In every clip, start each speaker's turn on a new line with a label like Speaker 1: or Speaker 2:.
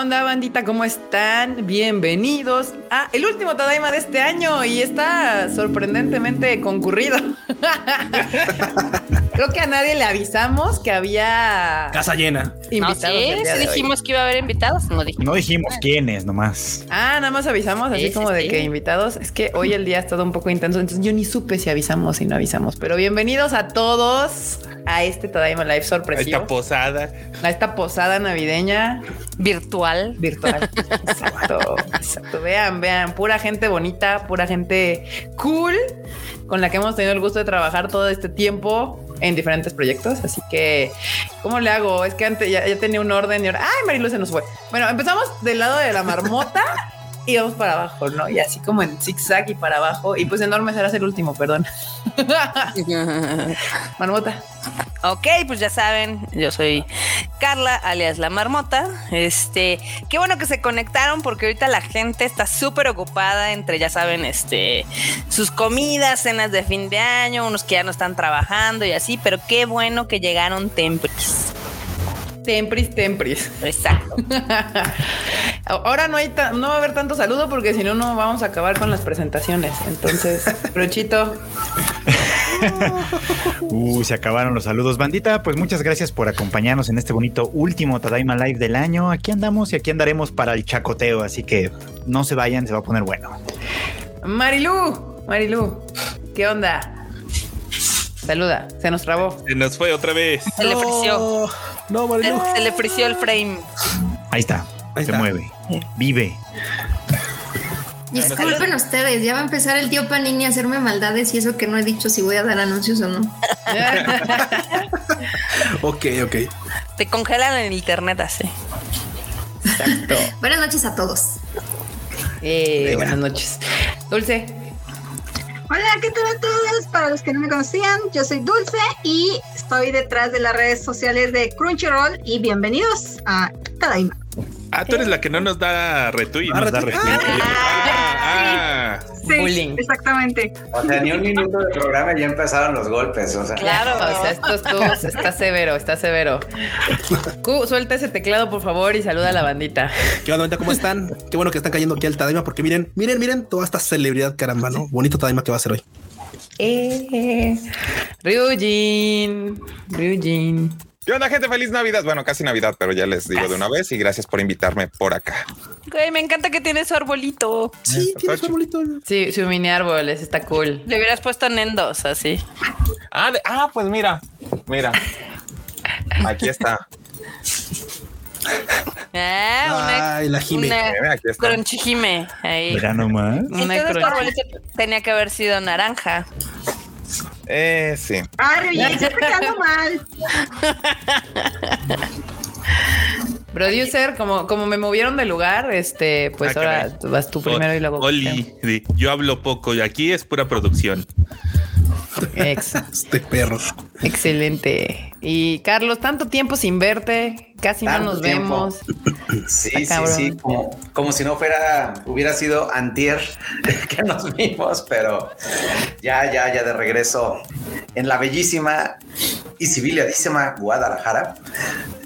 Speaker 1: onda, bandita? ¿Cómo están? Bienvenidos a el último Tadaima de este año y está sorprendentemente concurrido. Creo que a nadie le avisamos que había
Speaker 2: Casa llena.
Speaker 1: invitados.
Speaker 3: no
Speaker 1: el día de
Speaker 3: sé, si
Speaker 1: hoy.
Speaker 3: Ah, dijimos que iba a haber invitados, no dijimos.
Speaker 4: No dijimos quiénes nomás.
Speaker 1: Ah, nada más avisamos, así
Speaker 3: Sí,
Speaker 1: como
Speaker 3: sí,
Speaker 1: de
Speaker 3: sí.
Speaker 1: que invitados. Es que hoy el día ha estado un poco intenso, entonces yo ni supe si avisamos si no avisamos. Pero bienvenidos a todos a este Tadaima Live
Speaker 5: Ahí
Speaker 1: sorpresivo,
Speaker 5: está posada.
Speaker 1: a esta posada navideña
Speaker 3: Virtual.
Speaker 1: virtual. Exacto, exacto. Vean, vean, pura gente bonita, pura gente cool, con la que hemos tenido el gusto de trabajar todo este tiempo en diferentes proyectos. Así que, ¿cómo le hago? Es que antes ya, ya tenía un orden y ahora, ay, Marilu se nos fue. Bueno, empezamos del lado de la marmota. Y vamos para abajo, ¿no? Y así como en zigzag y para abajo. Y pues enorme serás el último, perdón. Marmota.
Speaker 3: ok, pues ya saben, yo soy Carla, alias la marmota. Este, qué bueno que se conectaron porque ahorita la gente está súper ocupada entre, ya saben, este, sus comidas, cenas de fin de año, unos que ya no están trabajando y así, pero qué bueno que llegaron tempris. Pues,
Speaker 1: Tempris, tempris.
Speaker 3: Exacto.
Speaker 1: Ahora no, hay ta- no va a haber tanto saludo porque si no, no vamos a acabar con las presentaciones. Entonces, Brochito,
Speaker 4: Uh, se acabaron los saludos. Bandita, pues muchas gracias por acompañarnos en este bonito último Tadaima Live del año. Aquí andamos y aquí andaremos para el chacoteo, así que no se vayan, se va a poner bueno.
Speaker 1: Marilú, Marilú, ¿qué onda? Saluda, se nos trabó.
Speaker 5: Se nos fue otra vez.
Speaker 3: Se le frició.
Speaker 2: No,
Speaker 3: Se,
Speaker 2: Marilu.
Speaker 3: se le frició el frame.
Speaker 4: Ahí está,
Speaker 2: Ahí
Speaker 4: se
Speaker 2: está.
Speaker 4: mueve,
Speaker 3: Sí.
Speaker 4: vive.
Speaker 6: Disculpen ustedes, ya va a empezar el tío Panini a hacerme maldades y eso que no he dicho si voy a dar anuncios o no.
Speaker 2: Ok, ok.
Speaker 3: Te congelan en internet así.
Speaker 1: Exacto.
Speaker 6: Buenas noches a todos.
Speaker 1: Eh, buenas noches. Dulce,
Speaker 7: Hola, ¿qué tal a todos? Para los que no me conocían, yo soy Dulce y estoy detrás de las redes sociales de Crunchyroll y bienvenidos a Tadaima.
Speaker 5: Ah, tú eres la que no nos da retweet.
Speaker 2: Ah,
Speaker 5: nos da
Speaker 2: retweet.
Speaker 5: retweet. Ah, ah.
Speaker 7: Sí,
Speaker 1: Bullying.
Speaker 7: exactamente.
Speaker 8: O sea, ni un minuto de programa y ya empezaron los golpes. O sea,
Speaker 3: Claro.
Speaker 1: o sea, esto estuvo- está severo, está severo. Q, suelta ese teclado, por favor, y saluda a la bandita.
Speaker 2: ¿Qué onda, bandita? ¿Cómo están? Qué bueno que están cayendo aquí al Tadaima porque miren, miren, miren toda esta celebridad, caramba, ¿no? Bonito Tadaima que va a ser hoy.
Speaker 1: Eh, Ryujin, Ryujin.
Speaker 5: ¿Qué onda, gente? Feliz Navidad. Bueno, casi Navidad, pero ya les digo de una vez y gracias por invitarme por acá.
Speaker 3: Güey, me encanta que tiene su arbolito.
Speaker 2: Sí, tiene su
Speaker 5: Tocho.
Speaker 2: arbolito.
Speaker 1: Sí, su mini árbol, ese está cool.
Speaker 3: Le hubieras puesto Nendos así.
Speaker 5: Ah, de- ah, pues mira, mira. Aquí está.
Speaker 3: Ah, una,
Speaker 2: Ay, la Jime.
Speaker 3: una
Speaker 5: Eh, aquí está.
Speaker 3: Cronchijime, Ahí.
Speaker 4: Mira nomás.
Speaker 1: Una
Speaker 3: Entonces, tu
Speaker 1: cronchi-
Speaker 3: arbolito tenía que haber sido naranja.
Speaker 5: Eh, sí.
Speaker 7: Ah, Ryujin, se está quedando mal.
Speaker 1: Producer, como, como me movieron de lugar, este, pues
Speaker 5: Ah,
Speaker 1: ahora
Speaker 5: caray.
Speaker 1: vas tú primero y luego.
Speaker 5: Oli, sí, yo hablo poco y aquí es pura producción.
Speaker 1: Ex-
Speaker 2: Este perro.
Speaker 1: excelente. Y Carlos, tanto tiempo sin verte, casi no
Speaker 8: Tanto
Speaker 1: nos
Speaker 8: tiempo.
Speaker 1: vemos.
Speaker 8: sí, sí,
Speaker 1: está
Speaker 8: sí,
Speaker 1: cabrón.
Speaker 8: como, como si no fuera, hubiera sido antier que nos vimos, pero ya, ya, ya de regreso en la bellísima y civilizadísima Guadalajara.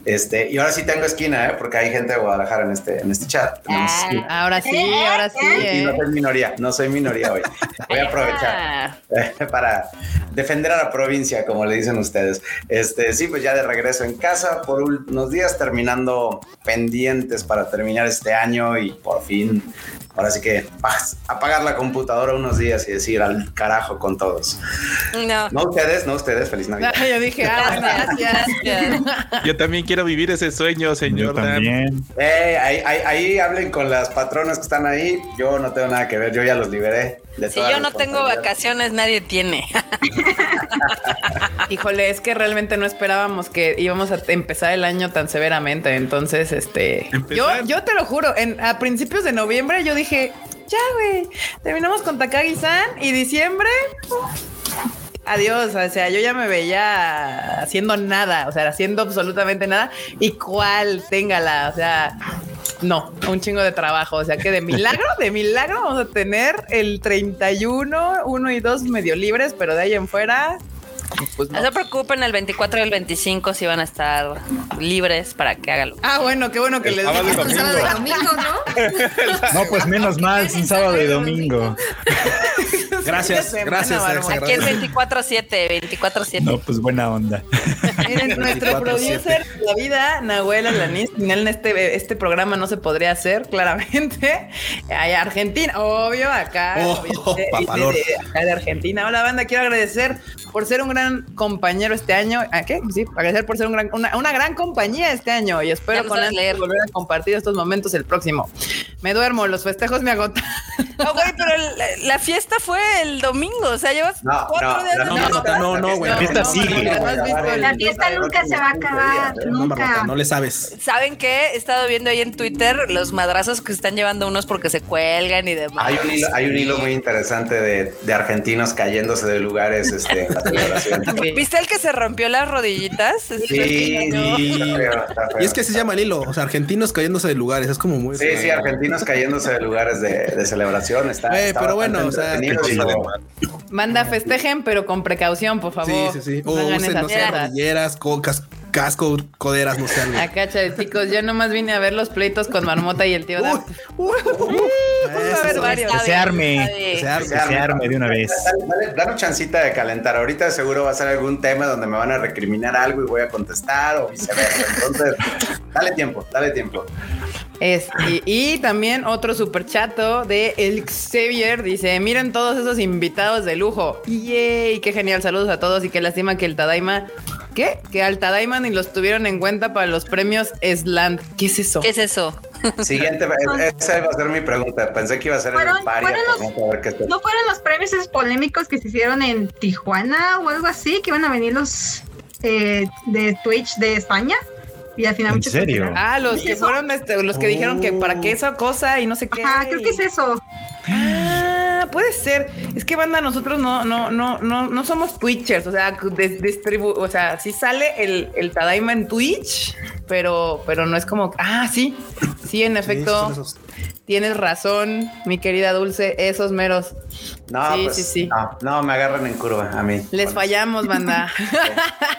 Speaker 8: Este, y ahora sí tengo esquina, ¿eh? porque hay gente de Guadalajara en este, en este chat. Tenemos-
Speaker 1: Ah, Ahora sí, ahora sí.
Speaker 8: y no
Speaker 1: ¿eh?
Speaker 8: soy minoría, no soy minoría hoy. Voy a aprovechar.
Speaker 3: Ah,
Speaker 8: para defender a la provincia, como le dicen ustedes. Este, sí, pues ya de regreso en casa por un- unos días, terminando pendientes para terminar este año y por fin, ahora sí que paz, apagar la computadora unos días y decir al carajo con todos.
Speaker 3: no.
Speaker 8: No ustedes, no ustedes, feliz Navidad.
Speaker 1: Ah, Yo dije, ah,
Speaker 3: Gracias, gracias.
Speaker 5: Yo también quiero vivir ese sueño,
Speaker 4: Yo
Speaker 5: señor Dan.
Speaker 4: también.
Speaker 8: Eh, ahí, ahí- ahí hablen con las patronas que están ahí. Yo no tengo nada que ver, yo ya los liberé. de
Speaker 3: Si
Speaker 8: toda
Speaker 3: yo no tengo
Speaker 8: responsabilidad.
Speaker 3: vacaciones, nadie tiene.
Speaker 1: híjole, es que realmente no esperábamos que íbamos a empezar el año tan severamente. Entonces, este, yo,
Speaker 5: Empezar.
Speaker 1: yo te lo juro, en, a principios de noviembre yo dije, ya, güey, terminamos con Takagi-san y diciembre. Adiós, o sea, yo ya me veía haciendo nada, o sea, haciendo absolutamente nada. Y cuál, téngala, o sea, no, un chingo de trabajo. O sea, que de milagro, de milagro vamos a tener el 31, 1 y 2 medio libres, pero de ahí en fuera, Pues no.
Speaker 3: No se preocupen, el 24 y el 25 sí van a estar libres para que háganlo.
Speaker 1: Ah, bueno, qué bueno que
Speaker 5: El
Speaker 1: les
Speaker 5: sábado y
Speaker 6: Es un sábado de
Speaker 5: domingo.
Speaker 6: domingo, ¿no?
Speaker 4: No, pues menos mal, es un sábado y domingo.
Speaker 2: Gracias,
Speaker 1: Semana,
Speaker 2: gracias.
Speaker 1: Bárbara.
Speaker 2: se
Speaker 3: Aquí es
Speaker 2: agradece.
Speaker 3: 24-7, 24-7.
Speaker 4: No, pues buena onda.
Speaker 1: Miren, nuestro
Speaker 2: 24/7.
Speaker 1: producer de la vida, Nahuel Alanis, sin él en este, este programa no se podría hacer, claramente. Hay Argentina, obvio, acá.
Speaker 2: Oh,
Speaker 1: obviamente,
Speaker 2: papalor.
Speaker 1: dice de, acá de Argentina. Hola, banda, quiero agradecer por ser un gran compañero este año. ¿A qué? Sí, agradecer por ser un gran, una, una gran compañía este año y
Speaker 3: Ya
Speaker 1: espero
Speaker 3: no
Speaker 1: con
Speaker 3: sabes
Speaker 1: antes
Speaker 3: leer.
Speaker 1: volver a compartir estos momentos el próximo. Me duermo, los festejos me agotan.
Speaker 3: Ah, güey, pero la, la fiesta fue el domingo, o sea, llevas
Speaker 8: No,
Speaker 3: cuatro
Speaker 8: no,
Speaker 3: días
Speaker 8: la
Speaker 3: de
Speaker 2: No,
Speaker 3: fiesta.
Speaker 2: Marta, no, no, güey.
Speaker 1: No,
Speaker 4: fiesta
Speaker 1: no,
Speaker 4: sigue.
Speaker 1: Marta, ¿no has visto el-
Speaker 7: La fiesta nunca se va a acabar,
Speaker 2: No, Marta,
Speaker 7: nunca.
Speaker 2: no le sabes.
Speaker 3: ¿Saben qué? He estado viendo ahí en Twitter los madrazos que están llevando unos porque se cuelgan y demás.
Speaker 8: Hay un hilo, hay un hilo muy interesante de, de argentinos cayéndose de lugares este, en la celebración.
Speaker 3: ¿Viste el que se rompió las rodillitas?
Speaker 8: Sí, sí, está feo, está feo.
Speaker 2: Y es que así se llama el hilo. O sea, argentinos cayéndose de lugares. Es como muy.
Speaker 8: Sí, sí, argentinos cayéndose de lugares de, de celebración. Está,
Speaker 2: Güey,
Speaker 8: está
Speaker 2: pero bueno,
Speaker 8: bastante
Speaker 2: o sea,
Speaker 8: entretenido,
Speaker 5: Qué
Speaker 8: digo,
Speaker 5: chido.
Speaker 1: Manda, festejen, pero con precaución, por
Speaker 2: Sí,
Speaker 1: favor.
Speaker 2: sí, sí.
Speaker 1: No
Speaker 2: O
Speaker 1: hagan
Speaker 2: usen,
Speaker 1: esas
Speaker 2: no sé,
Speaker 1: mierdas.
Speaker 2: rodilleras, cocas, casco, coderas, no sé. algo.
Speaker 1: Acá, chicos, yo nomás vine a ver los pleitos con Marmota y el tío Dan.
Speaker 2: Uy, uy,
Speaker 1: a ver
Speaker 2: eso.
Speaker 1: varios.
Speaker 4: Que se arme,
Speaker 2: O sea,
Speaker 8: que
Speaker 4: que se arme de una vez.
Speaker 8: Dale, dale- dale chancita de calentar. Ahorita seguro va a ser algún tema donde me van a recriminar algo y voy a contestar o viceversa. Entonces, dale tiempo, dale tiempo.
Speaker 1: Es- y, y también otro super chato de El Xavier dice: Miren todos esos invitados de lujo. ¡Yay! ¡Qué genial! Saludos a todos y qué lástima que el Tadaima. ¿Qué? Que al Tadaima ni los tuvieron en cuenta para los premios Slant. ¿Qué es eso?
Speaker 3: ¿Qué es eso?
Speaker 8: Siguiente, es- esa iba a ser mi pregunta. Pensé que iba a ser el
Speaker 7: Fueron-
Speaker 8: paria.
Speaker 7: fueron
Speaker 8: por
Speaker 7: los-
Speaker 8: no saber qué es.
Speaker 7: ¿No fueron los premios esos polémicos que se hicieron en Tijuana o algo así? Que iban a venir los eh, de Twitch de España. Y al final
Speaker 4: ¿En
Speaker 7: muchos
Speaker 4: serio?
Speaker 7: cancelaron.
Speaker 1: Ah, los
Speaker 7: ¿Es
Speaker 1: que
Speaker 7: eso?
Speaker 1: fueron, este, los que dijeron que para qué esa cosa y no sé qué.
Speaker 7: Ajá, creo que es eso.
Speaker 1: Ah, puede ser. Es que banda, nosotros no, no, no, no, no somos Twitchers. O sea, des- distribu- o sea, sí sale el, el Tadaima en Twitch, pero, pero no es como. Ah, sí. Sí,
Speaker 2: Sí, son
Speaker 1: en efecto,
Speaker 2: esos.
Speaker 1: tienes razón, mi querida Dulce, esos meros.
Speaker 8: No,
Speaker 1: Sí,
Speaker 8: pues,
Speaker 1: sí, sí.
Speaker 8: No, no, me agarran en curva a mí.
Speaker 1: Les
Speaker 8: Bueno.
Speaker 1: fallamos, banda.
Speaker 7: Ay,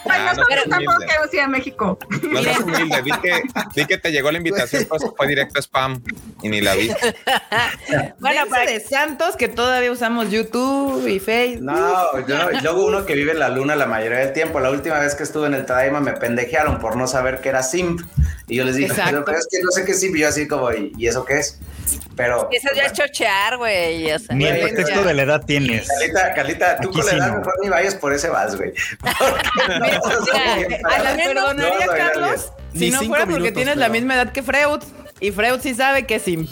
Speaker 5: Ah, no
Speaker 7: nosotros
Speaker 5: seas
Speaker 7: tampoco
Speaker 5: humilde.
Speaker 7: queremos ir a México.
Speaker 5: No seas humilde. Di que, di que te llegó la invitación, pero eso fue directo spam y ni la vi.
Speaker 1: Bueno,
Speaker 3: Bueno, para-
Speaker 1: de Santos que todavía usamos YouTube y Facebook.
Speaker 8: No, yo, y luego uno que vive en la luna la mayoría del tiempo. La última vez que estuve en el Tadaima me pendejearon por no saber que era simp. Y yo les dije,
Speaker 1: Exacto.
Speaker 8: pero es que no sé qué es simp. Y yo así como, ¿y, y eso qué es? Pero...
Speaker 3: Eso ya es chochear, güey. o sea,
Speaker 4: Ni el
Speaker 8: Güey,
Speaker 4: pretexto de la edad tienes.
Speaker 8: Carlita, Carlita, tú
Speaker 4: Aquí
Speaker 8: con la
Speaker 4: sí
Speaker 8: edad
Speaker 4: no.
Speaker 8: mejor ni vayas por ese vas, güey. Porque no vas a
Speaker 3: mira,
Speaker 8: saber bien
Speaker 1: Eh,
Speaker 8: para
Speaker 1: a la
Speaker 8: nada.
Speaker 1: que
Speaker 3: menos-
Speaker 1: perdonaría,
Speaker 8: No, no,
Speaker 1: Carlos,
Speaker 2: no.
Speaker 1: si
Speaker 2: Ni
Speaker 1: no
Speaker 2: cinco
Speaker 1: fuera porque
Speaker 2: minutos,
Speaker 1: tienes la
Speaker 2: pero-
Speaker 1: misma edad que Freud y Freud sí sabe que es simp.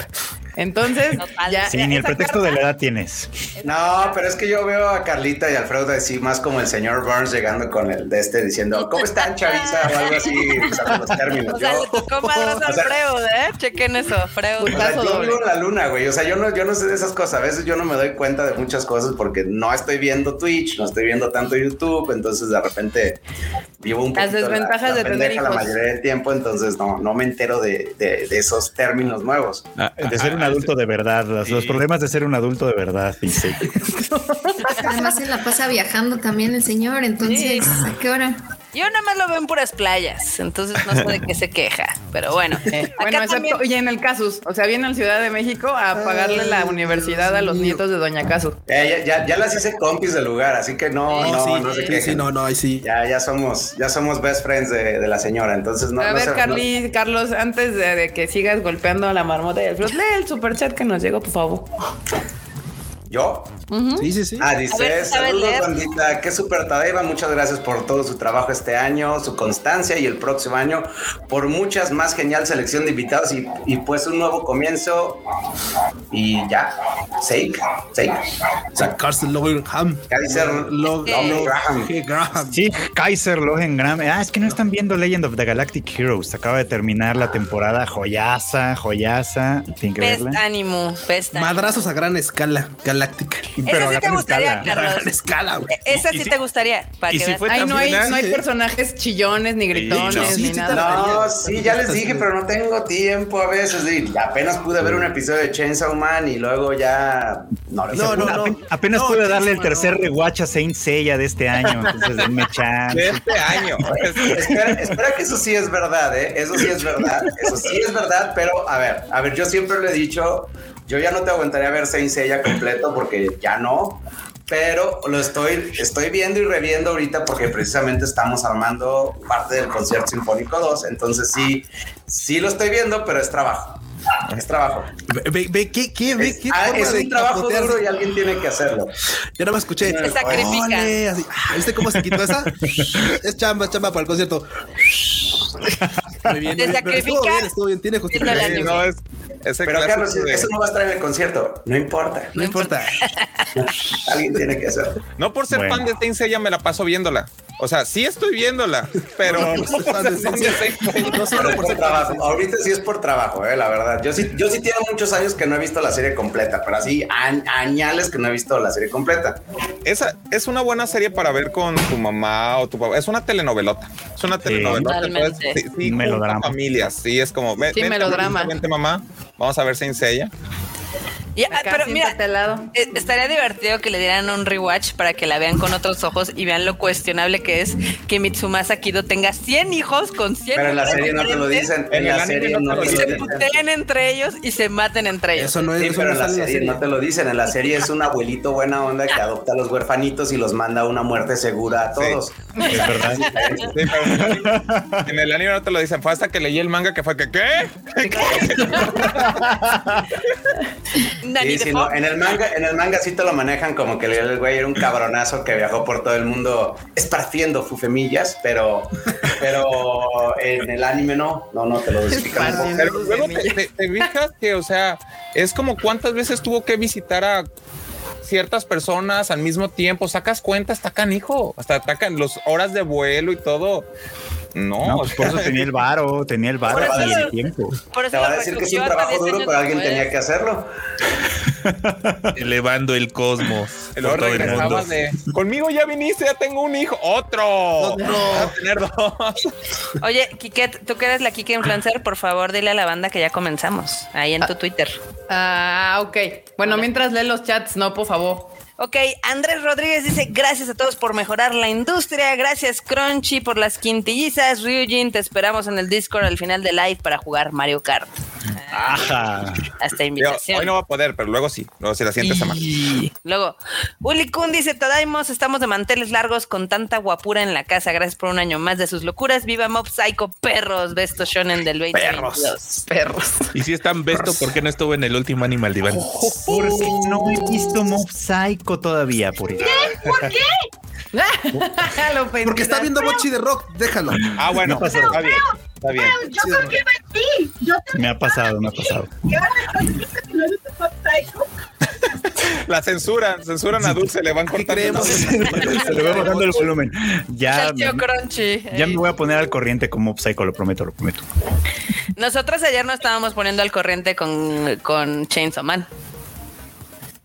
Speaker 1: Entonces,
Speaker 3: Total.
Speaker 1: ya, eh,
Speaker 4: Sí, ni el
Speaker 1: esa
Speaker 4: pretexto de la edad tienes.
Speaker 8: No, pero es que yo veo a Carlita y Alfredo así más como el señor Burns llegando con el de este diciendo, ¿cómo están, chaviza? O algo así, usando los términos.
Speaker 3: O sea,
Speaker 8: Yo-
Speaker 3: le tocó madrazo al
Speaker 8: O sea-
Speaker 3: Freud, ¿eh? Chequen eso, Freud.
Speaker 8: O sea,
Speaker 1: Paso
Speaker 8: yo
Speaker 1: doble.
Speaker 8: vivo en la luna, güey. O sea, yo no, yo no sé de esas cosas. A veces yo no me doy cuenta de muchas cosas porque no estoy viendo Twitch, no estoy viendo tanto YouTube. Entonces, de repente vivo un
Speaker 1: Las
Speaker 8: poquito la-
Speaker 1: desventajas
Speaker 8: la
Speaker 1: de tener
Speaker 8: pendeja La
Speaker 1: hijos.
Speaker 8: mayoría del tiempo, entonces no, no me entero de, de- de esos términos nuevos.
Speaker 2: Ah,
Speaker 4: De ser un adulto de verdad, los, los problemas de ser un adulto de verdad. Y sí.
Speaker 6: Además se la pasa viajando también el señor, entonces, ¿a qué hora?
Speaker 3: Yo nada más lo veo en puras playas, entonces no sé de qué se queja. Pero bueno,
Speaker 1: Eh,
Speaker 3: acá
Speaker 1: bueno,
Speaker 3: también
Speaker 1: excepto, y en el Casus, o sea, viene al Ciudad de México a pagarle la universidad a los nietos de Doña Casus.
Speaker 8: Eh, ya, ya, ya las hice compis del lugar, así que no,
Speaker 2: No,
Speaker 8: no,
Speaker 2: sí,
Speaker 8: no sé
Speaker 2: sí,
Speaker 8: qué.
Speaker 2: sí, no, no, ahí sí.
Speaker 8: Ya, ya somos, ya somos best friends de, de la señora. Entonces no.
Speaker 1: a
Speaker 8: no
Speaker 1: ver,
Speaker 8: se- no-
Speaker 1: Carly, Carlos, antes de, de que sigas golpeando a la marmota y el Freud, lee el superchat que nos llegó, por favor.
Speaker 8: ¿Yo?
Speaker 2: Sí, sí, sí.
Speaker 8: Ah,
Speaker 3: A ver
Speaker 8: dice,
Speaker 3: si sabe
Speaker 8: saludos
Speaker 3: leer".
Speaker 8: bandita, qué super Tadeva, muchas gracias por todo su trabajo este año, su constancia y el próximo año por muchas más genial selección de invitados y, y, pues un nuevo comienzo y ya, Sake, Sake,
Speaker 2: San Carson Logan
Speaker 8: Kaiser
Speaker 2: Log
Speaker 8: Log- Graham.
Speaker 2: Graham.
Speaker 4: Sí, Kaiser Lohengram. Ah, es que no están viendo Legend of the Galactic Heroes. Acaba de terminar la temporada joyaza, joyaza. Tienen que
Speaker 3: Best
Speaker 4: verla.
Speaker 3: Animu, Best Animu.
Speaker 4: ah,
Speaker 2: Madrazos a gran escala. galáctica.
Speaker 3: Esa sí
Speaker 4: a
Speaker 3: te
Speaker 4: gran
Speaker 3: gustaría,
Speaker 4: escala.
Speaker 2: A
Speaker 3: Carlos. e-,
Speaker 2: gran escala, güey.
Speaker 3: Esa
Speaker 9: Y
Speaker 3: sí
Speaker 9: si-
Speaker 3: te gustaría. Para
Speaker 9: y
Speaker 3: que
Speaker 9: si
Speaker 3: veas.
Speaker 9: fue
Speaker 1: Ay, no hay,
Speaker 9: también,
Speaker 1: no hay
Speaker 2: ¿eh?
Speaker 1: personajes chillones, ni gritones,
Speaker 9: no,
Speaker 2: sí,
Speaker 1: ni
Speaker 2: sí,
Speaker 1: nada.
Speaker 8: No, sí, ya les dije, pero no tengo tiempo a veces. Y apenas pude
Speaker 2: Mm.
Speaker 8: ver un episodio de Chainsaw Man y luego ya no les
Speaker 2: No, no,
Speaker 4: Apen-
Speaker 2: no.
Speaker 4: Apenas, pude darle el tercer rewatch a Saint Seiya de este año, entonces denme
Speaker 5: De
Speaker 4: chance.
Speaker 5: este año.
Speaker 8: Espera, espera que eso sí es verdad, ¿eh? Eso sí es verdad, eso sí es verdad, pero a ver, a ver, yo siempre lo he dicho, yo ya no te aguantaría ver Saint Seiya completo porque ya no, pero lo estoy, estoy viendo y reviendo ahorita porque precisamente estamos armando parte del concierto sinfónico 2, entonces sí, sí lo estoy viendo, pero es trabajo, es trabajo.
Speaker 2: Ve, ve, ve, qué, qué, ve,
Speaker 8: Es,
Speaker 2: qué
Speaker 8: ah,
Speaker 2: forma
Speaker 8: es
Speaker 2: de
Speaker 8: un trabajo
Speaker 2: capotearse.
Speaker 8: duro y alguien tiene que hacerlo.
Speaker 2: Yo nada más escuché.
Speaker 8: Se
Speaker 3: sacrifican.
Speaker 2: "Ole", así. Ah, ¿Viste cómo se quitó esa? es chamba, chamba para el concierto. Muy bien.
Speaker 3: Se
Speaker 2: muy bien, pero Estuvo
Speaker 3: sacrifica
Speaker 2: bien, estuvo bien, tiene
Speaker 3: viendo el
Speaker 5: Sí,
Speaker 2: justificación.
Speaker 3: anime.
Speaker 5: no, es, ese
Speaker 8: Pero Carlos,
Speaker 5: clásico de-
Speaker 8: eso no va a estar en el concierto, no importa,
Speaker 2: No importa.
Speaker 8: alguien tiene que hacerlo.
Speaker 5: No por ser
Speaker 4: Bueno.
Speaker 5: fan de Saint Seiya me la paso viéndola. O sea, sí estoy viéndola, pero pues,
Speaker 8: pues,
Speaker 5: no,
Speaker 2: no
Speaker 5: por ser fan de Saint Seiya.
Speaker 2: No
Speaker 8: Pero
Speaker 2: solo
Speaker 8: es
Speaker 2: por
Speaker 8: por
Speaker 2: ser
Speaker 8: trabajo. Ahorita sí es por trabajo, eh, la verdad. Yo sí, yo sí tengo muchos años que no he visto la serie completa, pero así a- añales que no he visto la serie completa.
Speaker 5: Esa es una buena serie para ver con tu mamá o tu papá. Es una telenovelota. Es una telenovelota.
Speaker 3: Totalmente.
Speaker 5: entonces, sí, sí,
Speaker 4: Un melodrama.
Speaker 5: junta Familias. Sí, es como. ve-
Speaker 1: Sí,
Speaker 5: vente,
Speaker 1: melodrama.
Speaker 5: Vente, mamá. Vamos a ver Saint Seiya.
Speaker 3: Ya,
Speaker 1: Acá,
Speaker 3: pero mira,
Speaker 1: siéntate al lado.
Speaker 3: Eh, Estaría divertido que le dieran un rewatch para que la vean con otros ojos y vean lo cuestionable que es que Mitsumasa Kido tenga 100 hijos con 100
Speaker 8: Pero en la
Speaker 3: mujeres
Speaker 8: serie no te lo
Speaker 3: diferentes,
Speaker 8: dicen. En
Speaker 5: el
Speaker 8: la
Speaker 5: anime
Speaker 8: serie no te
Speaker 3: y
Speaker 8: lo
Speaker 3: se
Speaker 8: dicen.
Speaker 3: puteen entre ellos y se maten entre ellos.
Speaker 2: Eso no es.
Speaker 8: Sí,
Speaker 2: eso
Speaker 8: pero
Speaker 2: no
Speaker 8: en la
Speaker 2: sale en la
Speaker 8: serie no te lo dicen. En la serie es un abuelito buena onda que adopta a los huerfanitos y los manda a una muerte segura a todos.
Speaker 4: Es verdad.
Speaker 5: Sí, pero en el anime- en el anime no te lo dicen. Fue hasta que leí el manga que fue que, ¿qué?
Speaker 3: Nani
Speaker 8: Sí,
Speaker 3: de
Speaker 8: sí,
Speaker 3: Fox.
Speaker 8: no, En el manga, en el manga sí te lo manejan como que el güey era un cabronazo que viajó por todo el mundo esparciendo fufemillas, pero, pero en el anime no, no, no te lo explican.
Speaker 1: Esparciendo.
Speaker 5: Pero luego te, te- te fijas que, o sea, es como cuántas veces tuvo que visitar a ciertas personas al mismo tiempo. Sacas cuentas, está canijo. Hasta atacan las horas de vuelo y todo. No,
Speaker 4: No, pues por eso tenía el varo, tenía el varo
Speaker 3: Por eso
Speaker 4: y el
Speaker 3: lo-
Speaker 4: tiempo.
Speaker 3: Por
Speaker 8: Te
Speaker 3: eso
Speaker 8: va
Speaker 3: lo
Speaker 8: a decir que es un
Speaker 3: recogió hasta
Speaker 8: trabajo
Speaker 3: 10
Speaker 8: duro,
Speaker 3: años
Speaker 8: pero alguien
Speaker 3: después.
Speaker 8: tenía que hacerlo.
Speaker 9: elevando el cosmos
Speaker 5: Y
Speaker 9: por
Speaker 5: luego
Speaker 9: todo el mundo.
Speaker 5: regresabas de conmigo ya viniste, ya tengo un hijo. Otro.
Speaker 2: Otro.
Speaker 5: Vas a tener dos.
Speaker 3: Oye, Kiket, tú que eres la Kike Influencer, por favor dile a la banda que ya comenzamos ahí en tu Twitter.
Speaker 1: Ah, ok. Bueno, mientras lee los chats, no, por favor.
Speaker 3: Ok, Andrés Rodríguez dice, gracias a todos por mejorar la industria, gracias Crunchy por las quintillizas, Ryujin, te esperamos en el Discord al final del live para jugar Mario Kart.
Speaker 4: Ajá.
Speaker 3: Hasta
Speaker 5: Digo,
Speaker 3: invitación.
Speaker 5: hoy no va a poder, pero luego sí. Luego sí la siguiente semana.
Speaker 3: Y Luego, Uli Kun dice, Tadaimos, estamos de manteles largos con tanta guapura en la casa, gracias por un año más de sus locuras, viva Mob Psycho, perros, besto shonen del 2022.
Speaker 1: Perros.
Speaker 9: Y si están besto, ¿por qué no estuvo en el último Animal Divan?
Speaker 4: Porque no he visto Mob Oh, Psycho todavía, por eso.
Speaker 1: Lo pensé.
Speaker 2: Porque está viendo Mochi de Rock, déjalo.
Speaker 5: Ah, bueno,
Speaker 4: No pasó.
Speaker 5: está bien. Está bien.
Speaker 7: Pero yo confío en ti. Yo te
Speaker 4: Me ha pasado, me ha pasado.
Speaker 7: ¿Qué ahora estás diciendo que no eres un Mob Psycho?
Speaker 5: La censuran, censuran a Dulce, le van
Speaker 2: Aquí
Speaker 5: cortando.
Speaker 2: creemos.
Speaker 4: Se le voy bajando el volumen. Ya,
Speaker 3: Salteo
Speaker 4: me,
Speaker 3: Crunchy.
Speaker 4: ya
Speaker 3: Ey.
Speaker 4: me voy
Speaker 1: Eh.
Speaker 4: a poner al corriente con Mob Psycho, lo prometo, lo prometo.
Speaker 3: Nosotros ayer nos estábamos poniendo al corriente con, con Chainsaw Man.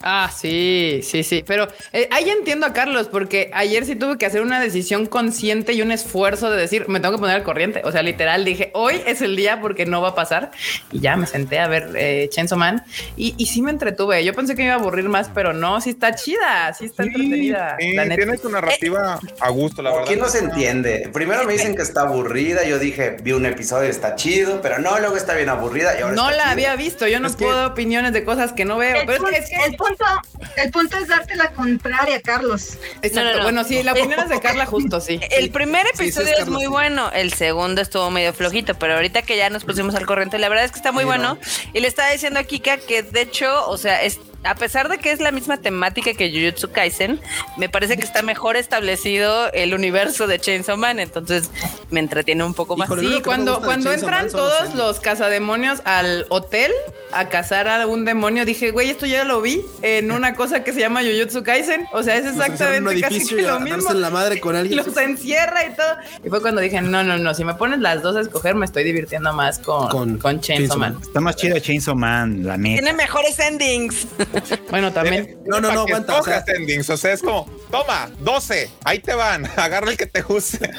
Speaker 1: Ah, sí, sí, sí. Pero eh, ahí entiendo a Carlos, porque ayer sí tuve que hacer una decisión consciente y un esfuerzo de decir, me tengo que poner al corriente. O sea, literal, dije, hoy es el día porque no va a pasar. Y ya me senté a ver eh, Chainsaw Man y, y sí me entretuve. Yo pensé que me iba a aburrir más, pero no, sí está chida, sí está
Speaker 5: Sí,
Speaker 1: entretenida.
Speaker 5: sí,
Speaker 1: la neta.
Speaker 5: tiene tu narrativa a gusto, la
Speaker 8: ¿Por
Speaker 5: verdad.
Speaker 8: qué no se entiende? Primero me dicen que está aburrida, yo dije, vi un episodio, está chido, pero no, luego está bien aburrida y ahora
Speaker 1: No
Speaker 8: está
Speaker 1: la
Speaker 8: chida.
Speaker 1: había visto. Yo no
Speaker 5: Es que-
Speaker 1: puedo dar opiniones de cosas que no veo.
Speaker 7: El,
Speaker 1: Pero
Speaker 7: punto,
Speaker 1: es que, es
Speaker 7: el, punto, el punto es darte la contraria, Carlos.
Speaker 1: que- exacto.
Speaker 3: No, no, no.
Speaker 1: Bueno, sí, la opinión es de Carla, justo, sí.
Speaker 3: El primer
Speaker 2: sí,
Speaker 3: episodio
Speaker 2: sí, es
Speaker 3: es
Speaker 2: Carlos,
Speaker 3: muy
Speaker 2: sí.
Speaker 3: bueno, el segundo estuvo medio flojito, pero ahorita que ya nos pusimos al corriente, la verdad es que está muy
Speaker 2: Sí,
Speaker 3: bueno.
Speaker 2: no.
Speaker 3: Y le estaba diciendo a Kika que de hecho, o sea, es, a pesar de que es la misma temática que Jujutsu Kaisen, me parece que está mejor establecido el universo de Chainsaw Man, entonces me entretiene un poco más.
Speaker 2: Híjole, lo
Speaker 1: Pues Sí,
Speaker 2: que no me
Speaker 1: cuando,
Speaker 2: gusta de
Speaker 1: cuando
Speaker 2: Chainsaw
Speaker 1: entran
Speaker 2: Man son los
Speaker 1: todos
Speaker 2: endings.
Speaker 1: los cazademonios al hotel a cazar a un demonio, dije, güey, esto ya lo vi en una cosa que se llama Jujutsu Kaisen. O sea, es
Speaker 2: Los encierran en un
Speaker 1: exactamente casi
Speaker 2: edificio
Speaker 1: que
Speaker 2: y a
Speaker 1: lo
Speaker 2: darse
Speaker 1: mismo.
Speaker 2: en la madre con alguien.
Speaker 1: Los encierra y todo. Y fue cuando dije, no, no, no, si me pones las dos a escoger, me estoy divirtiendo más con,
Speaker 2: Con
Speaker 1: con, Chainsaw
Speaker 2: Chainsaw
Speaker 1: Man.
Speaker 4: Está más chida Chainsaw Man, la neta.
Speaker 3: Tiene mejores endings.
Speaker 1: Bueno, también.
Speaker 2: No, no,
Speaker 5: Pa'
Speaker 2: no,
Speaker 5: que
Speaker 2: aguanta. O sea,
Speaker 5: escojas endings. O sea, es como, toma, 12, ahí te van, agarra el que te guste.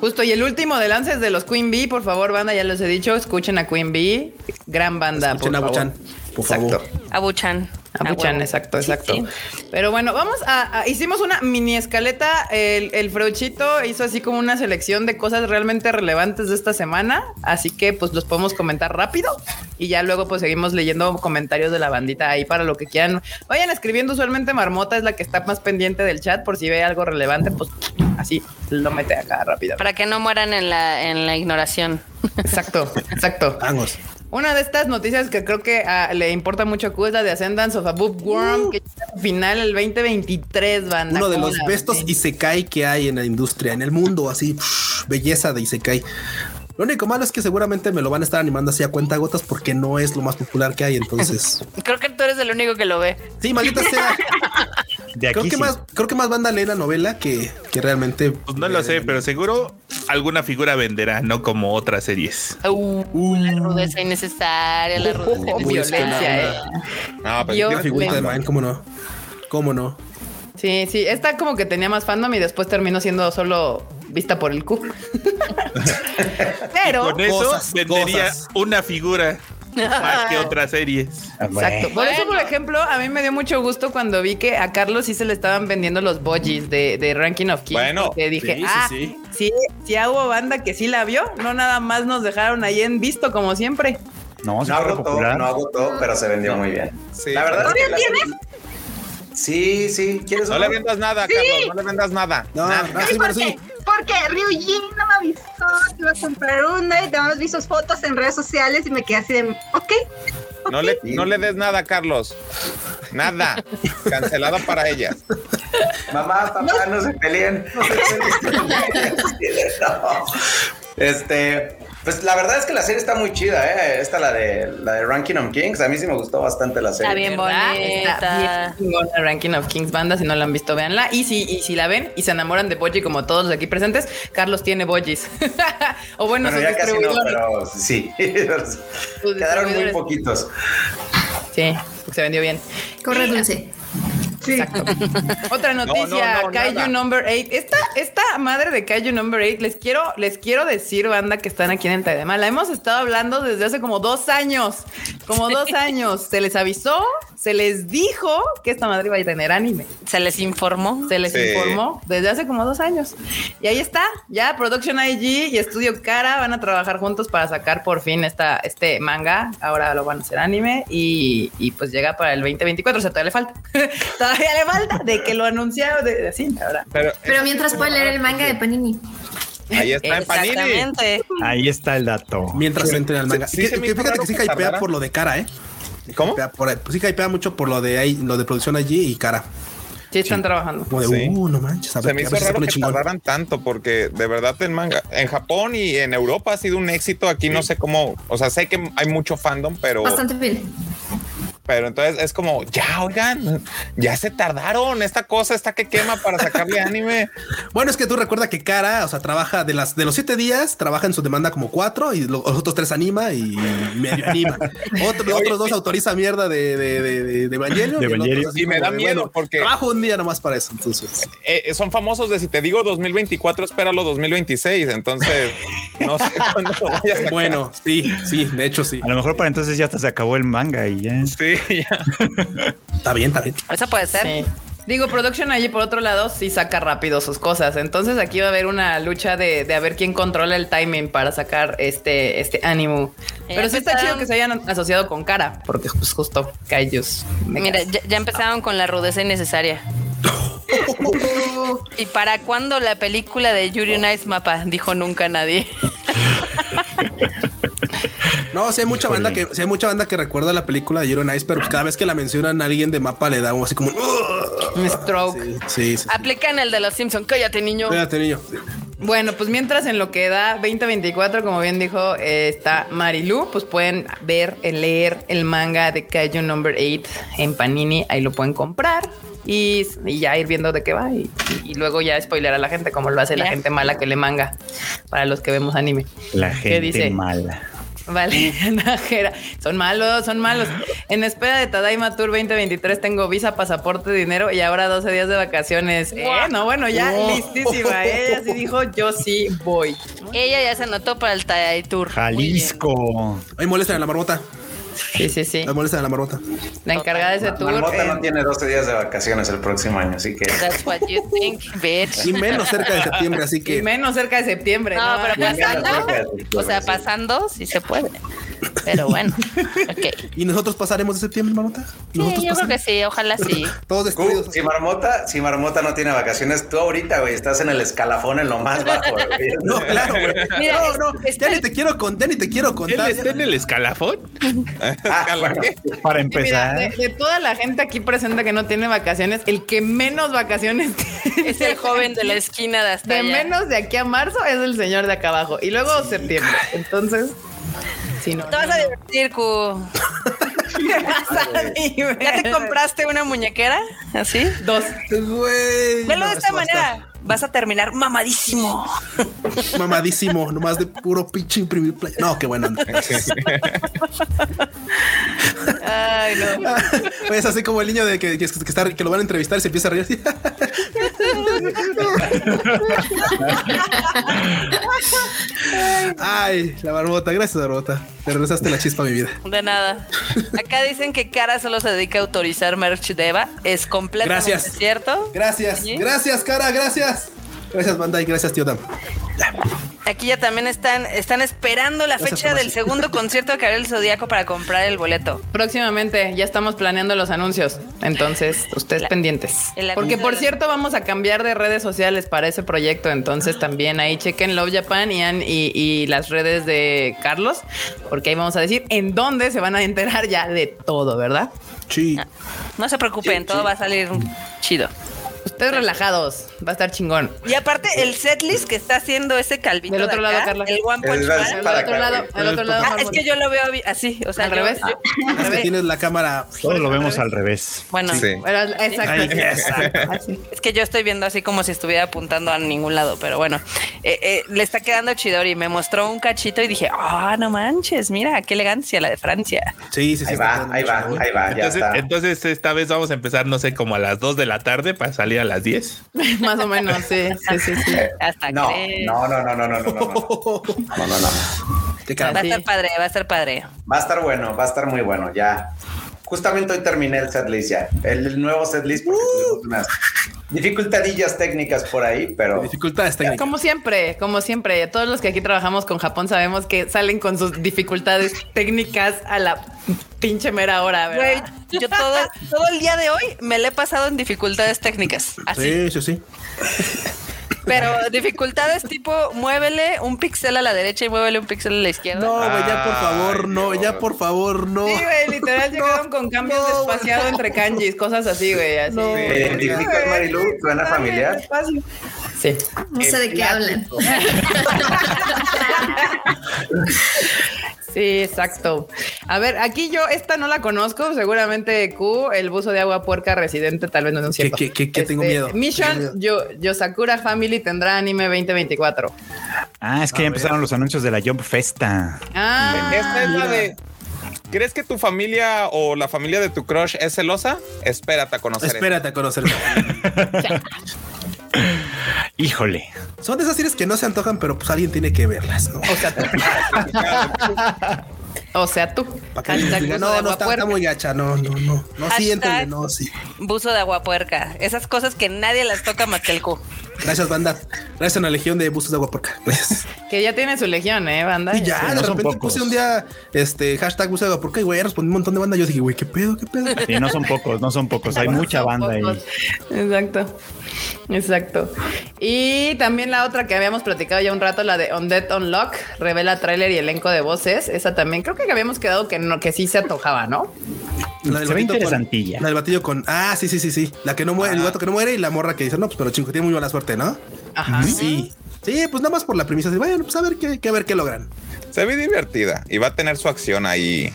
Speaker 1: Justo, y el último de lances de los Queen Bee, por favor, banda, ya los he dicho, escuchen a Queen Bee, gran banda.
Speaker 2: escuchen a
Speaker 1: por favor.
Speaker 2: Buchan, por
Speaker 1: Exacto.
Speaker 2: favor.
Speaker 3: Abuchan.
Speaker 1: Abuchan,
Speaker 3: Ah, huevo.
Speaker 1: exacto,
Speaker 3: Sí,
Speaker 1: exacto.
Speaker 3: sí.
Speaker 1: Pero bueno, vamos a, a- Hicimos una mini escaleta. El, el Freuchito hizo así como una selección de cosas realmente relevantes de esta semana. Así que pues los podemos comentar rápido y ya luego pues seguimos leyendo comentarios de la bandita ahí para lo que quieran. Vayan escribiendo, usualmente Marmota es la que está más pendiente del chat por si ve algo relevante, pues así lo mete acá rápido.
Speaker 3: Para que no mueran en la, en la ignoración.
Speaker 1: Exacto, exacto.
Speaker 2: Vamos.
Speaker 1: Una de estas noticias que creo que ah, le importa mucho a Q es la de Ascendance of a Bookworm, que llega a su final el 2023, banda.
Speaker 2: Uh. Uno de
Speaker 1: ¿Cómo
Speaker 2: los
Speaker 1: la
Speaker 2: bestos
Speaker 1: ven?
Speaker 2: Isekai que hay en la industria, en el mundo, así, pf, belleza de Isekai. Lo único malo es que seguramente me lo van a estar animando así a cuenta gotas porque no es lo más popular que hay. Entonces,
Speaker 3: Creo que tú eres el único que lo ve.
Speaker 2: sí, maldita sea.
Speaker 4: De aquí
Speaker 2: Creo que,
Speaker 4: sí.
Speaker 2: más, creo que más banda lee la novela que, que realmente.
Speaker 9: Pues no lo sé, pero seguro alguna figura venderá, no como otras series.
Speaker 3: Uh, La rudeza innecesaria, la rudeza
Speaker 1: Ojo,
Speaker 2: Uy, es que
Speaker 3: innecesaria.
Speaker 1: violencia, eh.
Speaker 2: nada.
Speaker 5: No, pues,
Speaker 1: Dios
Speaker 2: La figurita de
Speaker 1: mío.
Speaker 2: Mael, cómo no. Cómo no.
Speaker 1: Sí, sí, esta como que tenía más fandom y después terminó siendo solo vista por el Q. Pero,
Speaker 9: Con eso
Speaker 2: Cosas,
Speaker 9: vendería
Speaker 2: cosas.
Speaker 9: una figura más que otras series.
Speaker 4: Ah, bueno.
Speaker 1: exacto. Por eso, por
Speaker 3: Bueno.
Speaker 1: ejemplo, a mí me dio mucho gusto cuando vi que a Carlos sí se le estaban vendiendo los bodgies de, de Ranking of Kings.
Speaker 5: Bueno,
Speaker 1: porque dije,
Speaker 9: sí, sí,
Speaker 1: ah, sí,
Speaker 9: sí.
Speaker 1: sí, ah, hubo banda que sí la vio, no nada más nos dejaron ahí en visto como siempre.
Speaker 4: No, se
Speaker 8: No
Speaker 4: fue
Speaker 8: agotó,
Speaker 4: popular.
Speaker 8: no agotó, pero se vendió muy bien.
Speaker 5: Sí.
Speaker 8: La verdad.
Speaker 7: ¿Todavía
Speaker 8: es que la- Sí, sí. ¿Quieres
Speaker 5: No
Speaker 8: una?
Speaker 5: le vendas nada, Carlos, no le vendas nada.
Speaker 2: No,
Speaker 5: Nada.
Speaker 2: no, sí,
Speaker 7: ¿Por
Speaker 2: pero
Speaker 7: qué?
Speaker 2: sí.
Speaker 7: Porque Ryujin no me avisó que iba a comprar una y además vi sus fotos en redes sociales y me quedé así de, "Oh". ok,
Speaker 5: No le, no le des nada, Carlos. Nada. Cancelada para ellas.
Speaker 8: Mamá, papá, no, se peleen. No se peleen. No. Este, pues la verdad es que la serie está muy chida, ¿eh? Esta, la de, la de Ranking on Kings, a mí sí me gustó bastante la serie.
Speaker 3: Está bien
Speaker 1: ¿Verdad?
Speaker 3: bonita.
Speaker 1: Está bien chingona Ranking of Kings banda, si no la han visto, véanla. Y si, y si la ven y se enamoran de Boji como todos los aquí presentes, Carlos tiene Bojis. o bueno,
Speaker 8: Bueno,
Speaker 1: sus
Speaker 8: ya casi no,
Speaker 1: distribuidores.
Speaker 8: pero sí. Quedaron muy
Speaker 1: distribuidores.
Speaker 8: poquitos.
Speaker 1: Sí, se vendió bien.
Speaker 6: Corre dulce.
Speaker 7: sí.
Speaker 1: Exacto. Otra noticia,
Speaker 5: No, no, no,
Speaker 1: Kaiju
Speaker 5: nada.
Speaker 1: Number 8. Esta, esta madre de Kaiju Number 8, les quiero, les quiero decir, banda, que están aquí en el Taidema. La hemos estado hablando desde hace como dos años. Como dos años. Se les avisó, se les dijo que esta madre iba a tener anime.
Speaker 3: Se les informó.
Speaker 1: Se les
Speaker 5: Sí.
Speaker 1: informó desde hace como dos años. Y ahí está, ya Production IG y Estudio Cara van a trabajar juntos para sacar por fin esta, este manga. Ahora lo van a hacer anime y, y pues llega para el 2024. O sea, todavía le falta. todavía le falta de que lo anunciaron de, de así. Ahora.
Speaker 5: Pero
Speaker 6: Pero mientras puede leer el manga de Panini.
Speaker 5: ahí está en Panini.
Speaker 3: Exactamente.
Speaker 4: Ahí está el dato.
Speaker 2: Mientras se entren al manga.
Speaker 5: Sí,
Speaker 2: Que-
Speaker 5: sí se me
Speaker 2: que
Speaker 5: hizo
Speaker 2: fíjate
Speaker 5: raro
Speaker 2: que sí
Speaker 5: que
Speaker 2: hypea
Speaker 5: tardara.
Speaker 2: por lo de cara, ¿eh?
Speaker 5: ¿Cómo?
Speaker 2: Hypea por ahí. Pues sí hypea mucho por lo de ahí, lo de producción allí y cara.
Speaker 1: Sí, están trabajando.
Speaker 2: Como de,
Speaker 5: Sí.
Speaker 2: uh, no manches. A ver,
Speaker 5: Se me
Speaker 2: a
Speaker 5: hizo
Speaker 2: ver si
Speaker 5: raro
Speaker 2: pone
Speaker 5: que
Speaker 2: chingón.
Speaker 5: tardaran tanto porque de verdad en manga, en Japón y en Europa ha sido un éxito. Aquí no sé cómo, o sea, sé que hay mucho fandom, pero,
Speaker 6: Bastante bien.
Speaker 5: pero entonces es como ya, oigan, ya se tardaron. Esta cosa está que quema para sacarle anime.
Speaker 2: Bueno, es que tú recuerda que Cara, o sea, trabaja de las de los siete días, trabaja en su demanda como cuatro y lo- los otros tres anima y medio anima. Otro- los otros dos autoriza mierda de, de, de, de, de Evangelion.
Speaker 4: De
Speaker 2: el otro
Speaker 4: Evangelion.
Speaker 2: es así
Speaker 5: Y me
Speaker 2: como
Speaker 5: da
Speaker 2: de,
Speaker 5: miedo porque-
Speaker 2: trabajo un día nomás para eso. Entonces,
Speaker 5: Eh, son famosos de si te digo 2024, espéralo 2026. Entonces no sé cuándo lo voy a sacar.
Speaker 2: bueno, sí, sí, de hecho, sí.
Speaker 4: A lo mejor para entonces ya hasta se acabó el manga y ya.
Speaker 5: Sí, ya.
Speaker 2: Está bien, está bien.
Speaker 3: Eso puede ser.
Speaker 1: Sí. Digo, Production allí por otro lado sí saca rápido sus cosas. Entonces aquí va a haber una lucha de, de a ver quién controla el timing para sacar este, este ánimo.
Speaker 3: Eh,
Speaker 1: Pero sí está
Speaker 3: empezaron.
Speaker 1: chido que se hayan asociado con cara, porque pues justo Kaijus.
Speaker 3: Mira, ya, ya empezaron con la rudeza innecesaria. ¿Y para cuándo la película de Yuri on Ice Mapa? Dijo nunca nadie.
Speaker 2: No, sí hay mucha banda que sí hay mucha banda que recuerda la película de Hero Nice, pero pues cada vez que la mencionan alguien de mapa le da un- así como un, "Ugh".
Speaker 1: Un stroke.
Speaker 2: Sí, sí, sí, sí.
Speaker 3: Aplican el de los Simpsons. Cállate, niño.
Speaker 2: Espérate, niño.
Speaker 1: Bueno, pues mientras en lo que da 2024, como bien dijo, eh, está Marilu, pues pueden ver, eh, leer el manga de Kaiju Number 8 en Panini, ahí lo pueden comprar y, y ya ir viendo de qué va y, y- y luego ya spoiler a la gente, como lo hace la
Speaker 3: Ya.
Speaker 1: gente mala que le manga para los que vemos anime.
Speaker 4: La gente
Speaker 1: dice?
Speaker 4: mala.
Speaker 1: Valeria Najera. Son malos, son malos. En espera de Tadaima Tour 2023 tengo visa, pasaporte, dinero y ahora 12 días de vacaciones. Eh, no, bueno, ya listísima. ¿eh? Ella sí dijo, yo sí voy.
Speaker 3: Ella ya se anotó para el Tadai Tour.
Speaker 4: Jalisco.
Speaker 2: Ahí molestan a la marmota.
Speaker 1: Sí, sí, sí.
Speaker 2: Ahí molestan a la marmota.
Speaker 1: La encargada de ese tour.
Speaker 8: Marmota
Speaker 1: eh,
Speaker 8: no tiene 12 días de vacaciones el próximo año, así que.
Speaker 3: That's what you think, bitch.
Speaker 2: Y menos cerca de septiembre, así
Speaker 1: y
Speaker 2: que.
Speaker 1: menos cerca de septiembre.
Speaker 3: No, pero
Speaker 8: Ya me la
Speaker 3: pasando,
Speaker 8: toca de-
Speaker 3: o sea, pasando sí se puede. Pero bueno, ok.
Speaker 2: ¿Y nosotros pasaremos de septiembre, marmota? Nosotros
Speaker 3: Sí, yo creo
Speaker 2: pasamos?
Speaker 3: que sí, ojalá sí.
Speaker 2: Todos
Speaker 8: Gu,
Speaker 2: destruidos.
Speaker 8: si Marmota, si Marmota no tiene vacaciones, tú ahorita, güey, estás en el escalafón en lo más bajo. güey.
Speaker 2: No, claro, güey.
Speaker 3: Mira, es-
Speaker 2: no, no,
Speaker 3: está-
Speaker 2: ya ni te quiero con, ya ni te quiero
Speaker 9: ¿Él
Speaker 2: contar.
Speaker 9: está en el escalafón?
Speaker 8: Ah, bueno,
Speaker 4: Para
Speaker 1: Sí, mira,
Speaker 4: empezar.
Speaker 1: de, de toda la gente aquí presente que no tiene vacaciones, el que menos vacaciones tiene
Speaker 3: Es el joven de la esquina de hasta
Speaker 1: De
Speaker 3: allá.
Speaker 1: menos de aquí a marzo es el señor de acá abajo. Y luego septiembre. Entonces, si no.
Speaker 3: Te vas a divertir, Q. ¿Ya te compraste una muñequera? ¿Así?
Speaker 1: Dos.
Speaker 2: Güey,
Speaker 3: Velo
Speaker 2: no,
Speaker 3: de esta
Speaker 2: eso va a estar
Speaker 3: manera. Vas a terminar mamadísimo.
Speaker 2: Mamadísimo, nomás de puro pinche imprimir play. No, qué bueno.
Speaker 3: Ay, no.
Speaker 2: Es así como el niño de que, que, que está- que lo van a entrevistar y se empieza a reír. así. Ay, la barbota. Gracias, barbota. Te regresaste la chispa a mi vida.
Speaker 3: De nada. Acá dicen que Cara solo se dedica a autorizar merch de Eva. Es completamente
Speaker 2: Gracias.
Speaker 3: cierto.
Speaker 2: Gracias,
Speaker 3: Oye.
Speaker 2: gracias, cara, gracias. Gracias, Bandai, gracias, tío Dam.
Speaker 3: Aquí ya también están, están esperando la
Speaker 2: Gracias,
Speaker 3: fecha del
Speaker 2: Tomás.
Speaker 3: segundo concierto de Karel Zodíaco para comprar el boleto.
Speaker 1: Próximamente ya estamos planeando los anuncios. Entonces, ustedes
Speaker 3: La-
Speaker 1: pendientes.
Speaker 3: el
Speaker 1: Porque
Speaker 3: anuncio
Speaker 1: por
Speaker 3: de-
Speaker 1: cierto, vamos a cambiar de redes sociales para ese proyecto.
Speaker 3: Ah.
Speaker 1: Entonces también ahí chequen Love Japan y, An- y, y las redes de Carlos. Porque ahí vamos a decir en dónde se van a enterar ya de todo, ¿verdad?
Speaker 2: Sí.
Speaker 3: Ah, No se preocupen, todo va a salir chido.
Speaker 1: Ustedes relajados. Va a estar chingón.
Speaker 3: Y aparte, el setlist que está haciendo ese calvito.
Speaker 1: Del otro
Speaker 3: de
Speaker 1: lado,
Speaker 3: acá,
Speaker 1: Carla.
Speaker 3: El One Punch
Speaker 8: Es la-
Speaker 3: Man.
Speaker 1: Al
Speaker 8: Para
Speaker 1: otro
Speaker 8: acá,
Speaker 1: lado,
Speaker 8: güey.
Speaker 1: al otro lado.
Speaker 3: Ah, es que yo lo veo vi- así, o sea,
Speaker 1: Al
Speaker 3: yo-
Speaker 1: revés.
Speaker 3: yo-
Speaker 2: Es que tienes la cámara.
Speaker 4: Todo lo vemos al revés.
Speaker 3: bueno,
Speaker 5: Sí.
Speaker 1: Bueno, exacto.
Speaker 2: Ahí,
Speaker 1: exacto. Así.
Speaker 3: es que yo estoy viendo así como si estuviera apuntando a ningún lado, pero bueno, Eh, eh, le está quedando chidori. Me mostró un cachito y dije, ah, no manches, mira qué elegancia la de Francia.
Speaker 2: Sí, sí, sí.
Speaker 8: Ahí
Speaker 2: está
Speaker 8: va,
Speaker 2: quedando
Speaker 8: ahí
Speaker 2: mucho,
Speaker 8: va,
Speaker 2: güey.
Speaker 8: ahí va, ya
Speaker 9: Entonces,
Speaker 8: está.
Speaker 9: entonces esta vez vamos a empezar, no sé, como a las 2 de la tarde para salir a las 10.
Speaker 1: Más o menos, sí, sí, sí, sí.
Speaker 3: Hasta
Speaker 8: No,
Speaker 3: crees.
Speaker 8: no, no, no, no, no, no, no, no. No, no, no.
Speaker 2: Qué
Speaker 3: Va a
Speaker 2: cara.
Speaker 1: Sí.
Speaker 3: estar padre, va a estar padre.
Speaker 8: Va a estar bueno, va a estar muy bueno, ya. Justamente hoy terminé el setlist ya, el, el nuevo setlist, porque
Speaker 2: Uh.
Speaker 8: tuvimos unas dificultadillas técnicas por ahí, pero
Speaker 2: Dificultades técnicas.
Speaker 1: Como siempre, como siempre, todos los que aquí trabajamos con Japón sabemos que salen con sus dificultades técnicas a la pinche mera hora,
Speaker 3: Güey,
Speaker 1: ¿verdad?
Speaker 3: yo todo, todo el día de hoy me lo he pasado en dificultades técnicas. Así.
Speaker 2: Sí, sí, sí.
Speaker 3: Pero dificultades tipo muévele un pixel a la derecha y muévele un pixel a la izquierda.
Speaker 2: No, güey, ya
Speaker 3: Ah,
Speaker 2: por favor,
Speaker 9: Ay,
Speaker 2: no,
Speaker 9: Dios.
Speaker 2: ya por favor, no.
Speaker 1: Sí, güey, literal llegaron con cambios
Speaker 2: no, güey.
Speaker 1: despaciados entre kanjis, cosas así, güey, así.
Speaker 3: Eh,
Speaker 2: No.
Speaker 8: ¿te identificas Eh, Marilu? ¿Suena familiar?
Speaker 3: eh,
Speaker 1: Sí.
Speaker 6: No sé de qué hablan.
Speaker 1: Sí, exacto. A ver, aquí yo esta no la conozco, seguramente Q, el buzo de agua puerca residente, tal vez no es un
Speaker 2: ¿Qué,
Speaker 1: cierto.
Speaker 2: qué, qué, qué?
Speaker 1: Este,
Speaker 2: Tengo miedo. Tengo
Speaker 1: Mission Eh, yo, Yosakura Family tendrá anime 2024.
Speaker 4: Ah, es que ya empezaron los anuncios de la Jump Festa.
Speaker 1: Ah,
Speaker 5: Esta es la de. ¿Crees que tu familia o la familia de tu crush es celosa? Espérate a conocer. esto.
Speaker 2: Espérate a conocerlo.
Speaker 4: Híjole.
Speaker 2: Son de esas series que no se antojan, pero pues alguien tiene que verlas, ¿no?
Speaker 1: O sea, tú. o sea, tú.
Speaker 2: Para que alguien
Speaker 1: Hashtag
Speaker 2: diga,
Speaker 1: uso
Speaker 2: no,
Speaker 1: de
Speaker 2: no, está,
Speaker 1: guapuerca.
Speaker 2: está muy gacha, no, no, no. No, sí,
Speaker 3: Hashtag-
Speaker 2: éntrenle, no, sí.
Speaker 3: Buzo de agua puerca. Esas cosas que nadie las toca más que el Q.
Speaker 2: Gracias, banda. Gracias a la legión de buzos de agua porca. Gracias.
Speaker 1: Que ya tiene su legión, ¿eh, banda?
Speaker 2: Y ya,
Speaker 4: sí, no
Speaker 2: de
Speaker 4: son
Speaker 2: repente
Speaker 4: pocos.
Speaker 2: puse un día este hashtag buzos de agua porca y güey, respondí un montón de banda. Yo dije, güey, qué pedo, qué pedo.
Speaker 4: Sí, no son pocos, no son pocos. Hay mucha
Speaker 1: Son
Speaker 4: banda ahí.
Speaker 1: pocos. Exacto. Exacto. Y también la otra que habíamos platicado ya un rato, la de Undead Unlock, revela tráiler y elenco de voces. Esa también creo que habíamos quedado que no, que sí se antojaba, ¿no?
Speaker 4: Se ve
Speaker 2: La batillo con-
Speaker 4: interesantilla. Ah.
Speaker 2: la del batillo con. Ah, sí, sí, sí, sí. La que no muere, el gato que no muere y la morra que dice, no, pues pero chingo, tiene muy mala suerte, ¿no?
Speaker 1: Ajá.
Speaker 2: Sí. Sí, pues nada más por la premisa. así, Bueno, pues a ver qué, qué- a ver qué logran.
Speaker 5: Se ve divertida y va a tener su acción ahí.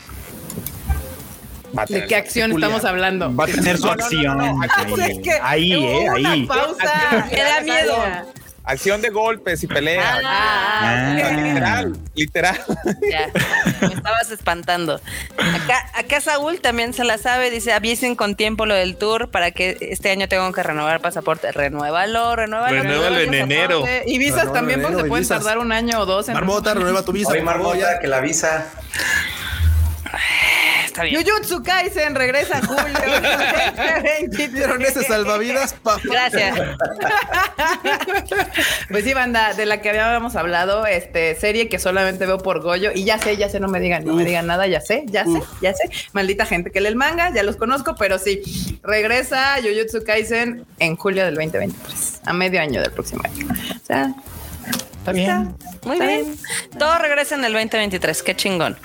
Speaker 5: Va a
Speaker 1: ¿De
Speaker 5: tener
Speaker 1: qué
Speaker 5: su-
Speaker 1: acción
Speaker 2: Julia.
Speaker 1: estamos hablando?
Speaker 4: Va a tener su
Speaker 5: No, no, no,
Speaker 4: acción.
Speaker 5: no,
Speaker 1: Ah,
Speaker 4: Ahí, ahí, eh, ahí.
Speaker 1: pausa.
Speaker 3: Me da miedo.
Speaker 5: Acción de golpes y peleas.
Speaker 3: Ah,
Speaker 5: O sea,
Speaker 3: ok.
Speaker 5: literal, literal.
Speaker 3: Ya, me estabas espantando. Acá, acá Saúl también se la sabe, dice, avisen con tiempo lo del tour para que este año tengo que renovar pasaporte. Renuévalo, renuévalo.
Speaker 9: Renuévalo en
Speaker 3: pasaporte.
Speaker 9: enero.
Speaker 1: Y visas
Speaker 2: No,
Speaker 1: eh, también,
Speaker 2: no,
Speaker 1: porque
Speaker 2: no,
Speaker 1: se pueden
Speaker 2: visas.
Speaker 1: tardar un año o dos en.
Speaker 2: Marmota, renueva tu visa.
Speaker 8: Oye,
Speaker 2: por favor,
Speaker 8: Marmota,
Speaker 2: ya.
Speaker 8: que la visa.
Speaker 3: Eh, Está bien.
Speaker 1: Yujutsu Kaisen regresa en julio.
Speaker 2: Dieron ese salvavidas, papá.
Speaker 3: Gracias.
Speaker 1: Pues sí, banda, de la que habíamos hablado, este serie que solamente veo por Goyo y ya sé, ya sé, no me digan, no me
Speaker 2: Uf.
Speaker 1: digan nada, ya sé, ya sé, ya sé. Maldita gente que lee el manga, ya los conozco, pero sí, regresa Jujutsu Kaisen en julio del 2023, a medio año del próximo año. O sea, está
Speaker 4: bien.
Speaker 3: Muy
Speaker 1: Está
Speaker 3: bien. Todo regresa en el 2023. Qué chingón.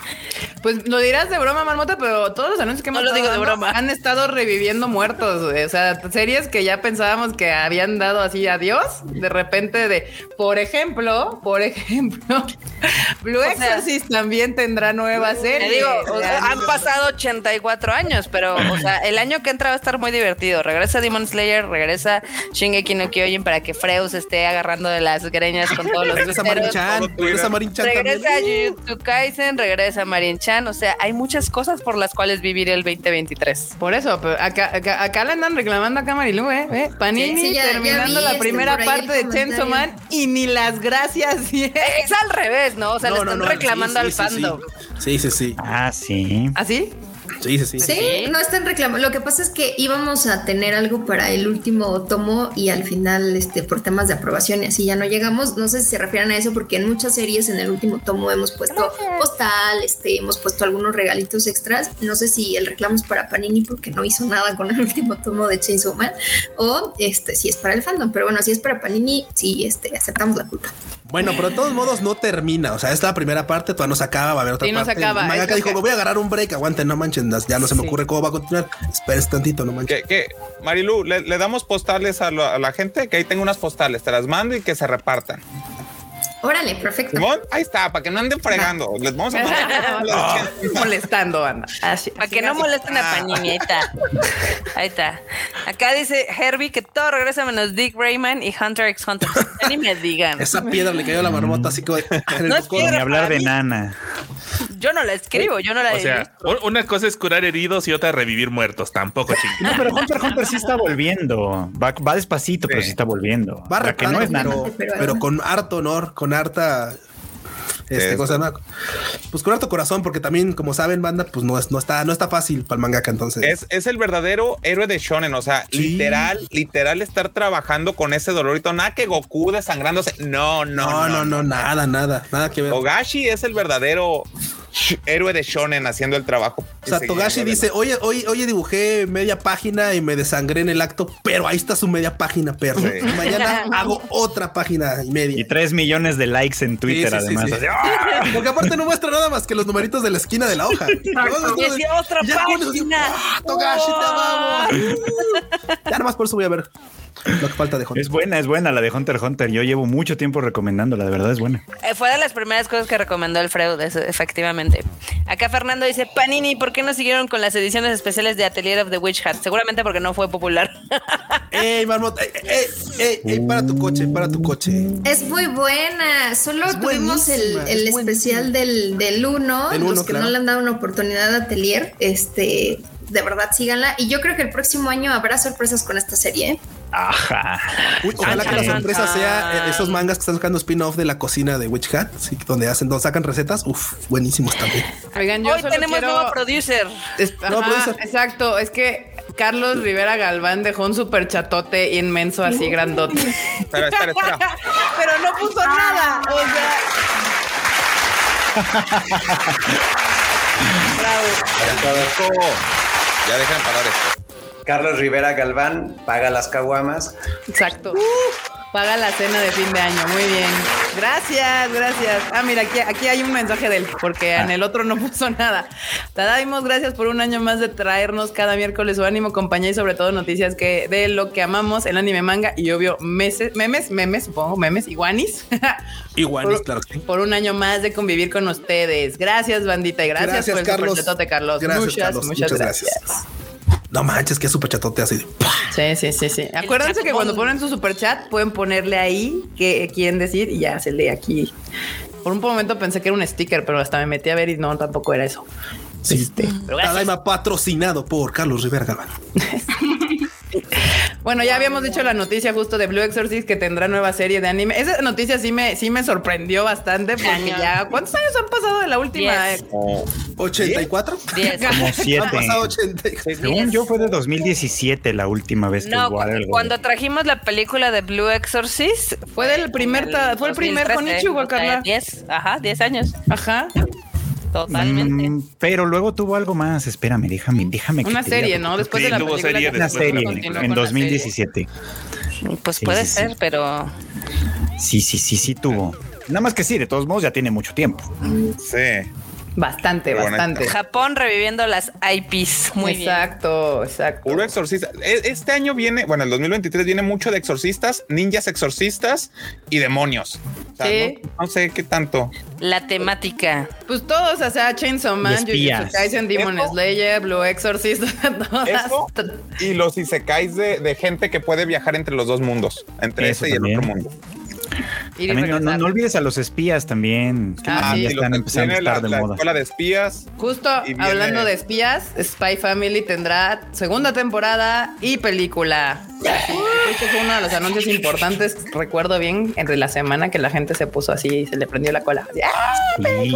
Speaker 1: Pues lo dirás de broma, Marmota, pero todos los anuncios que hemos
Speaker 3: No lo
Speaker 1: estado
Speaker 3: digo de
Speaker 1: dando
Speaker 3: broma.
Speaker 1: han estado reviviendo muertos, güey. o sea, series que ya pensábamos que habían dado así adiós, de repente de, por ejemplo, por ejemplo, Blue
Speaker 3: O sea,
Speaker 1: Exorcist también tendrá nueva serie.
Speaker 3: Te digo, o
Speaker 1: O
Speaker 3: sea,
Speaker 1: sea,
Speaker 3: han pasado 84 años, pero o sea, el año que entra va a estar muy divertido. Regresa Demon Slayer, regresa Shingeki no Kyojin para que Freus esté agarrando de las greñas con todos los
Speaker 2: Regresa
Speaker 3: griteros.
Speaker 5: Todo
Speaker 2: Marin-chan.
Speaker 5: Twitter.
Speaker 2: Regresa Marin-chan.
Speaker 3: Regresa
Speaker 2: también.
Speaker 3: Jujutsu Kaisen, regresa Marin Chan. O sea, hay muchas cosas por las cuales vivir el 2023.
Speaker 1: por eso, pero acá, acá, acá le andan reclamando a Camarilu, ¿eh? ¿Eh? Panini
Speaker 6: Sí, sí, ya- ya
Speaker 1: terminando
Speaker 6: vi,
Speaker 1: la
Speaker 6: este,
Speaker 1: primera
Speaker 6: por ahí el
Speaker 1: parte de Chainsaw Man
Speaker 6: comentario.
Speaker 1: y ni las gracias. ¿eh? ¿sí?
Speaker 3: Es al revés, ¿no? O sea, le
Speaker 2: No, no,
Speaker 3: están
Speaker 2: no,
Speaker 3: reclamando
Speaker 2: sí,
Speaker 3: al
Speaker 2: sí,
Speaker 3: fandom.
Speaker 2: Sí, sí, sí.
Speaker 4: Ah, sí.
Speaker 1: ¿Así?
Speaker 2: Sí, sí, sí.
Speaker 6: Sí,
Speaker 3: Sí.
Speaker 6: no están reclamando. Lo que pasa es que íbamos a tener algo para el último tomo y al final, este, por temas de aprobación y así ya no llegamos. No sé si se refieren a eso porque en muchas series en el último tomo hemos puesto postal, este, hemos puesto algunos regalitos extras. No sé si el reclamo es para Panini porque no hizo nada con el último tomo de Chainsaw Man o este, si es para el fandom. Pero bueno, si es para Panini, sí, este, aceptamos la culpa.
Speaker 2: Bueno, pero de todos modos no termina. O sea, es la primera parte, todavía no se acaba, va a haber otra
Speaker 1: Sí, no se
Speaker 2: parte.
Speaker 1: acaba,
Speaker 2: El mangaka
Speaker 1: es lo
Speaker 2: dijo,
Speaker 1: que-
Speaker 2: me voy a agarrar un break, aguanten, no manchen, ya no se me
Speaker 1: Sí.
Speaker 2: ocurre cómo va a continuar. Esperes tantito, no manchen.
Speaker 5: Que, que, Marilu, le, le damos postales a la, a la gente, que ahí tengo unas postales, te las mando y que se repartan.
Speaker 6: Órale, perfecto.
Speaker 5: Simón, ahí está, para que no anden fregando. Les vamos a mandar.
Speaker 1: Molestando, banda. Así-
Speaker 3: Para
Speaker 1: así
Speaker 3: que no
Speaker 1: así.
Speaker 3: molesten a
Speaker 2: Ah.
Speaker 3: Panini, ahí está. Ahí está. Acá dice Herbie que todo regresa menos Dick Rayman y Hunter x Hunter. Ya Ni me digan.
Speaker 2: Esa piedra le cayó a la marmota, así que en el
Speaker 3: No es
Speaker 2: codo.
Speaker 4: Ni
Speaker 3: piedra.
Speaker 4: hablar de
Speaker 3: Para mí-
Speaker 4: nana.
Speaker 3: Yo no la escribo, yo no la
Speaker 9: O sea, u- una cosa es curar heridos y otra revivir muertos. Tampoco
Speaker 4: No,
Speaker 9: chingón.
Speaker 4: pero Hunter x Hunter sí está volviendo. Va, va despacito, pero sí está volviendo.
Speaker 2: Va
Speaker 4: La que no es nana.
Speaker 2: repando,
Speaker 1: Este
Speaker 2: pero, pero con harto honor, con harta. Este,
Speaker 5: Eso.
Speaker 2: cosa, Pues con harto corazón, porque también, como saben, banda, pues no, es, no, está, no está fácil para el mangaka. Entonces,
Speaker 5: Es, es el verdadero héroe de Shonen, o sea,
Speaker 2: Sí.
Speaker 5: literal, literal estar trabajando con ese dolorito. Nada que Goku desangrándose. No, no,
Speaker 2: no, no, no, nada, nada, nada que ver.
Speaker 5: Togashi es el verdadero sh- héroe de Shonen haciendo el trabajo.
Speaker 2: O sea, Togashi dice, oye, hoy, oye, dibujé media página y me desangré en el acto, pero ahí está su media página, perro.
Speaker 5: Sí.
Speaker 2: Y Mañana hago otra página y media.
Speaker 4: Y tres millones de likes en Twitter,
Speaker 2: Sí, sí, sí,
Speaker 4: además.
Speaker 2: sí.
Speaker 4: Así, ¡ah!
Speaker 2: Porque aparte no muestra nada más que los numeritos de la esquina de la hoja.
Speaker 3: Y decía, "Otra
Speaker 2: Ya con eso,
Speaker 3: página".
Speaker 2: ¡ah, Togashi, te amamos! ya nada más por eso voy a ver lo que falta de Hunter.
Speaker 4: Es buena, es buena la de Hunter x Hunter. Yo llevo mucho tiempo recomendándola, de verdad es buena.
Speaker 3: Eh, Fue de las primeras cosas que recomendó el Freud, eso, efectivamente. Acá Fernando dice, Panini, ¿por qué no siguieron con las ediciones especiales de Atelier of the Witch Hat? Seguramente porque no fue popular.
Speaker 2: ¡Ey, marmota! ¡Ey, ey, ey, ey, para tu coche, para tu coche!
Speaker 6: Es muy buena. Solo
Speaker 2: Es
Speaker 6: tuvimos el,
Speaker 2: buenísima,
Speaker 6: el
Speaker 2: es buenísima.
Speaker 6: especial del, del 1,
Speaker 2: Del uno,
Speaker 6: los que
Speaker 2: claro.
Speaker 6: no le han dado una oportunidad a Atelier. Este, de verdad, síganla. Y yo creo que el próximo año habrá sorpresas con esta serie. ¿eh?
Speaker 4: Ajá.
Speaker 2: Uy, ojalá
Speaker 3: Chan,
Speaker 2: que la
Speaker 3: chan,
Speaker 2: sorpresa
Speaker 3: chan.
Speaker 2: sea eh, esos mangas que están sacando spin-off de la cocina de Witch Hat, sí, donde hacen, donde sacan recetas. Uf, buenísimos también.
Speaker 1: Oigan, yo
Speaker 3: Hoy
Speaker 1: solo
Speaker 3: tenemos
Speaker 1: quiero-
Speaker 3: nuevo producer.
Speaker 1: Es-
Speaker 2: No,
Speaker 1: ajá,
Speaker 2: producer.
Speaker 1: exacto, es que Carlos Rivera Galván dejó un super chatote inmenso así grandote.
Speaker 5: Espera, espera, espera.
Speaker 1: Pero no puso
Speaker 7: Ah.
Speaker 1: nada. O sea.
Speaker 5: Esto- Ya dejan parar esto.
Speaker 8: Carlos Rivera Galván paga las caguamas.
Speaker 1: Exacto. Uh. Paga la cena de fin de año. Muy bien. Gracias, gracias. Ah, mira, aquí, aquí hay un mensaje de él, porque en el otro no puso nada. Tadaimos, gracias por un año más de traernos cada miércoles su ánimo, compañía y sobre todo noticias que de lo que amamos, el anime manga y obvio meses, memes, memes, supongo, memes, iguanis.
Speaker 2: Igual,
Speaker 1: Por-
Speaker 2: claro que sí.
Speaker 1: por un año más de convivir con ustedes. Gracias, bandita, y gracias,
Speaker 2: Gracias,
Speaker 1: por el
Speaker 2: Carlos.
Speaker 1: superchatote, Carlos.
Speaker 2: Gracias,
Speaker 1: muchas,
Speaker 2: Carlos.
Speaker 1: muchas
Speaker 2: Muchas
Speaker 1: gracias.
Speaker 2: gracias. No manches, que súper chatote así. de, ¡pah!
Speaker 1: Sí, sí, sí, sí. Acuérdense que cuando ponen su super chat pueden ponerle ahí que quieren decir y ya se lee aquí. Por un momento pensé que era un sticker, pero hasta me metí a ver y no, tampoco era eso.
Speaker 2: Sí.
Speaker 1: Este, pero gracias.
Speaker 2: Tadaima patrocinado por Carlos Rivera Galván.
Speaker 1: Bueno, ya habíamos dicho la noticia justo de Blue Exorcist que tendrá nueva serie de anime. Esa noticia sí me, sí me sorprendió bastante porque
Speaker 3: Cañón.
Speaker 1: ya. ¿Cuántos años han pasado de la última?
Speaker 3: Diez.
Speaker 2: ¿84?
Speaker 3: Diez.
Speaker 4: Como
Speaker 2: Han
Speaker 4: siete.
Speaker 2: pasado 84.
Speaker 4: Según yo fue de 2017 la última vez Pues que
Speaker 3: No,
Speaker 4: hubo algo.
Speaker 3: cuando trajimos la película de Blue Exorcist.
Speaker 1: Fue del primer
Speaker 3: en
Speaker 1: ta- fue el primer
Speaker 3: 2013,
Speaker 1: Konichiwa,
Speaker 3: o sea,
Speaker 1: Carla.
Speaker 3: 10, ajá, 10 años.
Speaker 1: Ajá.
Speaker 3: Totalmente.
Speaker 4: Mm, pero luego tuvo algo más. Espérame, déjame, déjame. que
Speaker 1: Una
Speaker 4: te
Speaker 1: serie,
Speaker 4: diga,
Speaker 1: ¿no?
Speaker 4: porque
Speaker 1: Después
Speaker 9: Sí,
Speaker 1: de la
Speaker 9: hubo
Speaker 1: película.
Speaker 9: serie
Speaker 1: que
Speaker 4: Una
Speaker 9: después de la
Speaker 4: serie
Speaker 1: continuó
Speaker 4: en
Speaker 1: con la serie.
Speaker 4: 2017.
Speaker 3: Pues
Speaker 4: Sí,
Speaker 3: puede
Speaker 4: sí, sí.
Speaker 3: ser, pero
Speaker 4: Sí, sí, sí, sí tuvo. Nada más que sí, de todos modos ya tiene mucho tiempo.
Speaker 9: Sí.
Speaker 1: Bastante,
Speaker 9: Qué bonita.
Speaker 1: bastante.
Speaker 3: Japón reviviendo las IPs. Muy bien.
Speaker 1: exacto, exacto.
Speaker 5: Puro exorcista. E- Este año viene, bueno, el 2023 viene mucho de exorcistas, ninjas exorcistas y demonios. O sea,
Speaker 1: Sí.
Speaker 5: no, no sé qué tanto.
Speaker 3: La temática.
Speaker 1: Pues todos, o sea, Chainsaw Man, Jujutsu
Speaker 4: espías.
Speaker 1: Kaisen, Demon
Speaker 5: Eso-
Speaker 1: Slayer, Blue Exorcist, todas.
Speaker 5: Eso y los isekais de, de gente que puede viajar entre los dos mundos, entre
Speaker 4: Eso
Speaker 5: este y el
Speaker 4: también.
Speaker 5: otro mundo.
Speaker 1: Ir y
Speaker 4: También no, no-
Speaker 1: regresar.
Speaker 4: no olvides a los espías también. que
Speaker 1: Ah, sí,
Speaker 4: ya
Speaker 5: y los
Speaker 4: están
Speaker 5: que
Speaker 4: empezando a
Speaker 5: tiene la,
Speaker 4: estar de
Speaker 5: la
Speaker 4: moda.
Speaker 5: escuela de espías.
Speaker 1: Justo
Speaker 5: Y viene-
Speaker 1: hablando de espías, Spy Family tendrá segunda temporada y película. Este fue uno de los anuncios importantes. Recuerdo bien entre la semana que la gente se puso así y se le prendió la cola. Así, ¡ah!
Speaker 4: Sí.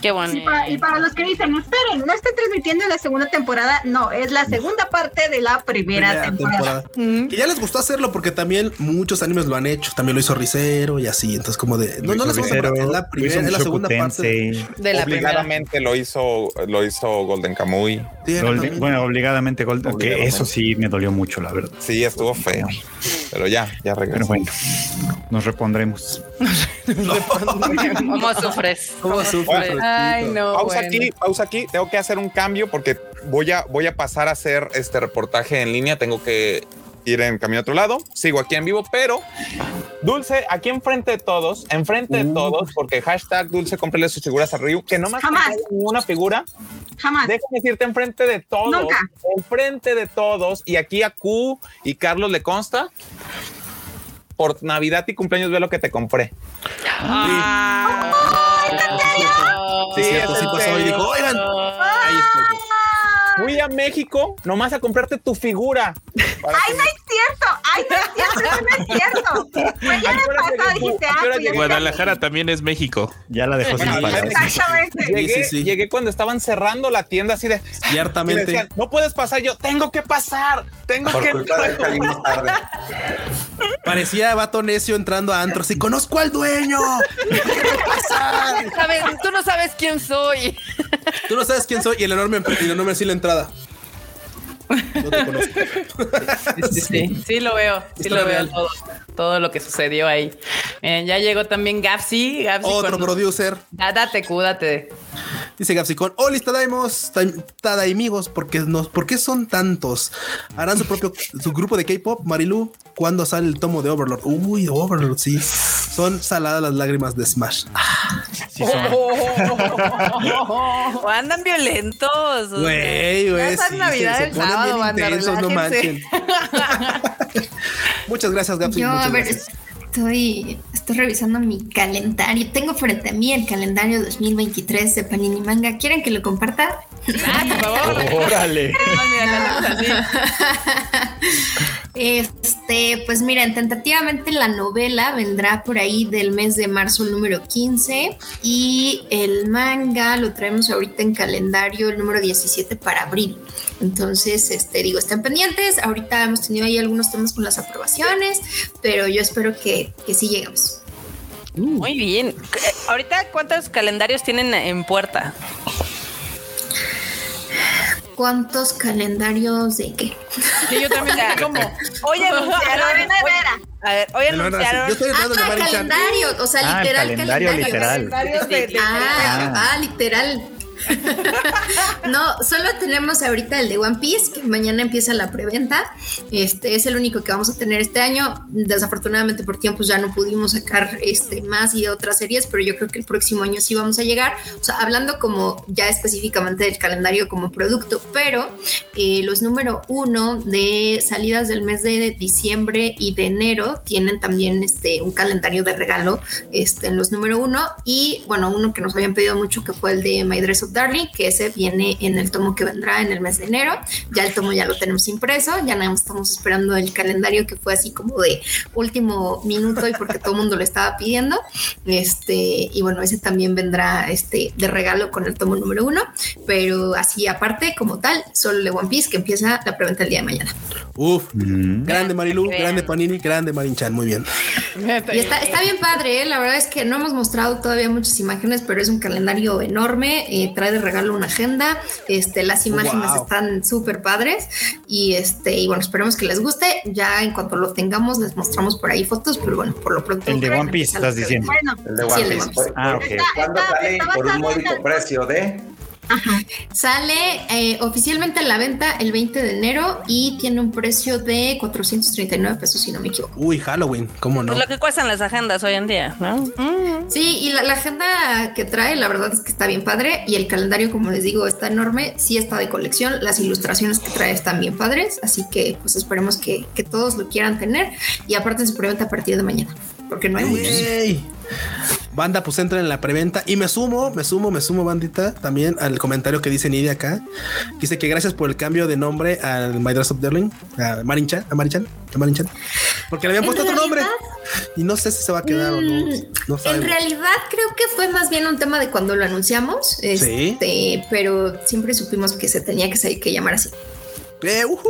Speaker 3: Qué bueno.
Speaker 7: Y para, y para los que dicen, esperen, no estoy transmitiendo la segunda temporada, no, es la segunda parte de la primera,
Speaker 2: Primera
Speaker 7: temporada.
Speaker 2: temporada. Que ya les gustó hacerlo porque también muchos animes lo han hecho. También lo hizo Ricero y así. Entonces, como de. No, no la segunda
Speaker 4: Lucero,
Speaker 2: parte, es la
Speaker 4: Luis
Speaker 2: primera, es la segunda parte. de-
Speaker 4: Shokutensei,
Speaker 1: De la primera.
Speaker 5: obligadamente lo hizo, lo hizo Golden Kamuy.
Speaker 2: Sí, era
Speaker 4: Golden-
Speaker 2: también.
Speaker 4: bueno, obligadamente Golden, que
Speaker 5: Obligadamente.
Speaker 4: eso sí me dolió mucho, la verdad.
Speaker 5: Sí, estuvo feo. Pero ya,
Speaker 4: Pero
Speaker 5: ya regresó.
Speaker 4: bueno, nos repondremos.
Speaker 3: ¿Cómo sufres?
Speaker 2: ¿Cómo sufres, Rosquito?
Speaker 1: Ay, no.
Speaker 5: Pausa
Speaker 1: bueno.
Speaker 5: aquí, pausa aquí. Tengo que hacer un cambio porque voy a, voy a pasar a hacer este reportaje en línea. Tengo que ir en camino a otro lado. Sigo aquí en vivo, pero Dulce, aquí enfrente de todos, enfrente de todos, porque hashtag Dulce, cómprale sus figuras a Ryu, que no más
Speaker 7: Jamás.
Speaker 5: compré ninguna figura.
Speaker 7: Jamás.
Speaker 5: Déjame decirte enfrente de todos,
Speaker 7: Nunca.
Speaker 5: enfrente de todos, y aquí a Q y Carlos le consta. Por Navidad y cumpleaños ve lo que te compré.
Speaker 2: Sí,
Speaker 5: Sí,
Speaker 2: cierto,
Speaker 5: es
Speaker 2: sí
Speaker 5: en
Speaker 2: pasó y
Speaker 5: serio.
Speaker 2: dijo, oigan,
Speaker 10: ¡Ah!
Speaker 2: ahí estoy.
Speaker 5: Fui a México nomás a comprarte tu figura. Para que-
Speaker 7: Ay, no es cierto. Ay, no es cierto. Eso no es cierto. Pues Mañana
Speaker 5: ¿A qué hora
Speaker 7: pasado
Speaker 5: llegó?
Speaker 7: dijiste,
Speaker 5: ¿A qué
Speaker 7: ah,
Speaker 5: hora
Speaker 7: pues ya
Speaker 5: llegó?
Speaker 7: está.
Speaker 9: Guadalajara también es México.
Speaker 4: Ya la dejó sin
Speaker 5: Bueno,
Speaker 4: palabras.
Speaker 7: Exactamente.
Speaker 5: Llegué,
Speaker 2: sí, sí.
Speaker 5: llegué cuando estaban cerrando la tienda así de
Speaker 2: Y
Speaker 5: y me
Speaker 2: hartamente.
Speaker 5: decían, no puedes pasar, yo tengo que pasar, tengo
Speaker 8: Por
Speaker 5: que
Speaker 8: culpa de él salimos tarde.
Speaker 2: Parecía vato necio entrando a antro. Así conozco al dueño.
Speaker 3: ¿Sabes? Tú no sabes quién soy.
Speaker 2: Tú no sabes quién soy. Y el enorme, y el enorme así la entrada. No te conozco.
Speaker 1: Sí, sí, sí lo veo, sí
Speaker 2: Está
Speaker 1: lo veo
Speaker 2: real.
Speaker 1: todo, todo lo que sucedió ahí. Miren, ya llegó también Gapsi, Gapsi
Speaker 2: Otro
Speaker 1: cuando-
Speaker 2: producer.
Speaker 1: Da- Date, cúdate.
Speaker 2: Dice Gapsicón, hola Tadaimos, Taim- Tadaimigos, porque nos, ¿por qué son tantos? Harán su propio su grupo de K-pop, Marilu, cuando sale el tomo de Overlord. Uy, Overlord, sí. Son saladas las lágrimas de Smash. Ah,
Speaker 4: Sí son.
Speaker 3: O andan violentos. o
Speaker 2: Güey,
Speaker 1: Ya
Speaker 2: güey.
Speaker 1: está Navidad el sábado, banda, relájense.
Speaker 2: Muchas gracias, Gapsi.
Speaker 6: Yo, a
Speaker 2: muchas
Speaker 6: ver,
Speaker 2: gracias.
Speaker 6: estoy, estoy revisando mi calendario. Tengo frente a mí el calendario 2023 de Panini Manga. ¿Quieren que lo comparta?
Speaker 1: Ay, por favor.
Speaker 4: Órale.
Speaker 1: Ah, mira, la luz así.
Speaker 6: Este, pues miren, tentativamente la novela vendrá por ahí del mes de marzo el número 15 y el manga lo traemos ahorita en calendario el número 17 para abril. Entonces, este, digo, estén pendientes. Ahorita hemos tenido ahí algunos temas con las aprobaciones, pero yo espero que, que sí llegamos.
Speaker 3: Muy bien. Eh, Ahorita, ¿cuántos calendarios tienen en puerta?
Speaker 6: ¿Cuántos calendarios de qué?
Speaker 1: Sí, yo también dije como.
Speaker 3: Hoy anunciaron.
Speaker 7: Pero de
Speaker 3: hoy-
Speaker 7: vera.
Speaker 3: a ver, hoy
Speaker 2: Me lo van a decir.
Speaker 3: anunciaron.
Speaker 2: Yo estoy
Speaker 6: Ah,
Speaker 2: entrando de Mari Chan.
Speaker 6: calendario, o sea,
Speaker 4: Ah, el
Speaker 6: literal
Speaker 4: calendario
Speaker 6: calendario.
Speaker 4: literal.
Speaker 1: Calendarios de- de-
Speaker 6: Ah,
Speaker 4: Ah.
Speaker 6: ah, literal. No, solo tenemos ahorita el de One Piece, que mañana empieza la preventa. Este es el único que vamos a tener este año. Desafortunadamente por tiempos ya no pudimos sacar este más y de otras series, pero yo creo que el próximo año sí vamos a llegar. O sea, hablando como ya específicamente del calendario como producto, pero eh, los número uno de salidas del mes de diciembre y de enero tienen también este un calendario de regalo este, en los número uno y bueno, uno que nos habían pedido mucho que fue el de My Dress of Darling, que ese viene en el tomo que vendrá en el mes de enero. Ya el tomo ya lo tenemos impreso, ya nada más estamos esperando el calendario que fue así como de último minuto y porque todo el mundo lo estaba pidiendo. Este, y bueno, ese también vendrá este de regalo con el tomo número uno, pero así aparte como tal, solo el de One Piece que empieza la preventa el día de mañana.
Speaker 2: Uf,
Speaker 4: Mm.
Speaker 2: grande Marilu,
Speaker 3: Bien.
Speaker 2: grande Panini, grande Marinchan, muy bien.
Speaker 6: Y está, está bien padre, ¿eh? la verdad es que no hemos mostrado todavía muchas imágenes, pero es un calendario enorme, eh, trae de regalo una agenda, este, las imágenes
Speaker 2: Wow.
Speaker 6: están súper padres y este y bueno, esperemos que les guste, ya en cuanto lo tengamos les mostramos por ahí fotos, pero bueno, por lo pronto...
Speaker 4: El de One Piece,
Speaker 6: empieza la
Speaker 4: estás
Speaker 6: preventa.
Speaker 4: diciendo.
Speaker 7: Bueno,
Speaker 8: El de
Speaker 6: Sí,
Speaker 8: One
Speaker 6: el de
Speaker 8: Piece.
Speaker 6: One
Speaker 8: Por-
Speaker 4: Ah,
Speaker 8: por-
Speaker 4: ok.
Speaker 8: ¿Cuándo
Speaker 7: Está-
Speaker 8: sale y
Speaker 7: está
Speaker 8: por un
Speaker 7: basado en
Speaker 8: módico
Speaker 7: el-
Speaker 8: precio ¿eh? de?
Speaker 6: Sale eh, oficialmente a la venta el 20 de enero y tiene un precio de 439 pesos si no me equivoco.
Speaker 2: Uy, Halloween, cómo no.
Speaker 3: Pues lo que cuestan las agendas hoy en día, ¿no?
Speaker 6: Mm. Sí, y la, la agenda que trae, la verdad es que está bien padre. Y el calendario, como les digo, está enorme. Sí está de colección. Las ilustraciones que trae están bien padres. Así que, pues, esperemos que, que todos lo quieran tener. Y aparte, su preventa a partir de mañana. Porque no hay muchos.
Speaker 2: Ey. Banda, pues entra en la preventa y me sumo, me sumo, me sumo, bandita, también al comentario que dice Nidia acá. Dice que gracias por el cambio de nombre al My Dress of Darling, a Marinchan, a Marinchan, a Marinchan, porque le habían
Speaker 6: ¿En
Speaker 2: puesto otro nombre
Speaker 6: realidad?
Speaker 2: y no sé si se va a quedar o no.
Speaker 6: Mm,
Speaker 2: No
Speaker 6: En
Speaker 2: sabemos.
Speaker 6: realidad creo que fue más bien un tema de cuando lo anunciamos, este, pero siempre supimos que se tenía que, se- que llamar así.
Speaker 2: Eh, ujú.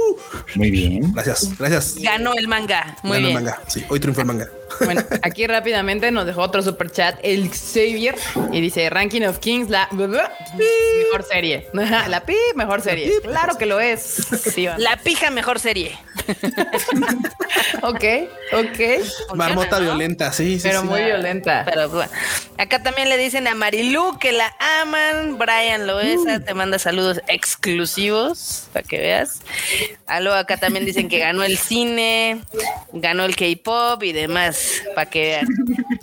Speaker 4: Muy bien.
Speaker 2: Gracias, gracias.
Speaker 3: Ganó el manga. Muy
Speaker 2: Ganó el
Speaker 3: bien.
Speaker 2: manga. Sí, hoy triunfó el manga.
Speaker 1: Bueno, aquí rápidamente nos dejó otro super chat, el Xavier, y dice Ranking of Kings, la mejor serie. La pi, mejor serie. Claro que lo es. Sí, va.
Speaker 3: La pija mejor serie.
Speaker 1: ok, ok.
Speaker 3: Funciona,
Speaker 2: Marmota
Speaker 3: ¿no?
Speaker 2: violenta, sí, sí.
Speaker 1: Pero
Speaker 2: sí.
Speaker 1: muy violenta.
Speaker 3: Pero bueno. acá también le dicen a Marilu que la aman. Brian Loesa
Speaker 2: Mm.
Speaker 3: te manda saludos exclusivos para que veas. Aló, acá también dicen que ganó el cine, ganó el K-pop y demás para que vean.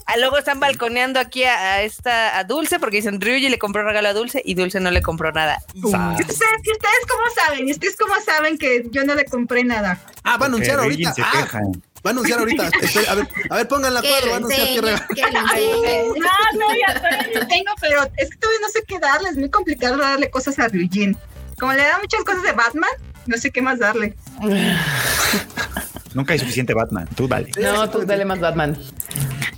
Speaker 3: Ah, luego están balconeando aquí a, a esta a Dulce porque dicen Ryuji le compró regalo a Dulce y Dulce no le compró nada.
Speaker 7: ¿y ustedes, y ustedes cómo saben? ¿Y ustedes cómo saben que yo no le compré nada?
Speaker 2: Ah, va a anunciar
Speaker 4: Que Ryujin
Speaker 2: ahorita.
Speaker 4: Eh, se
Speaker 2: Ah,
Speaker 4: queja.
Speaker 2: va a anunciar ahorita. Espera, a ver, a ver, pónganla
Speaker 6: Que
Speaker 2: cuadro, va
Speaker 6: lo
Speaker 2: a anunciar que
Speaker 6: enseñe,
Speaker 2: regalo.
Speaker 6: que lo enseñe. Ah,
Speaker 7: No, no, ya todavía lo tengo, pero es que todavía no sé qué darle. Es muy complicado darle cosas a Ryujin. Como le da muchas cosas de Batman, no sé qué más darle.
Speaker 4: Nunca hay suficiente Batman. Tú dale.
Speaker 1: No, tú dale más Batman.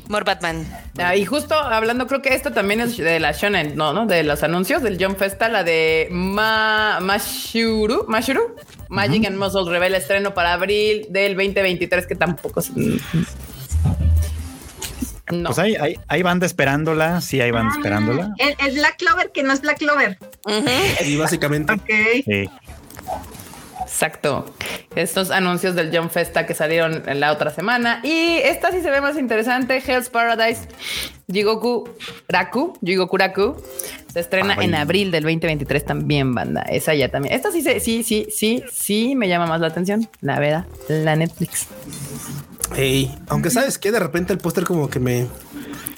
Speaker 3: More Batman.
Speaker 1: Ah, y justo hablando, creo que esta también es de la Shonen, no, no, de los anuncios del John Festa, la de Ma, Mashuru, Mashuru, Magic and Muscle revela estreno para abril del 2023, que tampoco es. No.
Speaker 4: Pues hay, hay, hay banda esperándola. Sí, hay
Speaker 1: Ah.
Speaker 4: banda esperándola.
Speaker 7: El, el Black Clover, que no es Black Clover.
Speaker 3: Ujú.
Speaker 2: Y básicamente,
Speaker 7: Ok.
Speaker 4: Sí.
Speaker 1: Exacto. Estos anuncios del John Festa que salieron en la otra semana. Y esta sí se ve más interesante. Hell's Paradise Jigoku Raku. Jigoku Raku. Se estrena
Speaker 2: Ah,
Speaker 4: Ay.
Speaker 1: en abril del 2023 también, banda. Esa ya también. Esta sí, se, sí, sí, sí, sí me llama más la atención. La verdad, la Netflix.
Speaker 2: hey, aunque sabes que de repente el póster como que me,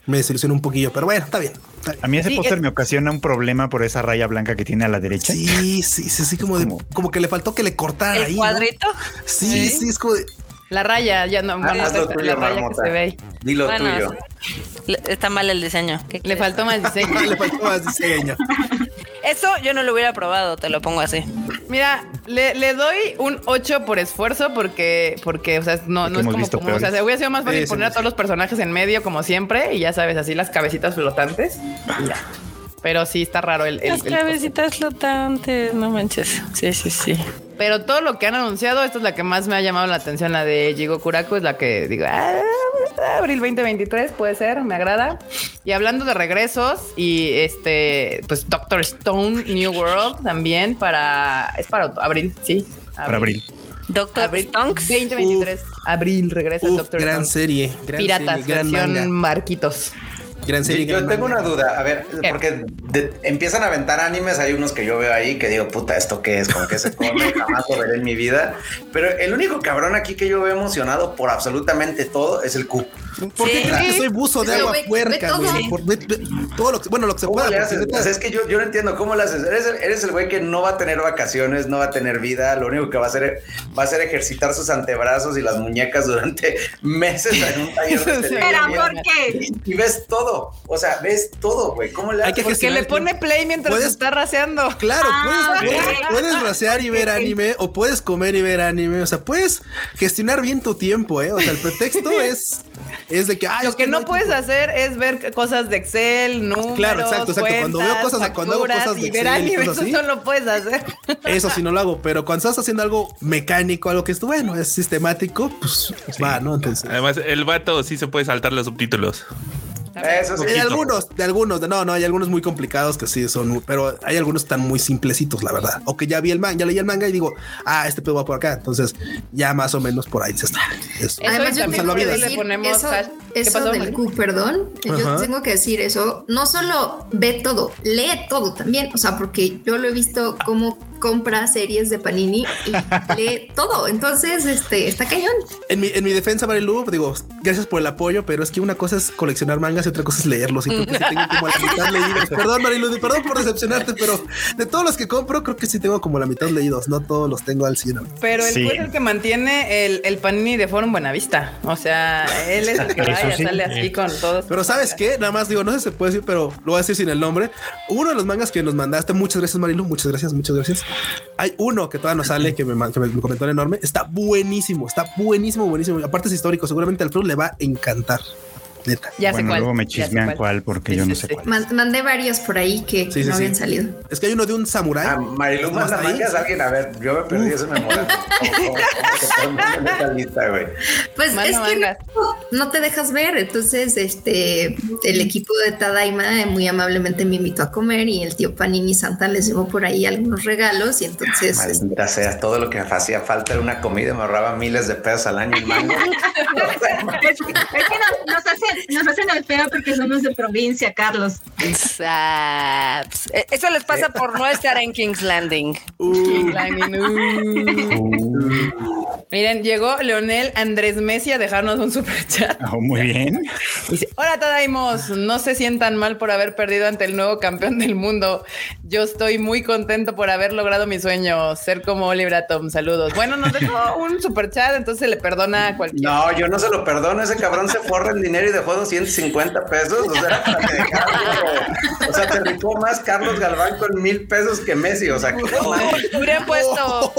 Speaker 2: me desilusiona un poquillo, pero bueno, está bien. está bien.
Speaker 4: A mí ese
Speaker 1: Sí,
Speaker 4: póster
Speaker 1: es-
Speaker 4: me ocasiona un problema por esa raya blanca que tiene a la derecha.
Speaker 2: Sí, sí, sí, sí, como, de-
Speaker 4: ¿Cómo?
Speaker 2: como que le faltó que le cortara Ah, ahí.
Speaker 3: El
Speaker 2: ¿no?
Speaker 3: cuadrito.
Speaker 2: Sí, sí, es como de, Ah,
Speaker 1: La raya, ya no. bueno,
Speaker 8: haz lo
Speaker 1: la-
Speaker 8: tuyo,
Speaker 1: la raya que
Speaker 8: Marmota.
Speaker 1: se ve ahí.
Speaker 8: Di lo
Speaker 3: Bueno,
Speaker 8: tuyo.
Speaker 3: le- Está mal el diseño. ¿Qué
Speaker 1: Le
Speaker 3: quieres?
Speaker 1: faltó más diseño.
Speaker 2: le faltó más diseño.
Speaker 3: Eso yo no lo hubiera probado, te lo pongo así.
Speaker 1: Mira, le, le doy un 8 por esfuerzo porque, porque o sea, no,
Speaker 4: Porque
Speaker 1: no es
Speaker 4: hemos
Speaker 1: como,
Speaker 4: visto
Speaker 1: como- o sea,
Speaker 4: peores.
Speaker 1: se hubiera sido más fácil
Speaker 2: Sí, sí,
Speaker 1: poner a
Speaker 2: sí.
Speaker 1: todos los personajes en medio como siempre y ya sabes, así las cabecitas flotantes. y ya. Pero sí está raro el, el-
Speaker 3: Las
Speaker 1: el-
Speaker 3: cabecitas flotantes, no manches. Sí, sí, sí.
Speaker 1: Pero todo lo que han anunciado, esta es la que más me ha llamado la atención, la de Jigo Kuraku, es la que digo, "Ah, abril 2023 puede ser, me agrada. Y hablando de regresos y este, pues Doctor Stone New World también para, es para abril, sí.
Speaker 4: Para abril.
Speaker 3: Doctor
Speaker 1: Abril
Speaker 3: Stonks.
Speaker 1: 2023. abril regresa el
Speaker 2: Uf,
Speaker 1: Doctor
Speaker 2: gran
Speaker 1: Stone.
Speaker 2: serie, gran
Speaker 1: Piratas,
Speaker 2: serie, gran
Speaker 1: versión
Speaker 2: manga.
Speaker 1: Marquitos.
Speaker 2: Gran
Speaker 8: Yo,
Speaker 2: serie.
Speaker 8: yo
Speaker 2: gran
Speaker 8: tengo
Speaker 2: manga.
Speaker 8: una duda, a ver,
Speaker 1: ¿Qué?
Speaker 8: porque de- empiezan a aventar animes, hay unos que yo veo ahí que digo, puta, ¿esto qué es? ¿Con qué se come? Jamás lo veré en mi vida. Pero el único cabrón aquí que yo veo emocionado por absolutamente todo es el Q.
Speaker 2: ¿Por qué
Speaker 3: Sí.
Speaker 2: crees que soy buzo de
Speaker 6: Pero
Speaker 2: agua
Speaker 6: ve- ve
Speaker 2: puerca,
Speaker 6: todo.
Speaker 2: güey? Por- ve- ve- Todo lo que, bueno, lo que se
Speaker 8: ¿Cómo
Speaker 2: pueda.
Speaker 8: le
Speaker 2: porque
Speaker 8: haces?
Speaker 2: neta-
Speaker 8: O sea, es que yo, yo no entiendo cómo le haces. Eres el, eres el güey que no va a tener vacaciones, no va a tener vida. Lo único que va a hacer va a ser ejercitar sus antebrazos y las muñecas durante meses en un taller de
Speaker 7: Pero
Speaker 8: televisión.
Speaker 7: ¿por qué?
Speaker 8: Y ves todo. O sea, ves todo, güey. ¿Cómo le
Speaker 2: Hay
Speaker 8: haces?
Speaker 2: que
Speaker 1: Porque le
Speaker 2: Fascinante.
Speaker 1: pone play mientras
Speaker 2: Puedes-
Speaker 1: está raseando.
Speaker 2: Claro,
Speaker 7: Ah,
Speaker 2: puedes, puedes,
Speaker 7: ok.
Speaker 2: puedes bracear y ver anime o puedes comer y ver anime. O sea, puedes gestionar bien tu tiempo, ¿eh? O sea, el pretexto es, es de que... ay, es
Speaker 1: Ah, Lo que no
Speaker 2: hay
Speaker 1: puedes
Speaker 2: tiempo.
Speaker 1: hacer es ver cosas de Excel, números,
Speaker 2: Claro, exacto, exacto. Cuando veo
Speaker 1: cuentas,
Speaker 2: cosas- cuando hago
Speaker 1: facturas
Speaker 2: cosas de
Speaker 1: y ver
Speaker 2: Excel y
Speaker 1: anime,
Speaker 2: cosas
Speaker 1: eso
Speaker 2: así.
Speaker 1: no lo puedes hacer.
Speaker 2: Eso sí no lo hago, pero cuando estás haciendo algo mecánico, algo que es bueno, es sistemático, pues va, ¿no? Entonces...
Speaker 9: Además, el vato sí se puede saltar los subtítulos.
Speaker 8: Eso sí.
Speaker 2: De algunos, de algunos, de- no, no, hay algunos muy complicados que sí son, muy- pero hay algunos que están muy simplecitos, la verdad. O que ya vi el manga, ya leí el manga y digo, ah, este pedo va por acá. Entonces, ya más o menos por ahí se está. Eso.
Speaker 1: Eso
Speaker 6: Además,
Speaker 1: y
Speaker 6: yo
Speaker 1: también
Speaker 6: tengo que
Speaker 1: le
Speaker 6: decir
Speaker 1: ponemos
Speaker 6: eso,
Speaker 1: hash- ¿Qué
Speaker 6: eso
Speaker 1: pasó,
Speaker 6: del
Speaker 1: Mari?
Speaker 6: Q, perdón.
Speaker 2: Ajá.
Speaker 6: Yo tengo que decir eso. No solo ve todo, lee todo también. O sea, porque yo lo he visto como compra series de Panini y lee todo. Entonces, este, está cañón.
Speaker 2: En mi, en mi defensa, Marilu, digo, gracias por el apoyo, pero es que una cosa es coleccionar mangas y otra cosa es leerlos. Y creo que sí tengo como la mitad leídos. Perdón, Marilu, perdón por decepcionarte, pero de todos los que compro, creo que sí tengo como la mitad leídos. No todos los tengo al 100.
Speaker 1: Pero el
Speaker 4: Sí.
Speaker 1: juez es el que mantiene el, el panini de Forum Buenavista. O sea, él es el que
Speaker 4: Eso
Speaker 1: vaya,
Speaker 4: sí.
Speaker 1: sale así con todos.
Speaker 2: Pero sabes qué, nada más digo, no sé si se puede decir, pero lo voy a decir sin el nombre. Uno de los mangas que nos mandaste, muchas gracias Marilu, muchas gracias, muchas gracias. Hay uno que todavía no sale, que me, man- que me comentó el enorme, está buenísimo, está buenísimo, buenísimo. Aparte es histórico, seguramente al Alfredo le va a encantar. Neta.
Speaker 1: Ya sé
Speaker 4: bueno,
Speaker 1: cuál.
Speaker 4: luego me
Speaker 1: ya sé
Speaker 4: chismean cuál, porque
Speaker 1: Sí,
Speaker 4: yo no
Speaker 1: sí,
Speaker 4: sé
Speaker 1: sí.
Speaker 4: cuál.
Speaker 6: Man- mandé varios por ahí que
Speaker 2: Sí, sí,
Speaker 6: no habían
Speaker 2: sí.
Speaker 6: salido.
Speaker 2: Es que hay uno de un samurái.
Speaker 8: Ah, Marilu
Speaker 2: ¿Estamos
Speaker 8: manda
Speaker 2: ahí?
Speaker 8: mangas a alguien. A ver, yo me perdí ese memoria. lista, güey.
Speaker 6: Pues
Speaker 1: Manda
Speaker 6: es que
Speaker 1: mangas.
Speaker 6: no, no te dejas ver. Entonces, este, el equipo de Tadaima eh, muy amablemente me invitó a comer y el tío Panini Santa les llevó por ahí algunos regalos y entonces este,
Speaker 8: Maldita sea, todo lo que me hacía falta era una comida, me ahorraba miles de pesos al año en manga.
Speaker 7: Es, es que nos, nos hacen, nos hacen al feo porque somos de provincia, Carlos.
Speaker 3: Zaps. Eh, Eso les pasa por no estar en King's Landing.
Speaker 1: Uh.
Speaker 4: Uh.
Speaker 1: Miren, llegó Leonel Andrés Messi a dejarnos un super chat.
Speaker 4: Oh, muy bien.
Speaker 1: Dice, hola Tadaimos, no se sientan mal por haber perdido ante el nuevo campeón del mundo. Yo estoy muy contento por haber logrado mi sueño, ser como Oliver Tom. Saludos. Bueno, nos dejó un super chat, entonces se le perdona a cualquier.
Speaker 8: No, yo no se lo perdono. Ese cabrón se forra el dinero y dejó 250 pesos. O sea, era para que dejara algo. O sea, te rifó más Carlos Galván con mil pesos que Messi. O sea, ¿qué onda?
Speaker 3: Hubiera puesto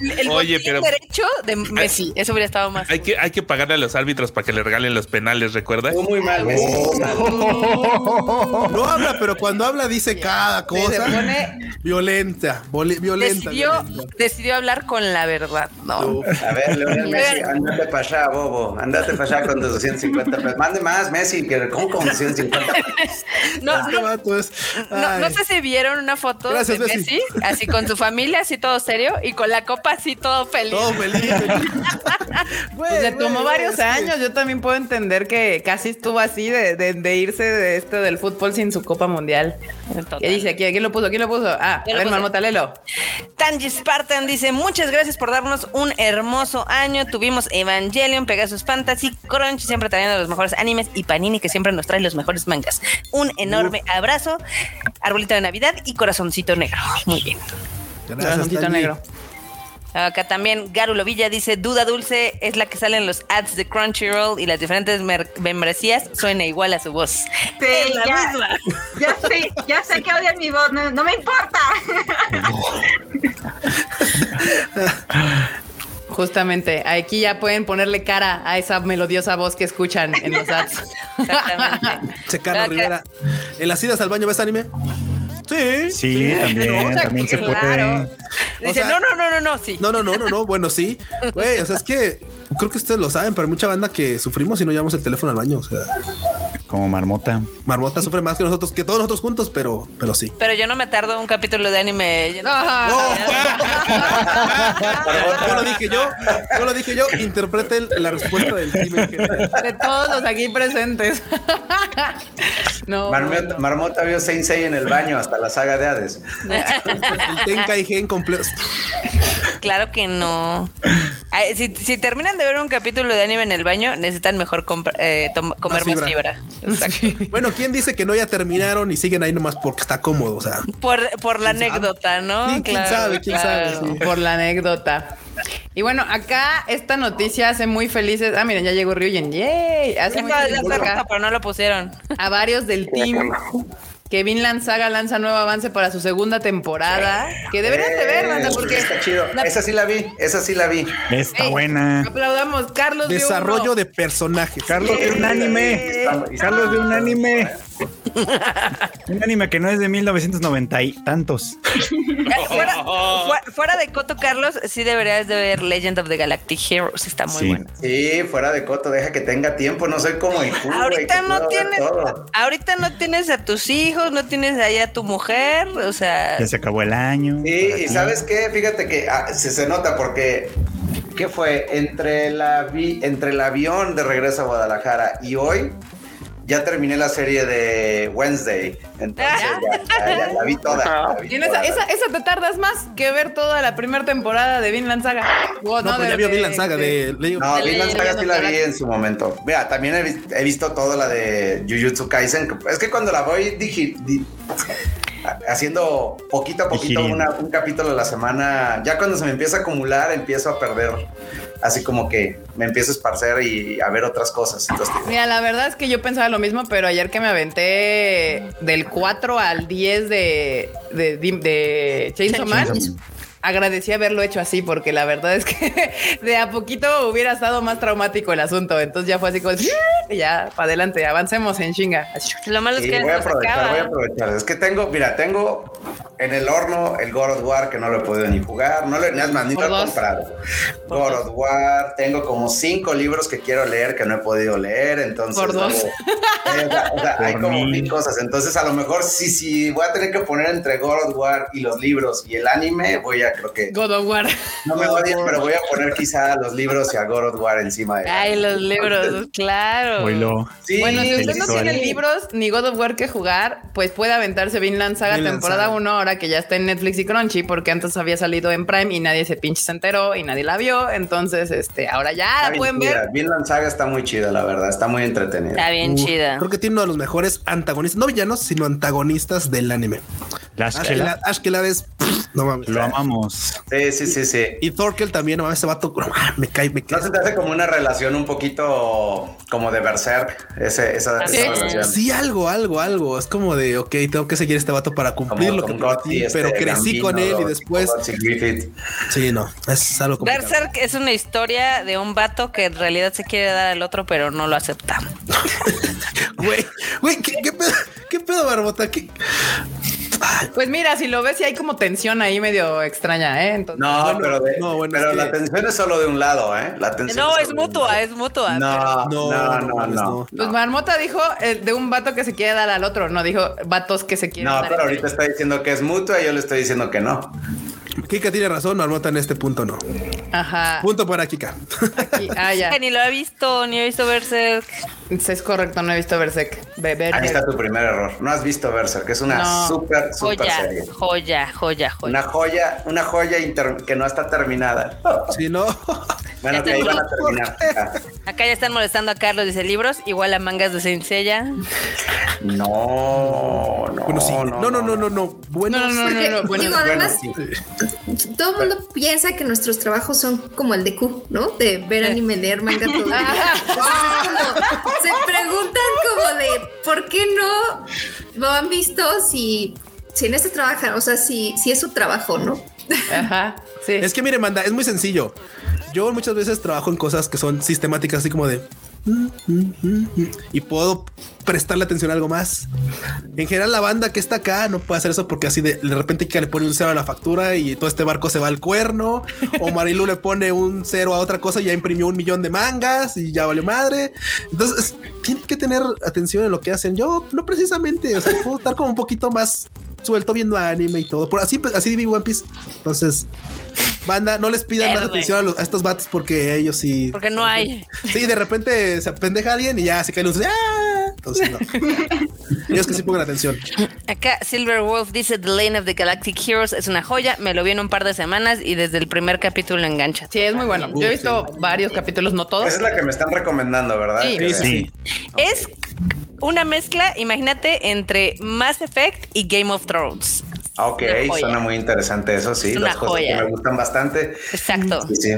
Speaker 3: el, el
Speaker 9: Oye,
Speaker 3: botín
Speaker 9: pero-
Speaker 3: derecho de Messi. Eso hubiera estado más.
Speaker 9: Hay que, hay que pagarle a los árbitros para que le regalen los penales, ¿recuerdas?
Speaker 8: Estuvo muy mal, Messi. estuvo muy mal.
Speaker 2: No habla, pero cuando habla dice cada
Speaker 1: Sí, se
Speaker 2: cosa.
Speaker 1: pone-
Speaker 2: Violenta, voli- violenta.
Speaker 3: Decidió,
Speaker 2: violenta.
Speaker 3: decidió hablar con la verdad. No.
Speaker 8: A ver, Leonel Messi, andate para allá, bobo. Andate para allá con tus 250 pesos. Mande más, Messi, que ¿cómo con 250 pesos?
Speaker 3: No,
Speaker 2: Este
Speaker 3: no,
Speaker 2: vato es-
Speaker 3: no,
Speaker 2: ay.
Speaker 3: no sé si vieron una foto
Speaker 2: Gracias,
Speaker 3: de
Speaker 2: Messi.
Speaker 3: Messi, así con su familia, así todo serio, y con la copa así todo feliz.
Speaker 2: Todo feliz.
Speaker 1: Pues le
Speaker 2: Güey,
Speaker 1: tomó
Speaker 2: güey,
Speaker 1: varios
Speaker 2: es que-
Speaker 1: años. Yo también puedo entender que casi estuvo así de, de- de irse de esto del fútbol sin su Copa Mundial.
Speaker 3: Total.
Speaker 1: ¿Qué dice aquí? ¿Quién lo puso? ¿Quién lo puso? Ah, a
Speaker 3: Yo lo
Speaker 1: ver,
Speaker 3: puse.
Speaker 1: Marmota, léelo.
Speaker 3: Tanji Spartan dice, muchas gracias por darnos un hermoso año. Tuvimos Evangelion, Pegasus Fantasy, Crunch, siempre trayendo los mejores animes y Panini que siempre nos trae los mejores mangas. Un enorme abrazo, arbolito de Navidad y corazoncito negro. Muy bien.
Speaker 1: Corazoncito
Speaker 2: Stanley.
Speaker 1: negro.
Speaker 3: Acá también Garulo Villa dice, Duda Dulce es la que sale en los ads de Crunchyroll y las diferentes mer- membresías suena igual a su voz.
Speaker 7: Sí,
Speaker 3: Es la
Speaker 7: ya.
Speaker 3: misma.
Speaker 7: Ya sé, ya sé que odian mi voz, no, no me importa.
Speaker 1: Justamente, aquí ya pueden ponerle cara a esa melodiosa voz que escuchan en los ads.
Speaker 3: Exactamente.
Speaker 2: Checano
Speaker 3: Acá-
Speaker 2: Rivera. En las idas al baño ves anime. Sí.
Speaker 4: Sí, también, también se puede.
Speaker 1: claro.
Speaker 3: Dice,
Speaker 2: sea-
Speaker 3: no, no, no, no, no, sí.
Speaker 2: No, no, no, no, no. Bueno, sí. Güey, o sea, es que creo que ustedes lo saben, pero hay mucha banda que sufrimos y no llevamos el teléfono al baño. O sea,
Speaker 4: como marmota.
Speaker 2: Marmota sufre más que nosotros, que todos nosotros juntos, pero, pero sí.
Speaker 3: Pero yo no me tardo un capítulo de anime. yo no-
Speaker 2: Yo lo dije yo, yo lo dije yo, interpreten la respuesta del team en general.
Speaker 1: De todos los aquí presentes. no.
Speaker 8: Marmota, Marmota vio Sensei en el baño hasta la saga de Hades.
Speaker 2: El Tenkaigen completo.
Speaker 3: Claro que no. Ay, si, si terminan de ver un capítulo de anime en el baño, necesitan mejor compra- eh, tom- comer más
Speaker 2: fibra.
Speaker 3: fibra. Exacto.
Speaker 2: Bueno, ¿quién dice que no ya terminaron y siguen ahí nomás porque está cómodo? O sea,
Speaker 3: Por, por la anécdota, ¿no?
Speaker 2: Sí, quién sabe, quién sabe, sí.
Speaker 1: Por la anécdota. Y bueno, acá esta noticia hace muy felices. Ah, miren, ya llegó Ryugen. ¡Yay! Hace
Speaker 3: Ya
Speaker 1: muy
Speaker 3: estaba- ya
Speaker 1: felices
Speaker 3: está
Speaker 1: acá
Speaker 3: roto, pero no lo pusieron.
Speaker 1: a varios del team. Que Vinland Saga lanza nuevo avance para su segunda temporada. Que deberían de ver, banda,
Speaker 8: Eh,
Speaker 1: Ah, porque
Speaker 8: Está chido.
Speaker 1: la-
Speaker 8: Esa sí la vi, esa sí la vi.
Speaker 4: Está
Speaker 1: Ey,
Speaker 4: buena.
Speaker 1: Aplaudamos, Eh, Carlos. vio
Speaker 2: desarrollo
Speaker 1: uno.
Speaker 2: de personajes.
Speaker 4: Carlos de un anime.
Speaker 8: Está-
Speaker 4: Carlos de un anime. Un anime que no es de 1990 y tantos.
Speaker 3: Eh, Fuera, fue- fuera de Coto Carlos, sí deberías de ver Legend of the Galactic Heroes. Está muy
Speaker 4: Sí.
Speaker 3: bueno.
Speaker 8: Sí, fuera de coto, deja que tenga tiempo, no soy como el culo, güey,
Speaker 3: Ahorita
Speaker 8: que
Speaker 3: no
Speaker 8: puedo ver
Speaker 3: tienes,
Speaker 8: todo.
Speaker 3: ahorita no tienes a tus hijos, no tienes ahí a tu mujer, o sea,
Speaker 4: Ya se acabó el año.
Speaker 8: Sí,
Speaker 4: Para
Speaker 8: y
Speaker 4: ti.
Speaker 8: sabes qué, fíjate que ah, se, se nota porque ¿qué fue? Entre la vi- entre el avión de regreso a Guadalajara y hoy ya terminé la serie de Wednesday. Entonces ya, ya- ya la vi toda. la vi
Speaker 1: Y en esa,
Speaker 8: toda.
Speaker 1: esa, esa te tardas más que ver toda la primera temporada de Vinland Saga. Oh,
Speaker 2: No, pero
Speaker 1: de-
Speaker 2: ya vio
Speaker 1: de-
Speaker 2: Vinland Saga de Leo.
Speaker 8: No,
Speaker 1: de
Speaker 8: Vinland Saga sí la vi
Speaker 1: Saga.
Speaker 8: en su momento. Mira, también he, vis- he visto toda la de Jujutsu Kaisen. que- Es que cuando la voy digi- di- haciendo poquito a poquito
Speaker 4: Digiriendo.
Speaker 8: una- un capítulo a la semana, ya cuando se me empieza a acumular, empiezo a perder. Así como que me empiezo a esparcer y a ver otras cosas. Entonces,
Speaker 1: Mira, la verdad es que yo pensaba lo mismo, pero ayer que me aventé del 4 al 10 de, de, de Chainsaw Man, agradecí haberlo hecho así, porque la verdad es que de a poquito hubiera estado más traumático el asunto. Entonces ya fue así como, y ya, para adelante, avancemos en chinga. Así,
Speaker 3: lo malo es
Speaker 8: Sí,
Speaker 3: que
Speaker 8: voy a
Speaker 3: no se
Speaker 8: aprovechar,
Speaker 3: acaba.
Speaker 8: voy a aprovechar. Es que tengo, mira, tengo en el horno el God of War que no lo he podido ni jugar, no lo he, ni es más, ni lo
Speaker 1: Por
Speaker 8: he
Speaker 1: dos.
Speaker 8: comprado. God of War, tengo como cinco libros que quiero leer que no he podido leer, entonces.
Speaker 1: Por dos.
Speaker 8: luego- o sea, o sea, hay
Speaker 4: Por
Speaker 8: como
Speaker 4: mil.
Speaker 8: mil cosas. Entonces, a lo mejor sí, sí, voy a tener que poner entre God of War y los libros y el anime, voy a, creo que,
Speaker 1: God of War.
Speaker 8: no me voy a ir, pero voy a poner quizá los libros y a God of War encima de.
Speaker 3: Ay, los libros, claro.
Speaker 4: Oilo.
Speaker 8: Sí,
Speaker 1: Bueno, si usted no
Speaker 4: Intelectual.
Speaker 1: tiene libros ni God of War que jugar, pues puede aventarse Vinland Saga
Speaker 2: Vinland
Speaker 1: temporada
Speaker 2: Saga.
Speaker 1: 1 ahora que ya está en Netflix y Crunchy, porque antes había salido en Prime y nadie se pinche se enteró y nadie la vio. Entonces, este, ahora
Speaker 2: Ah,
Speaker 1: ya la
Speaker 8: Está
Speaker 1: pueden
Speaker 8: bien
Speaker 1: ver.
Speaker 8: chida. Vinland Saga está muy chida, la verdad, está muy entretenida.
Speaker 3: Está bien
Speaker 2: Uh,
Speaker 3: chida.
Speaker 2: Creo que tiene uno de los mejores antagonistas, no villanos, sino antagonistas del anime.
Speaker 4: Las
Speaker 2: Ash
Speaker 4: chelas.
Speaker 2: Kelad- Ash Kelad es, pff, no mames.
Speaker 4: Lo amamos.
Speaker 8: Sí, sí, sí, sí.
Speaker 2: Y Thorkel también, no mames, ese vato, no mames, me cae, me
Speaker 8: ¿No
Speaker 2: cae.
Speaker 8: se te hace como una relación un poquito como de Berserk? Ese, esa,
Speaker 3: Ah, Sí.
Speaker 8: esa relación.
Speaker 2: Ah, Sí, algo, algo, algo. Es como de, ok, tengo que seguir a este vato para
Speaker 8: Como
Speaker 2: cumplir lo que
Speaker 8: con
Speaker 2: prometí,
Speaker 8: Gotti, este,
Speaker 2: pero crecí
Speaker 8: Gambino,
Speaker 2: con él y
Speaker 8: Gotti,
Speaker 2: después.
Speaker 8: Gotti Griffith.
Speaker 2: Sí, no, es algo complicado.
Speaker 3: Berserk es una historia de un vato que en realidad se quiere dar al otro, pero no lo acepta.
Speaker 2: Güey, güey, ¿qué, qué pedo, qué pedo, Barbota? ¿Qué?
Speaker 1: Pues mira, si lo ves, sí hay como tensión ahí medio extraña, ¿eh? Entonces,
Speaker 8: No,
Speaker 2: Bueno,
Speaker 8: pero, de-
Speaker 2: no, bueno,
Speaker 8: pero
Speaker 2: es que-
Speaker 8: la tensión es solo de un lado, ¿eh? La tensión
Speaker 3: No,
Speaker 8: solo
Speaker 3: es
Speaker 8: de un
Speaker 3: mutua,
Speaker 8: lado.
Speaker 3: es mutua.
Speaker 8: No,
Speaker 2: No,
Speaker 8: no, no,
Speaker 2: no
Speaker 8: no.
Speaker 2: mames, no.
Speaker 8: no,
Speaker 1: pues Marmota dijo eh, de un vato que se quiere dar al otro, no dijo vatos que se quieren
Speaker 8: No,
Speaker 1: dar
Speaker 8: pero
Speaker 1: entre
Speaker 8: ahorita está diciendo que es mutua y yo le estoy diciendo que no.
Speaker 2: Kika tiene razón, Barbota en este punto no.
Speaker 1: ellos. Ajá.
Speaker 2: Punto para Kika.
Speaker 1: Aquí- ah, ya.
Speaker 3: Que ni lo he visto, ni he visto Berserk.
Speaker 1: Es correcto, no he visto Berserk. Beber.
Speaker 8: Ahí está tu primer error. No has visto Berserk, que es una
Speaker 1: No.
Speaker 8: súper, súper
Speaker 3: Joya,
Speaker 8: serie.
Speaker 3: joya, joya, joya.
Speaker 8: Una joya, una joya inter- que no está terminada.
Speaker 2: Si no,
Speaker 8: Bueno,
Speaker 3: Este
Speaker 8: que ahí van a terminar.
Speaker 3: Acá ya están molestando a Carlos, dice libros, igual a mangas de sencilla.
Speaker 8: No, no.
Speaker 2: bueno, sí. No, no, no, no, no. Bueno,
Speaker 1: No, no, no, no, no, bueno,
Speaker 6: Digo,
Speaker 8: Bueno,
Speaker 6: además,
Speaker 8: sí.
Speaker 6: todo el mundo piensa que nuestros trabajos son como el de Q, ¿no? De ver anime, leer manga, todo. el día. Entonces, es como- se preguntan como de por qué no lo han visto si, si en este trabajan, o sea, si, si es su trabajo, ¿no?
Speaker 1: Ajá. Sí.
Speaker 2: Es que mire, manda, es muy sencillo. Yo muchas veces trabajo en cosas que son sistemáticas, así como de y puedo prestarle atención a algo más. En general, la banda que está acá no puede hacer eso porque así de, de repente que le pone un cero a la factura y todo este barco se va al cuerno. O Marilu le pone un cero a otra cosa y ya imprimió un millón de mangas y ya valió madre. Entonces, tienen que tener atención en lo que hacen. Yo no precisamente, o sea, puedo estar como un poquito más suelto viendo anime y todo. Por así, pues, así vi One Piece. Entonces, banda, no les pidan más
Speaker 3: Verde.
Speaker 2: atención a, los- a estos vatos porque ellos sí.
Speaker 3: Porque no hay.
Speaker 2: Sí, de repente se apendeja alguien y ya se cae luz. ¡Ah! Entonces, no. Ellos que sí pongan atención.
Speaker 3: Acá Silver Wolf dice The Lane of the Galactic Heroes es una joya. Me lo vi en un par de semanas y desde el primer capítulo engancha.
Speaker 1: Sí, es muy bueno. Yo he visto varios capítulos, no todos.
Speaker 8: Esa Uh, es la que me están recomendando, ¿verdad?
Speaker 1: Sí.
Speaker 8: Que-
Speaker 4: Sí.
Speaker 3: Es una mezcla, imagínate, entre Mass Effect y Game of Thrones.
Speaker 8: Ah, Ok,
Speaker 3: Una joya.
Speaker 8: suena muy interesante eso, sí.
Speaker 3: Es una
Speaker 8: Las cosas
Speaker 3: joya.
Speaker 8: que me gustan bastante.
Speaker 3: Exacto.
Speaker 8: Sí, sí.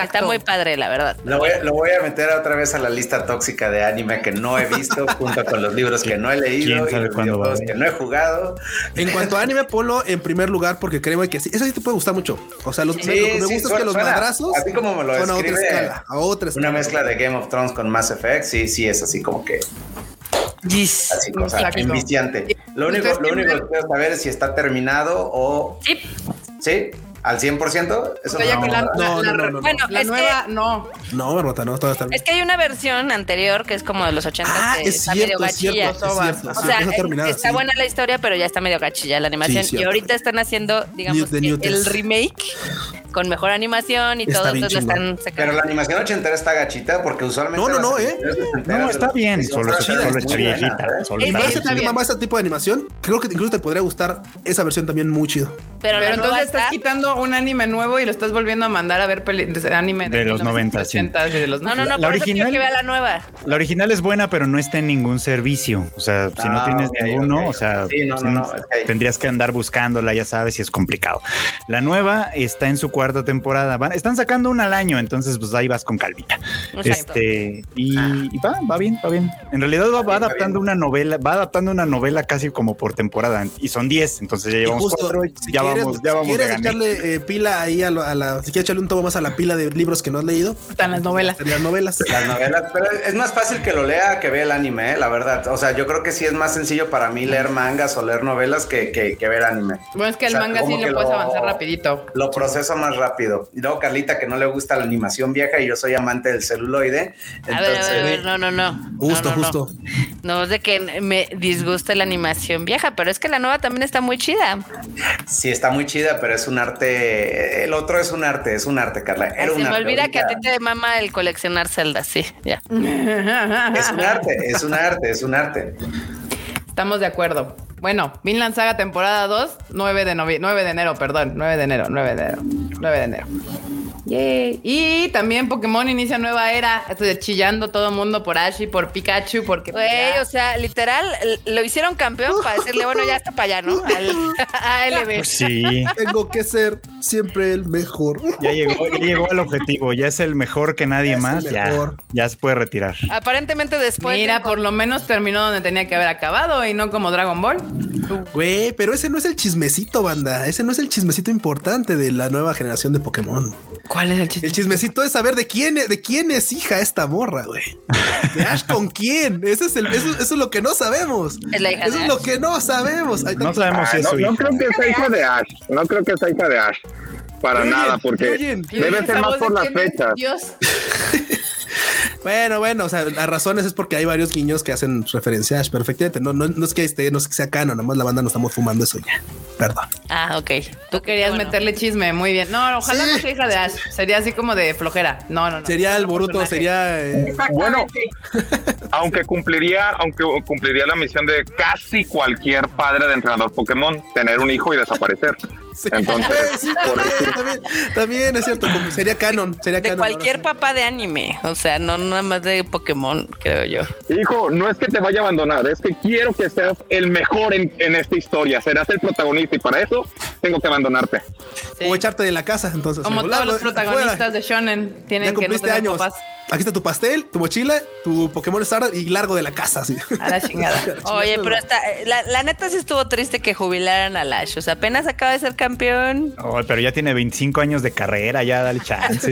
Speaker 3: Está muy padre, la verdad.
Speaker 8: Lo voy, lo voy a meter otra vez a la lista tóxica de anime que no he visto, junto con los libros que no he leído
Speaker 4: ¿Quién
Speaker 8: y
Speaker 4: sabe
Speaker 8: los
Speaker 4: cuándo va
Speaker 8: videojuegos
Speaker 4: a haber?
Speaker 8: que no he jugado.
Speaker 2: En cuanto a anime, ponlo en primer lugar porque créeme que sí. Eso sí te puede gustar mucho. O sea, los- lo que me
Speaker 8: sí,
Speaker 2: gusta es
Speaker 8: suena-
Speaker 2: que los
Speaker 8: suena.
Speaker 2: madrazos
Speaker 8: Así como me lo
Speaker 2: son a otra
Speaker 8: describe,
Speaker 2: escala. A otra escala.
Speaker 8: Una mezcla de Game of Thrones con Mass Effect, sí, sí, es así como que así cosa
Speaker 1: Exacto.
Speaker 8: enviciante. Lo único,
Speaker 1: Entonces,
Speaker 8: lo único
Speaker 1: primero-
Speaker 8: que quiero saber es si está terminado o
Speaker 3: Sí.
Speaker 8: sí, al 100%. Eso
Speaker 1: O sea, ya
Speaker 8: no-
Speaker 1: que la-
Speaker 2: No,
Speaker 1: la-
Speaker 2: no, no, no, no.
Speaker 3: Bueno,
Speaker 1: La
Speaker 3: es,
Speaker 1: nueva, no.
Speaker 2: No, Barbota, no, todo está
Speaker 3: que, es
Speaker 2: bien.
Speaker 3: que hay una versión anterior que es como de los 80
Speaker 2: Ah,
Speaker 3: que
Speaker 2: es
Speaker 3: está
Speaker 2: cierto,
Speaker 3: medio
Speaker 2: es cierto,
Speaker 3: gachilla.
Speaker 2: es cierto.
Speaker 1: gachilla.
Speaker 2: es
Speaker 3: O
Speaker 2: cierto.
Speaker 3: sea,
Speaker 2: Está
Speaker 3: es-
Speaker 2: terminada,
Speaker 3: está
Speaker 2: sí.
Speaker 3: buena la historia, pero ya está medio gachilla la animación. y
Speaker 2: cierto.
Speaker 3: ahorita están haciendo, digamos,
Speaker 2: the
Speaker 3: que
Speaker 2: new
Speaker 3: el
Speaker 2: test.
Speaker 3: remake con mejor animación y
Speaker 2: Está
Speaker 3: todo,
Speaker 2: bien
Speaker 3: entonces lo
Speaker 2: chingón.
Speaker 3: están
Speaker 8: Pero
Speaker 3: sacando.
Speaker 8: la animación ochentera está gachita porque usualmente.
Speaker 2: No, no,
Speaker 8: las
Speaker 2: no, ¿eh?
Speaker 8: animaciones ochenteras
Speaker 4: No, está
Speaker 8: son-
Speaker 4: bien,
Speaker 8: son
Speaker 4: solo,
Speaker 8: chidas,
Speaker 4: solo está
Speaker 8: muy buenas,
Speaker 4: viejita.
Speaker 8: ¿eh?
Speaker 4: solo
Speaker 3: Es-
Speaker 4: está
Speaker 2: Para
Speaker 1: es-
Speaker 2: ese
Speaker 1: está
Speaker 2: tipo-
Speaker 1: bien.
Speaker 2: mamá, ese tipo de animación, creo que incluso te podría gustar esa versión también muy chido.
Speaker 3: Pero,
Speaker 1: Pero,
Speaker 3: la nueva
Speaker 1: entonces estás
Speaker 3: está-
Speaker 1: quitando un anime nuevo y lo estás volviendo a mandar a ver peli- de- anime
Speaker 4: De los 90, sí.
Speaker 1: 1980s y de los
Speaker 3: No,
Speaker 1: 90.
Speaker 3: no, no,
Speaker 4: La
Speaker 3: por eso quiero
Speaker 4: original-
Speaker 3: que vea la nueva.
Speaker 4: La original es buena, pero no está en ningún servicio. O sea, si no
Speaker 8: Ah,
Speaker 4: tienes
Speaker 8: ok,
Speaker 4: ninguno,
Speaker 8: ok.
Speaker 4: o sea, mm,
Speaker 8: Sí, no, no, no, ok.
Speaker 4: tendrías que andar buscándola, ya sabes, y es complicado. La nueva está en su cuarta temporada. Van- están sacando una al año, entonces pues ahí vas con calvita.
Speaker 3: Exacto. Ah.
Speaker 4: Este, y, y va, va bien, va bien. En realidad va, va
Speaker 8: bien, va
Speaker 4: adaptando una novela, va adaptando una novela casi como por temporada. Y son 10, entonces ya
Speaker 2: Y
Speaker 4: llevamos
Speaker 2: justo,
Speaker 4: cuatro, y
Speaker 2: si
Speaker 4: ya
Speaker 2: quieres,
Speaker 4: vamos, ya
Speaker 2: si
Speaker 4: vamos de
Speaker 2: quieres
Speaker 4: gane.
Speaker 2: echarle eh, pila ahí a, lo- a la, si quieres echarle un tomo más a la pila de libros que no has leído,
Speaker 1: Están las novelas.
Speaker 2: serían novelas.
Speaker 8: Las novelas, pero es más fácil que lo lea que vea el anime, ¿eh? la verdad. O sea, yo creo que sí es más sencillo para mí leer mangas o leer novelas que, que, que ver anime.
Speaker 1: Bueno, es que el
Speaker 8: O sea,
Speaker 1: manga sí
Speaker 8: como
Speaker 1: lo
Speaker 8: que
Speaker 1: puedes
Speaker 8: lo-
Speaker 1: avanzar rapidito.
Speaker 8: Lo proceso más rápido. Y luego Carlita, que no le gusta la animación vieja y yo soy amante del celuloide.
Speaker 3: A ver, a ver, a ver,
Speaker 8: Entonces,
Speaker 3: no, no, no.
Speaker 2: Justo,
Speaker 3: No, no, no.
Speaker 2: justo.
Speaker 3: No es de que me disguste la animación vieja, pero es que la nueva también está muy chida.
Speaker 8: sí está muy chida, pero es un arte. El otro es un arte, es un arte, Carla. Era
Speaker 3: Se
Speaker 8: un
Speaker 3: me
Speaker 8: arte,
Speaker 3: olvida que a ti
Speaker 8: ahorita.
Speaker 3: te mama el coleccionar celdas, sí, ya.
Speaker 8: Es un arte, es un arte, es un arte.
Speaker 1: Estamos de acuerdo. Bueno, Vinland Saga temporada 2, 9 de, novie- 9 de enero, perdón, 9 de enero, 9 de enero, 9 de enero. Yay. Y también Pokémon inicia nueva era. Estoy chillando todo el mundo por Ash y por Pikachu, porque.
Speaker 3: Güey,
Speaker 1: ya.
Speaker 3: o sea, literal, l- lo hicieron campeón para decirle, bueno, ya está para allá, ¿no? Al ALB.
Speaker 4: Pues sí,
Speaker 2: Tengo que ser siempre el mejor.
Speaker 4: ya llegó, ya llegó al objetivo, ya es el mejor que nadie
Speaker 2: Ya es el
Speaker 4: más, ya,
Speaker 2: mejor.
Speaker 4: ya se puede retirar.
Speaker 3: Aparentemente después.
Speaker 1: Mira, por lo menos terminó donde tenía que haber acabado y no como Dragon Ball.
Speaker 2: Güey, pero ese no es el chismecito, banda. Ese no es el chismecito importante de la nueva generación de Pokémon.
Speaker 1: ¿Cuál es el
Speaker 2: El
Speaker 1: chiste?
Speaker 2: chismecito es saber de quién, es- de quién es hija esta morra, güey. ¿De Ash con quién? Ese es el, eso, eso es lo que no sabemos.
Speaker 3: Es la hija
Speaker 2: Eso
Speaker 3: de
Speaker 2: es lo que no sabemos. Ahí está.
Speaker 4: No sabemos si
Speaker 10: Ah,
Speaker 4: es
Speaker 10: no,
Speaker 4: su
Speaker 10: no
Speaker 4: hija.
Speaker 10: creo que sea hija de Ash. No creo que sea hija de Ash. Para
Speaker 2: Oyen,
Speaker 10: nada, porque
Speaker 2: oyen.
Speaker 10: debe ser más por las
Speaker 1: ¿Quién es?
Speaker 10: fechas.
Speaker 1: Dios.
Speaker 2: Bueno, bueno, o sea, las razones es porque hay varios guiños que hacen referencia a Ash perfectamente. No, no, no es que este, no es que sea canon, nada más la banda nos estamos fumando eso ya. Perdón.
Speaker 3: Ah, ok.
Speaker 1: Tú querías
Speaker 3: Bueno.
Speaker 1: meterle chisme, muy bien. No, ojalá
Speaker 2: Sí.
Speaker 1: no sea hija de Ash. Sería así como de flojera. No, no, no.
Speaker 2: Sería el
Speaker 1: Otro
Speaker 2: Boruto,
Speaker 1: personaje.
Speaker 2: sería eh,
Speaker 7: Exactamente.
Speaker 10: Aunque cumpliría, aunque cumpliría la misión de casi cualquier padre de entrenador Pokémon, tener un hijo y desaparecer.
Speaker 2: Sí.
Speaker 10: Entonces,
Speaker 2: Sí,
Speaker 10: por
Speaker 2: también, también, también es cierto, como sería canon, sería
Speaker 3: De
Speaker 2: canon.
Speaker 3: cualquier
Speaker 2: ahora
Speaker 3: papá de anime. O sea, no nada más de Pokémon, creo yo.
Speaker 10: Hijo, no es que te vaya a abandonar, es que quiero que seas el mejor en, en esta historia. Serás el protagonista y para eso tengo que abandonarte.
Speaker 2: sí. O echarte pues, de la casa, entonces.
Speaker 1: Como
Speaker 2: Hola,
Speaker 1: todos los
Speaker 2: fuera.
Speaker 1: protagonistas de Shonen
Speaker 2: Ya
Speaker 1: tienen que no
Speaker 2: cumpliste
Speaker 1: tener
Speaker 2: años.
Speaker 1: papás.
Speaker 2: este Aquí está tu pastel, tu mochila, tu Pokémon Star y largo de la casa. Así.
Speaker 1: A la chingada.
Speaker 3: Oye, pero hasta, la, la neta sí estuvo triste que jubilaran a Lash. O sea, apenas acaba de ser campeón.
Speaker 4: Ay, pero ya tiene 25 años de carrera, ya dale chance.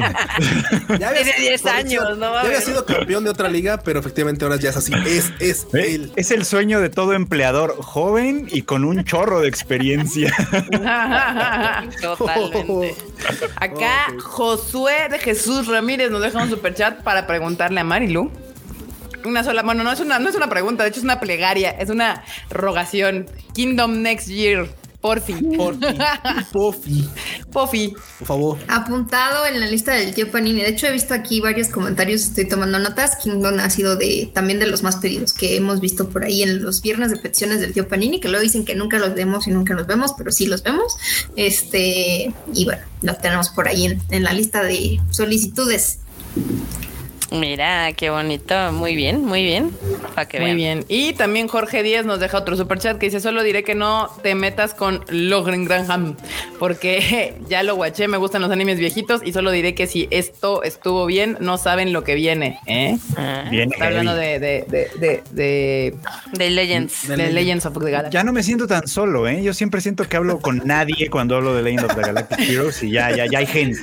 Speaker 2: Ya
Speaker 3: Tiene 10 años, ¿no?
Speaker 2: Ya había sido campeón de otra liga, pero efectivamente ahora ya es así. Es, es él.
Speaker 4: Eh, Es el sueño de todo empleador joven y con un chorro de experiencia.
Speaker 3: Totalmente.
Speaker 1: Acá Josué de Jesús Ramírez nos deja un superchat para preguntarle a Marilu. Una sola, bueno, no es una, no es una pregunta, de hecho es una plegaria, es una rogación. Kingdom Next Year. Porfi.
Speaker 2: Porfi. Pofi,
Speaker 1: Pofi.
Speaker 2: por favor.
Speaker 6: Apuntado en la lista del tío Panini. De hecho, he visto aquí varios comentarios, estoy tomando notas. Kingdom ha sido de también de los más pedidos que hemos visto por ahí en los viernes de peticiones del tío Panini, que luego dicen que nunca los vemos y nunca los vemos, pero sí los vemos. Este, y bueno, los tenemos por ahí en, en la lista de solicitudes.
Speaker 3: Mira, qué bonito. Muy bien, muy bien. Para que
Speaker 1: Muy
Speaker 3: vean.
Speaker 1: bien. Y también Jorge Díaz nos deja otro superchat que dice: Solo diré que no te metas con Logren Granham, porque ya lo guaché, me gustan los animes viejitos y solo diré que si esto estuvo bien, no saben lo que viene. ¿eh?
Speaker 3: Ah,
Speaker 4: Bien,
Speaker 1: Está hablando
Speaker 4: heavy.
Speaker 1: de, de, de, de, de-
Speaker 3: de Legends.
Speaker 1: de Legends of the Galaxy.
Speaker 4: Ya no me siento tan solo, ¿eh? Yo siempre siento que hablo con nadie cuando hablo de Legend of the Galactic Heroes y ya, ya, ya hay gente.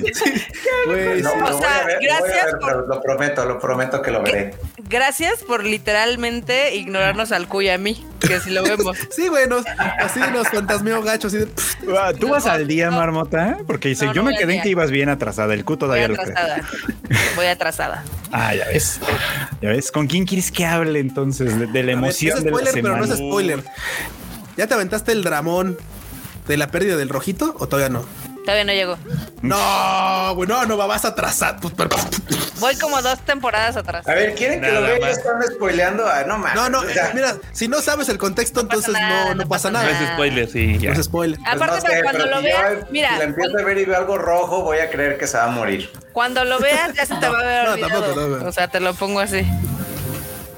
Speaker 2: Güey,
Speaker 8: No,
Speaker 2: sí.
Speaker 8: lo
Speaker 3: O
Speaker 8: voy
Speaker 3: sea,
Speaker 8: a ver, lo voy a
Speaker 3: gracias
Speaker 8: ver,
Speaker 3: por-
Speaker 8: pero Lo prometo, lo prometo que lo veré.
Speaker 3: Gracias por literalmente ignorarnos al Cuy y a mí, que si lo vemos.
Speaker 2: Sí, güey, nos- así nos fantasmeó gacho, así de pff,
Speaker 4: Ah, ¿Tú vas al día, Marmota? Ah, Porque dice,
Speaker 3: No,
Speaker 4: yo
Speaker 3: no
Speaker 4: me
Speaker 3: voy
Speaker 4: quedé
Speaker 3: al
Speaker 4: en
Speaker 3: día.
Speaker 4: que ibas bien atrasada. El Q
Speaker 3: Voy
Speaker 4: todavía lo cree.
Speaker 3: atrasada. Voy atrasada.
Speaker 4: Ah, ya ves. Ya ves. ¿Con quién quieres que hable entonces? De, de la
Speaker 2: a ver,
Speaker 4: emoción
Speaker 2: es
Speaker 4: de la
Speaker 2: spoiler, pero
Speaker 4: semana.
Speaker 2: no es spoiler. ¿Ya te aventaste el dramón de la pérdida del rojito o todavía no?
Speaker 4: Mm.
Speaker 3: Todavía no llego.
Speaker 2: No, güey, no, no, vas atrasado. pues,
Speaker 3: Voy como dos temporadas atrás.
Speaker 8: A ver, ¿quieren que lo
Speaker 9: Nada
Speaker 8: vea? Ya
Speaker 9: más.
Speaker 8: están spoileando. Ah, no mames.
Speaker 2: No, no,
Speaker 8: o sea,
Speaker 2: mira, si no sabes el contexto,
Speaker 3: pasa
Speaker 2: entonces
Speaker 3: nada,
Speaker 2: no, no pasa
Speaker 9: No
Speaker 2: nada.
Speaker 9: es spoiler, sí.
Speaker 2: No
Speaker 9: ya.
Speaker 2: es spoiler.
Speaker 8: pues
Speaker 3: Aparte, para cuando
Speaker 8: pero
Speaker 3: lo
Speaker 8: si yo
Speaker 3: veas, mira,
Speaker 8: la empiezo a ver y veo algo rojo, voy a creer que se va a morir.
Speaker 3: Cuando lo veas ya se te va a haber
Speaker 2: no,
Speaker 3: olvidado.
Speaker 2: tampoco, no, no.
Speaker 3: O sea, te lo pongo así.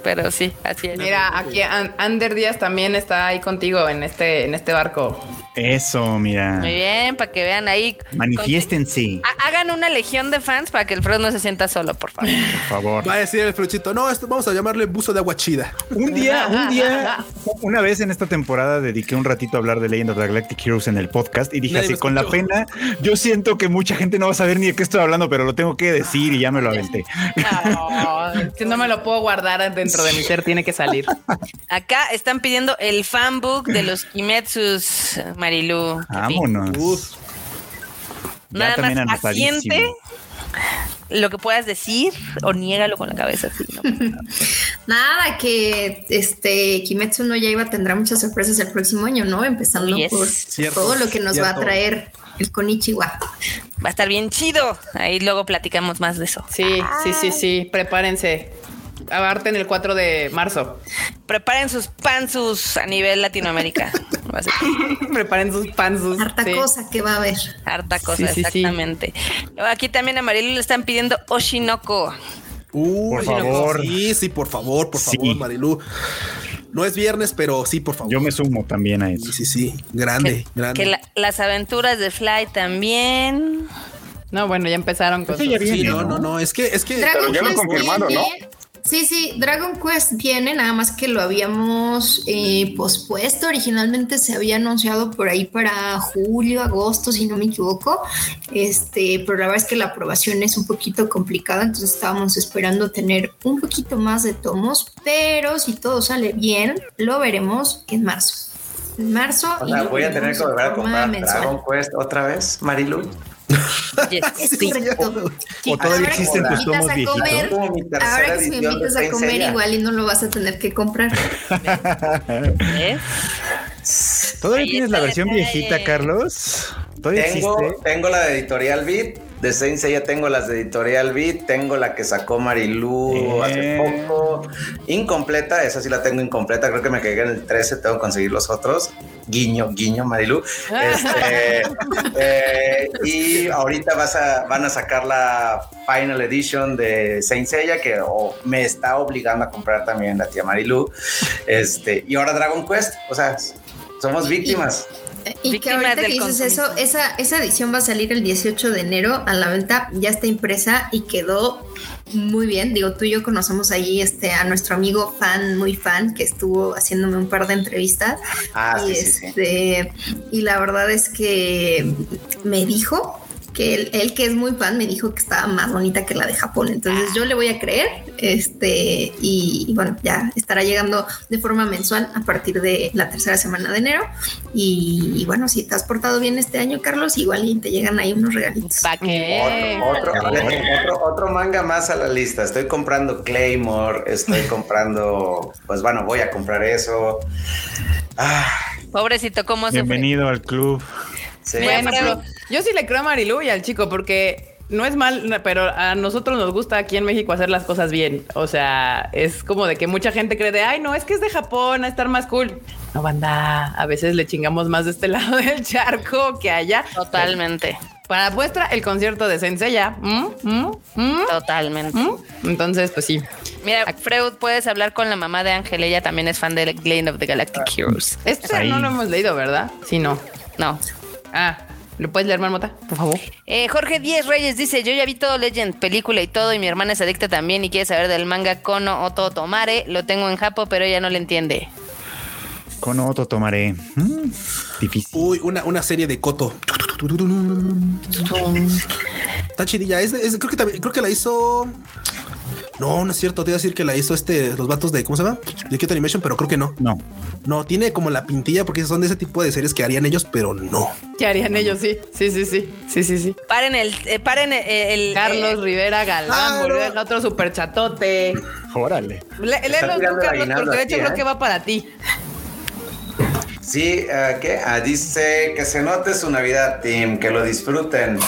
Speaker 3: Pero sí, así es.
Speaker 1: Mira, aquí An- Ander Díaz también está ahí contigo en este, en este barco.
Speaker 4: Eso, mira.
Speaker 3: Muy bien, para que vean ahí.
Speaker 4: Manifiéstense,
Speaker 3: Ha- Hagan una legión de fans para que el Frodo no se sienta solo, por favor.
Speaker 4: por favor.
Speaker 2: Va a decir el fruchito, no, esto vamos a llamarle buzo de agua chida.
Speaker 4: Un día, un día, una vez en esta temporada dediqué un ratito a hablar de Legend of the Galactic Heroes en el podcast y dije
Speaker 2: Nadie
Speaker 4: así,
Speaker 2: lo
Speaker 4: con la
Speaker 2: escuchó".
Speaker 4: pena, yo siento que mucha gente no va a saber ni de qué estoy hablando, pero lo tengo que decir y ya
Speaker 3: Ah,
Speaker 4: me lo aventé.
Speaker 1: Si no me lo puedo guardar dentro de mi ser, tiene que salir.
Speaker 3: Acá están pidiendo el fanbook de los Kimetsus, Marilu.
Speaker 4: Vámonos.
Speaker 2: Uf,
Speaker 4: Ya
Speaker 3: Nada
Speaker 4: también
Speaker 3: más
Speaker 4: anotadísimo.
Speaker 3: paciente lo que puedas decir o niégalo con la cabeza. así, ¿no?
Speaker 6: Nada, que este Kimetsu no Yaiba tendrá muchas sorpresas el próximo año, ¿no? Empezando
Speaker 3: Yes.
Speaker 6: por
Speaker 2: Cierto,
Speaker 6: todo lo que nos va a
Speaker 2: cierto.
Speaker 6: traer el Konichiwa.
Speaker 3: Va a estar bien chido. Ahí luego platicamos más de eso.
Speaker 1: Sí, sí, sí, sí. Prepárense. Abarten el 4 de marzo.
Speaker 3: Preparen sus panzus a nivel Latinoamérica. Va a ser
Speaker 1: Preparen sus panzos.
Speaker 6: Harta
Speaker 1: sí.
Speaker 6: cosa que va a haber.
Speaker 3: harta cosa,
Speaker 1: Sí, sí, sí.
Speaker 3: exactamente. Luego Aquí también a Marilu le están pidiendo Oshinoko.
Speaker 2: Uy,
Speaker 4: Por favor.
Speaker 2: Sí, sí, por favor, por
Speaker 4: Sí.
Speaker 2: favor, Marilu. No es viernes, pero sí, por favor.
Speaker 4: Yo me sumo también a
Speaker 2: Sí,
Speaker 4: eso.
Speaker 2: sí, sí, grande, grande.
Speaker 3: Que la- las aventuras de Fly también.
Speaker 1: No, bueno, ya empezaron con.
Speaker 4: Eso
Speaker 1: sus-
Speaker 4: ya
Speaker 2: Sí,
Speaker 4: viene,
Speaker 2: no,
Speaker 4: ¿no?
Speaker 2: no, no, es que, es que
Speaker 10: Pero ya lo
Speaker 6: Quest
Speaker 10: confirmaron, ¿no?
Speaker 6: viene- Sí, sí, Dragon Quest viene, nada más que lo habíamos eh, pospuesto. Originalmente se había anunciado por ahí para julio, agosto, si no me equivoco. Este, pero la verdad es que la aprobación es un poquito complicada, entonces estábamos esperando tener un poquito más de tomos, pero si todo sale bien, lo veremos en marzo. En marzo.
Speaker 8: O
Speaker 6: y
Speaker 8: sea,
Speaker 6: lo
Speaker 8: voy a
Speaker 6: veremos
Speaker 8: tener que
Speaker 6: en
Speaker 8: volver a
Speaker 6: forma
Speaker 8: comprar
Speaker 6: mensual.
Speaker 8: Dragon Quest otra vez, Marilu.
Speaker 3: Yes.
Speaker 6: Es correcto.
Speaker 4: O todavía
Speaker 6: Ahora
Speaker 4: existen
Speaker 6: que me
Speaker 4: tus tomos
Speaker 6: invitas a comer,
Speaker 4: viejitos.
Speaker 8: Tuvo mi tercera
Speaker 6: Ahora que si me
Speaker 8: edición
Speaker 6: invitas
Speaker 8: de
Speaker 6: a
Speaker 8: Saint
Speaker 6: comer
Speaker 8: Seiya.
Speaker 6: igual y no lo vas a tener que comprar.
Speaker 3: ¿Ves?
Speaker 4: ¿Todavía
Speaker 3: Ahí
Speaker 4: tienes
Speaker 3: está
Speaker 4: la
Speaker 3: el
Speaker 4: versión
Speaker 3: detalle.
Speaker 4: viejita, Carlos? ¿Todavía
Speaker 8: Tengo,
Speaker 4: existe?
Speaker 8: tengo la de Editorial Beat, de Saint ya tengo las de Editorial Beat, tengo la que sacó Marilu
Speaker 4: Eh.
Speaker 8: hace poco, incompleta, esa sí la tengo incompleta, creo que me quedé en el 13, tengo que conseguir los otros, guiño, guiño, Marilu. Este, eh, y ahorita vas a, van a sacar la Final Edition de Saint Seiya, que oh, me está obligando a comprar también la tía Marilu, este, y ahora Dragon Quest, o sea, somos víctimas.
Speaker 6: Y que
Speaker 3: Víctimas
Speaker 6: ahorita que
Speaker 3: del
Speaker 6: dices eso,
Speaker 3: consumismo.
Speaker 6: esa, esa edición va a salir el 18 de enero a la venta, ya está impresa y quedó muy bien. Digo, tú y yo conocemos allí este, a nuestro amigo fan, muy fan, que estuvo haciéndome un par de entrevistas.
Speaker 8: Ah,
Speaker 6: y,
Speaker 8: sí, sí, sí.
Speaker 6: este, y la verdad es que me dijo que él, él que es muy fan me dijo que estaba más bonita que la de Japón. Entonces yo le voy a creer. Este, y, y bueno, ya estará llegando de forma mensual a partir de la tercera semana de enero. Y, y bueno, si te has portado bien este año, Carlos, igual y te llegan ahí unos regalitos.
Speaker 3: ¿Para
Speaker 6: Eh,
Speaker 3: qué?
Speaker 8: Otro, otro- otro manga más a la lista. Estoy comprando Claymore, estoy comprando, pues bueno, voy a comprar eso. Ah,
Speaker 3: Pobrecito, ¿cómo se
Speaker 4: Bienvenido al club.
Speaker 8: sí.
Speaker 3: Bueno,
Speaker 8: Sí.
Speaker 3: pero-
Speaker 1: Yo sí le creo a Marilu y al chico porque no es mal, pero a nosotros nos gusta aquí en México hacer las cosas bien. O sea, es como de que mucha gente cree de, ay, no, es que es de Japón, a estar más cool. No, banda, a veces le chingamos más de este lado del charco que allá.
Speaker 3: Totalmente,
Speaker 1: Para muestra, el concierto de Senseiya. ¿Mm? ¿Mm? ¿Mm?
Speaker 3: totalmente.
Speaker 1: ¿Mm? Entonces, pues sí.
Speaker 3: Mira, Freud, puedes hablar con la mamá de Ángel, ella también es fan de Lane of the Galactic Heroes.
Speaker 1: Este
Speaker 4: Ah. Ahí.
Speaker 1: no lo hemos leído, ¿verdad? Sí, no.
Speaker 3: No.
Speaker 1: Ah, ¿lo puedes leer, Marmota? Por favor.
Speaker 3: Eh, Jorge Díez Reyes dice, yo ya vi todo Legend, película y todo, y mi hermana es adicta también y quiere saber del manga Kono Oto Tomare. Lo tengo en Japo, pero ella no le entiende.
Speaker 4: Con otro tomaré. Mm, difícil.
Speaker 2: Uy, una, una serie de Coto. Está chidilla. Es, de- es de- creo, que también- creo que la hizo. No, no es cierto. Te iba a decir que la hizo este, los vatos de, ¿cómo se llama? De Kyoto Animation, pero creo que no.
Speaker 4: No.
Speaker 2: No, tiene como la pintilla porque son de ese tipo de series que harían ellos, pero no.
Speaker 1: ¿Qué harían ellos? Sí, sí, sí, sí. Sí, sí, sí.
Speaker 3: Paren el... eh, paren el... el-
Speaker 1: Carlos
Speaker 3: eh,
Speaker 1: Rivera Galván,
Speaker 2: Claro.
Speaker 1: volvió el otro super chatote.
Speaker 4: Órale.
Speaker 1: léelo tú,
Speaker 8: tirando el
Speaker 1: Carlos,
Speaker 8: aguinaldo
Speaker 1: porque de
Speaker 8: aquí,
Speaker 1: hecho creo
Speaker 8: ¿eh?
Speaker 1: que va para ti.
Speaker 8: Sí, ah, ¿qué? Ah, dice que se note su Navidad, Tim, que lo disfruten.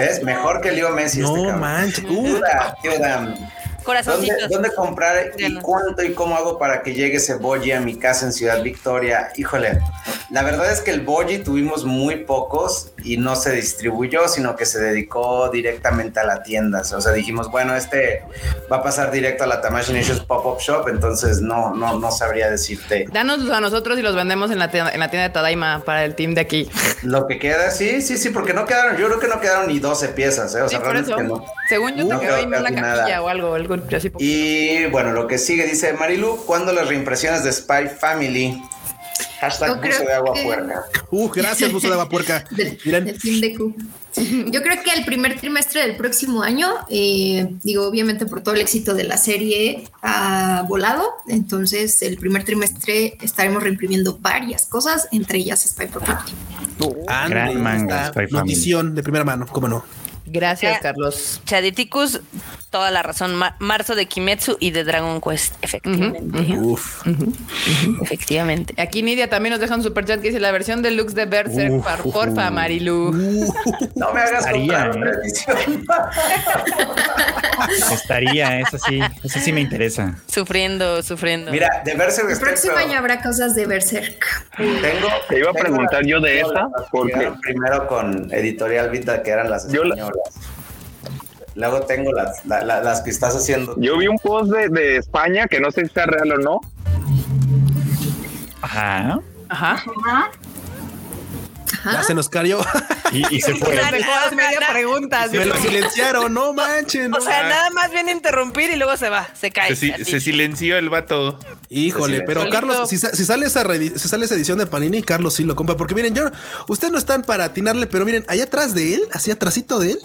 Speaker 8: Es mejor que Leo Messi. este
Speaker 2: No
Speaker 8: cabrón.
Speaker 2: manches. Uh,
Speaker 8: Duda, duda. ¿Dónde,
Speaker 3: corazoncitos.
Speaker 8: dónde comprar y
Speaker 3: Díganos.
Speaker 8: cuánto y cómo hago para que llegue ese boji a mi casa en Ciudad Victoria? Híjole, la verdad es que el boji tuvimos muy pocos y no se distribuyó, sino que se dedicó directamente a la tienda. O sea, dijimos, bueno, este va a pasar directo a la Tamashi Nations Pop-Up Shop, entonces no, no, no sabría decirte.
Speaker 1: Danos a nosotros y los vendemos en la tienda, en la tienda de Tadaima para el team de aquí.
Speaker 8: Lo que queda, sí, sí, sí, porque no quedaron, yo creo que no quedaron ni 12 piezas, ¿eh? O
Speaker 1: Sí,
Speaker 8: sea,
Speaker 1: por
Speaker 8: realmente
Speaker 1: eso.
Speaker 8: no.
Speaker 1: Según yo,
Speaker 8: No
Speaker 1: te quedó ahí
Speaker 8: quedó
Speaker 1: una
Speaker 8: casi
Speaker 1: capilla
Speaker 8: nada.
Speaker 1: o algo. algo así po-
Speaker 8: Y bueno, lo que sigue dice Marilu, ¿cuándo las reimpresiones de Spy Family? Hashtag
Speaker 6: Yo creo
Speaker 8: buzo de agua
Speaker 6: que-
Speaker 8: puerca.
Speaker 2: uh, gracias, buzo de agua puerca.
Speaker 6: del,
Speaker 2: Miren.
Speaker 6: del fin de Q. Yo creo que el primer trimestre del próximo año, eh, digo, obviamente por todo el éxito de la serie ha volado, entonces el primer trimestre estaremos reimprimiendo varias cosas, entre ellas Spy Family.
Speaker 2: Ándale,
Speaker 4: Gran
Speaker 2: ahí
Speaker 4: manga,
Speaker 2: está.
Speaker 4: Spy Family.
Speaker 2: Notición de primera mano, cómo no.
Speaker 1: Gracias,
Speaker 3: Ya.
Speaker 1: Carlos.
Speaker 3: Eh, Chaditicus, toda la razón. Ma- marzo de Kimetsu y de Dragon Quest. Efectivamente.
Speaker 2: Uf.
Speaker 3: Efectivamente.
Speaker 1: Aquí Nidia también nos deja un super chat que dice la versión deluxe de Berserk.
Speaker 4: Uf.
Speaker 1: par- porfa, Marilu.
Speaker 8: No me hagas comprar
Speaker 4: Estaría,
Speaker 8: otra
Speaker 4: ¿eh?
Speaker 8: edición.
Speaker 4: Estaría, esa sí, esa sí me interesa.
Speaker 3: Sufriendo, sufriendo.
Speaker 8: Mira, de verse
Speaker 6: El próximo año habrá cosas de Berserk.
Speaker 8: Tengo,
Speaker 10: Te iba a
Speaker 8: tengo
Speaker 10: preguntar
Speaker 8: las-
Speaker 10: yo de
Speaker 8: tengo
Speaker 10: esa,
Speaker 8: las que
Speaker 10: porque-
Speaker 8: llegaron primero con Editorial Vita, que eran las
Speaker 10: Yo la-
Speaker 8: españolas. Luego tengo las, la- la- las que estás haciendo.
Speaker 10: Yo vi un post de, de España que no sé si sea real o no,
Speaker 4: Ajá.
Speaker 1: Ajá.
Speaker 7: Ajá.
Speaker 2: Ya se nos cayó.
Speaker 4: Y, y se fue.
Speaker 3: Nada,
Speaker 1: Dejó las media
Speaker 3: nada.
Speaker 1: preguntas.
Speaker 2: Me lo silenciaron. No Ah. manchen. no.
Speaker 3: O sea, nada más viene a interrumpir y luego se va, se cae.
Speaker 9: Se, si-
Speaker 3: así.
Speaker 9: se silenció el vato.
Speaker 2: Híjole,
Speaker 8: Solito.
Speaker 2: pero Carlos, si, sa- si sale esa reedi- si sale esa edición de Panini, Carlos sí lo compra. Porque miren, yo, ustedes no están para atinarle, pero miren, allá atrás de él, así atrásito de él,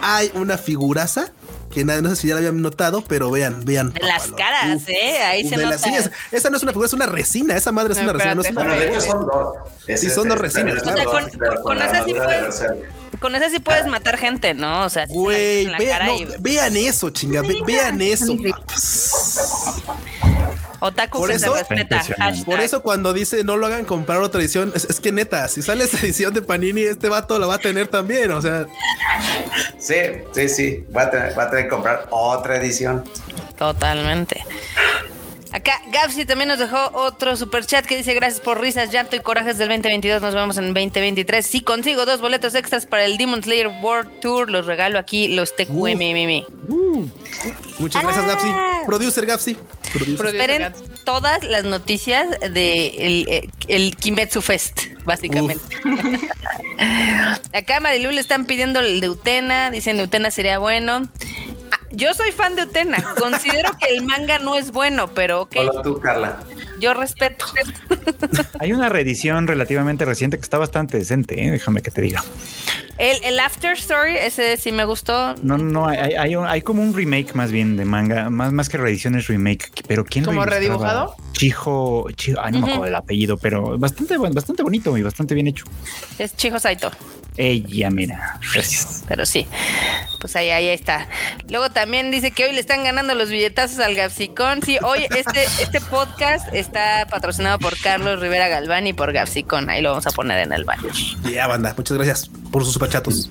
Speaker 2: hay una figuraza que nadie, no sé si ya la habían notado, pero vean, vean.
Speaker 3: De las
Speaker 2: Uf,
Speaker 3: caras, ¿eh? Ahí
Speaker 2: uf,
Speaker 3: se
Speaker 2: de
Speaker 3: nota.
Speaker 2: las- sí, esa, esa no es una figura, es una resina. Esa madre es
Speaker 1: No,
Speaker 2: una resina. No es
Speaker 1: espérate.
Speaker 2: una
Speaker 8: Bueno, de hecho son dos.
Speaker 2: Sí, son dos resinas,
Speaker 8: son
Speaker 3: claro.
Speaker 8: dos,
Speaker 3: O sea, con-
Speaker 8: pero
Speaker 3: con
Speaker 8: la
Speaker 3: esas sí
Speaker 8: armadura de
Speaker 3: puedes-
Speaker 8: Berserk.
Speaker 3: Con esa sí puedes matar gente, ¿no? O sea, sí se la
Speaker 2: Güey,
Speaker 3: quitas en la
Speaker 2: vean,
Speaker 3: cara
Speaker 2: no,
Speaker 3: y-
Speaker 2: vean eso, chinga, ve- vean eso.
Speaker 3: Otaku
Speaker 2: por
Speaker 3: que
Speaker 2: eso-
Speaker 3: se respeta.
Speaker 4: Impresionante.
Speaker 3: hashtag.
Speaker 2: Por eso cuando dice no lo hagan comprar otra edición, es, es que neta, si sale esa edición de Panini, este vato la va a tener también. O sea,
Speaker 8: Sí, sí, sí. Va a, tener, va a tener que comprar otra edición.
Speaker 3: Totalmente. Acá Gapsi también nos dejó otro super chat que dice gracias por risas, llanto y corajes del 2022. Nos vemos en 2023. Si consigo dos boletos extras para el Demon Slayer World Tour, los regalo aquí, los TQM. mimi.
Speaker 2: Uh, Muchas gracias, Gapsi.
Speaker 3: Ah.
Speaker 2: Producer Gapsi. Producer.
Speaker 3: Esperen todas las noticias de el, eh, el Kimetsu Fest, básicamente. Acá Marilu le están pidiendo el de Utena, dicen Utena sería bueno. Ah, Yo soy fan de Utena. Considero que el manga no es bueno, pero ok,
Speaker 8: Hola tú, Carla.
Speaker 3: yo respeto.
Speaker 4: Hay una reedición relativamente reciente que está bastante decente, ¿eh? déjame que te diga.
Speaker 3: El, el After Story, ese sí me gustó.
Speaker 4: No, no, no, hay, hay- hay un- hay como un remake más bien de manga, más, más que reedición es remake, pero ¿quién lo
Speaker 1: ¿Como
Speaker 4: ilustraba?
Speaker 1: redibujado?
Speaker 4: Chijo, Chijo, ah, no me acuerdo el apellido, pero bastante, buen- bastante bonito y bastante bien hecho.
Speaker 3: Es Chijo Saito.
Speaker 4: Ella, mira, gracias.
Speaker 3: Pero sí, pues ahí, ahí está. Luego también dice que hoy le están ganando los billetazos al Gapsicón. Sí, hoy este, este podcast está patrocinado por Carlos Rivera Galván y por Gapsicón. Ahí lo vamos a poner en el baño.
Speaker 2: Ya, banda. Muchas gracias por sus superchatos.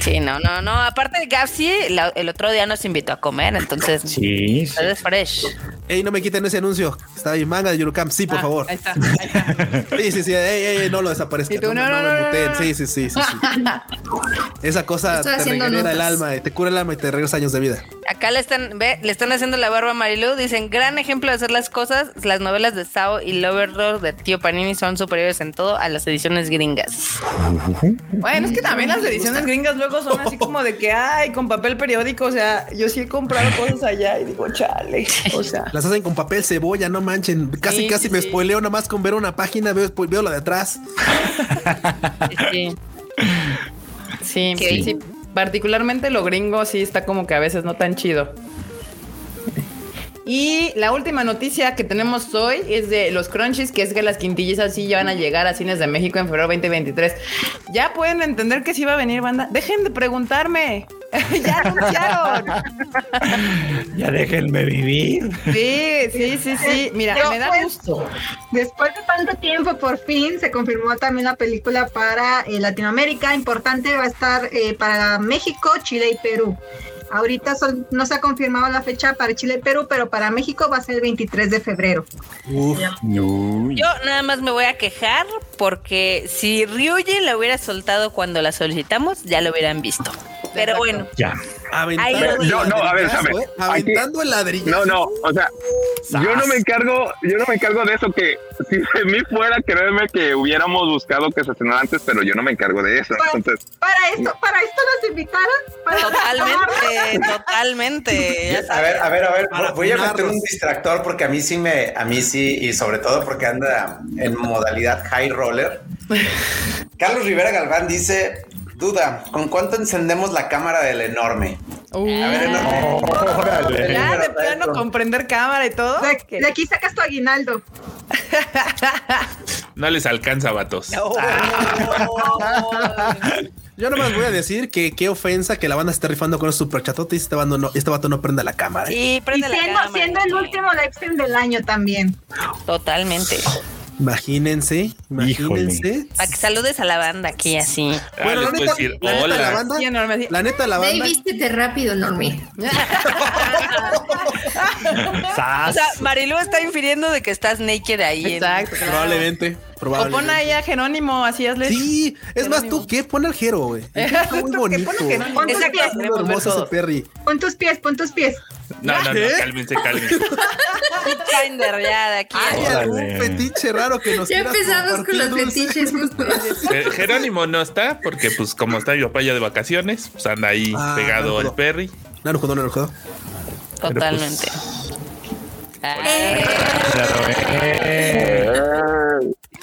Speaker 3: Sí, no, no, no. Aparte de Gapsi, la- el otro día nos invitó a comer, entonces
Speaker 4: Sí, sí.
Speaker 3: todo es fresh.
Speaker 2: Ey, no me quiten ese anuncio. Está en manga de Yurukam. Sí, por
Speaker 1: Ah,
Speaker 2: favor.
Speaker 1: Ahí está. ahí está.
Speaker 2: Sí, sí, sí. Ey, ey, ey, no lo desaparezcan.
Speaker 1: Y tú, no, no,
Speaker 2: me
Speaker 1: no,
Speaker 2: muteen.
Speaker 1: no, no.
Speaker 2: Sí, sí, sí. sí, sí. Esa cosa
Speaker 6: Estoy
Speaker 2: te
Speaker 6: haciendo
Speaker 2: regenera el
Speaker 6: notas.
Speaker 2: alma, te cura el alma y te regresa años de vida.
Speaker 3: Acá le están, ve, le están haciendo la barba a Marilu. Dicen, gran ejemplo de hacer las cosas. Las novelas de Sao y Loverdog de Tío Panini son superiores en todo a las ediciones gringas.
Speaker 1: Bueno, es que también las ediciones gringas luego son así como de que, ay, con papel periódico, o sea, yo sí he comprado cosas allá y digo, chale, o sea.
Speaker 2: Las hacen con papel cebolla, no manchen. Casi,
Speaker 1: Sí,
Speaker 2: casi
Speaker 1: sí,
Speaker 2: me
Speaker 1: sí.
Speaker 2: spoileo nada más con ver una página, veo, spo- veo la de atrás.
Speaker 3: Sí.
Speaker 1: Sí,
Speaker 3: ¿Qué?
Speaker 1: sí, sí. Particularmente lo gringo sí está como que a veces no tan chido. Y la última noticia que tenemos hoy es de los crunchies, que es que las quintillizas sí ya van a llegar a cines de México en febrero 2023. Ya pueden entender que sí va a venir banda. Dejen de preguntarme. ya anunciaron.
Speaker 4: Ya déjenme vivir.
Speaker 1: Sí, sí, sí, sí. Mira,
Speaker 7: Yo,
Speaker 1: me da
Speaker 7: pues,
Speaker 1: gusto.
Speaker 7: Después de tanto tiempo, por fin se confirmó también la película para eh, Latinoamérica. Importante va a estar eh, para México, Chile y Perú. Ahorita sol- no se ha confirmado la fecha para Chile y Perú, pero para México va a ser el 23 de febrero.
Speaker 2: Uf,
Speaker 3: Yo nada más me voy a quejar porque si Ryuji la hubiera soltado cuando la solicitamos, ya lo hubieran visto. Pero
Speaker 1: Exacto.
Speaker 3: bueno,
Speaker 4: Ya.
Speaker 3: Ahí
Speaker 2: aventando
Speaker 10: digo. No,
Speaker 2: el
Speaker 3: lo
Speaker 10: no, a ver,
Speaker 2: ladrillazo,
Speaker 10: sabe.
Speaker 2: eh, Aventando el ladrillo.
Speaker 10: No, no, o sea, yo no me encargo, yo no me encargo de eso que si de mí fuera, créeme que hubiéramos buscado que se estrenara antes, pero yo no me encargo de eso. Entonces,
Speaker 7: Para esto, para esto nos invitaron. Para
Speaker 3: totalmente, totalmente. ya
Speaker 8: A
Speaker 3: sabes.
Speaker 8: ver, a ver, a ver,
Speaker 2: Para
Speaker 8: voy a meter
Speaker 2: afinarlos.
Speaker 8: un distractor porque a mí sí me, a mí sí, y sobre todo porque anda en modalidad high roller. Carlos Rivera Galván dice, duda, ¿con cuánto encendemos la cámara del enorme? A ver, enorme.
Speaker 4: Órale.
Speaker 1: Ya de
Speaker 8: Pero para
Speaker 1: plano
Speaker 8: esto-
Speaker 1: comprender cámara y todo.
Speaker 7: De, de aquí sacas tu aguinaldo.
Speaker 9: No les alcanza, vatos. Ah,
Speaker 2: Yo nomás voy a decir que qué ofensa que la banda se esté rifando con los superchatotes y este, bando no, este vato no prenda la cámara.
Speaker 3: Sí,
Speaker 7: Y
Speaker 3: prende la
Speaker 7: siendo,
Speaker 3: cámara.
Speaker 7: siendo el último live stream del año también.
Speaker 3: Totalmente.
Speaker 2: Imagínense, imagínense.
Speaker 3: Para que saludes a la banda aquí así.
Speaker 9: Ah,
Speaker 2: Bueno,
Speaker 9: les
Speaker 2: la
Speaker 9: puedo
Speaker 2: neta,
Speaker 9: decir,
Speaker 2: la neta, la
Speaker 9: hola.
Speaker 2: banda,
Speaker 1: Sí, enorme, así.
Speaker 2: la neta, la
Speaker 6: Ve y
Speaker 2: banda.
Speaker 6: vístete rápido, Normie.
Speaker 4: Sas.
Speaker 2: Ah,
Speaker 3: O sea, Marilu está infiriendo de que estás naked ahí. en-
Speaker 1: Exacto. claro.
Speaker 2: Probablemente,
Speaker 1: O pon
Speaker 2: probablemente.
Speaker 1: ahí a Jerónimo, así hazle.
Speaker 2: Sí, es más,
Speaker 1: Jerónimo.
Speaker 2: tú qué, pon al Jero, güey. Está muy
Speaker 1: Tú que
Speaker 2: bonito.
Speaker 1: pon a Jerónimo.
Speaker 7: Ponte
Speaker 3: Exacto.
Speaker 7: pies,
Speaker 2: Muy hermoso ese Perry.
Speaker 7: pon tus pies, pon tus pies.
Speaker 9: No, no, no,
Speaker 2: ¿Eh?
Speaker 9: cálmense, cálmense.
Speaker 3: Tinder, ya de aquí.
Speaker 2: Hay
Speaker 4: Órale.
Speaker 2: algún fetiche raro que nos
Speaker 6: Ya
Speaker 2: quieras
Speaker 6: empezamos con los
Speaker 2: compartir, Dulce?
Speaker 6: fetiches justo.
Speaker 9: Eh, Jerónimo no está porque, pues, como está mi papá ya de vacaciones, pues anda ahí
Speaker 2: Ah,
Speaker 9: pegado
Speaker 2: no.
Speaker 9: al Perry.
Speaker 2: No, no, no, no, no.
Speaker 3: Totalmente. Eh.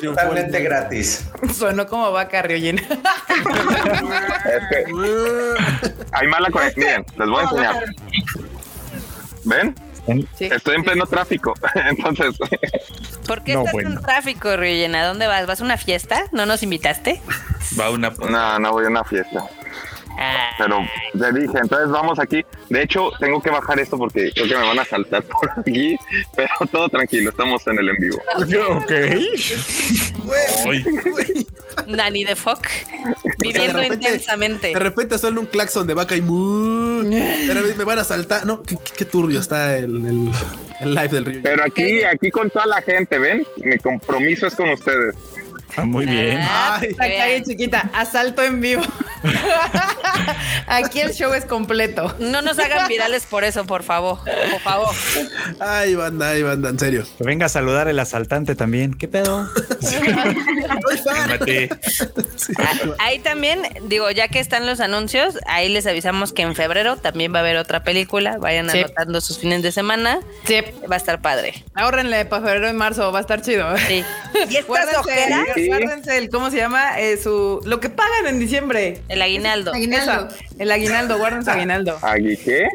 Speaker 8: Totalmente gratis.
Speaker 1: Sonó como vaca riollena.
Speaker 10: es que hay mala conexión. Miren, les voy a enseñar. ¿Ven?
Speaker 1: Sí.
Speaker 10: Estoy en pleno tráfico. Entonces,
Speaker 3: ¿Por qué
Speaker 4: No,
Speaker 3: estás
Speaker 4: bueno.
Speaker 3: en tráfico, Ruyena? ¿A dónde vas? ¿Vas a una fiesta? ¿No nos invitaste?
Speaker 9: Va una.
Speaker 10: no, no voy a una fiesta.
Speaker 3: Ah,
Speaker 10: Pero te dije, entonces vamos aquí. De hecho, tengo que bajar esto porque creo que me van a saltar por aquí. Pero todo tranquilo, estamos en el en vivo.
Speaker 4: Ok.
Speaker 9: Ay,
Speaker 3: Nani de Foc.
Speaker 2: O sea, de
Speaker 3: Viviendo
Speaker 2: repente-
Speaker 3: intensamente.
Speaker 2: pues, De repente suena un claxon de vaca y mu. Pero me van a saltar. No, qué, qué- qué turbio está el, el, el live del río.
Speaker 10: Pero aquí, aquí con toda la gente, ¿ven? Mi compromiso es con ustedes.
Speaker 4: Ah, Muy bien.
Speaker 3: Ah,
Speaker 2: Ay.
Speaker 1: La calle chiquita, asalto en vivo. Aquí el show es completo.
Speaker 3: No nos hagan virales por eso, por favor. Por favor.
Speaker 2: Ay, banda, ay, banda, en serio.
Speaker 4: Que venga a saludar el asaltante también. ¿Qué pedo?
Speaker 2: Soy fan.
Speaker 9: Cálmate.
Speaker 3: Ahí también, digo, ya que están los anuncios, ahí les avisamos que en febrero también va a haber otra película. Vayan
Speaker 1: Sí.
Speaker 3: anotando sus fines de semana.
Speaker 1: Sí, Ah.
Speaker 3: Va a estar padre.
Speaker 1: ahorrenle para febrero y marzo, va a estar chido.
Speaker 3: Sí. Y estas ojeras,
Speaker 1: Guárdense, guárdense el, ¿cómo se llama? Eh, su, lo que pagan en diciembre.
Speaker 3: el aguinaldo.
Speaker 6: Aguinaldo.
Speaker 1: Eso, el aguinaldo, guárdense aguinaldo.
Speaker 10: ¿Agui qué?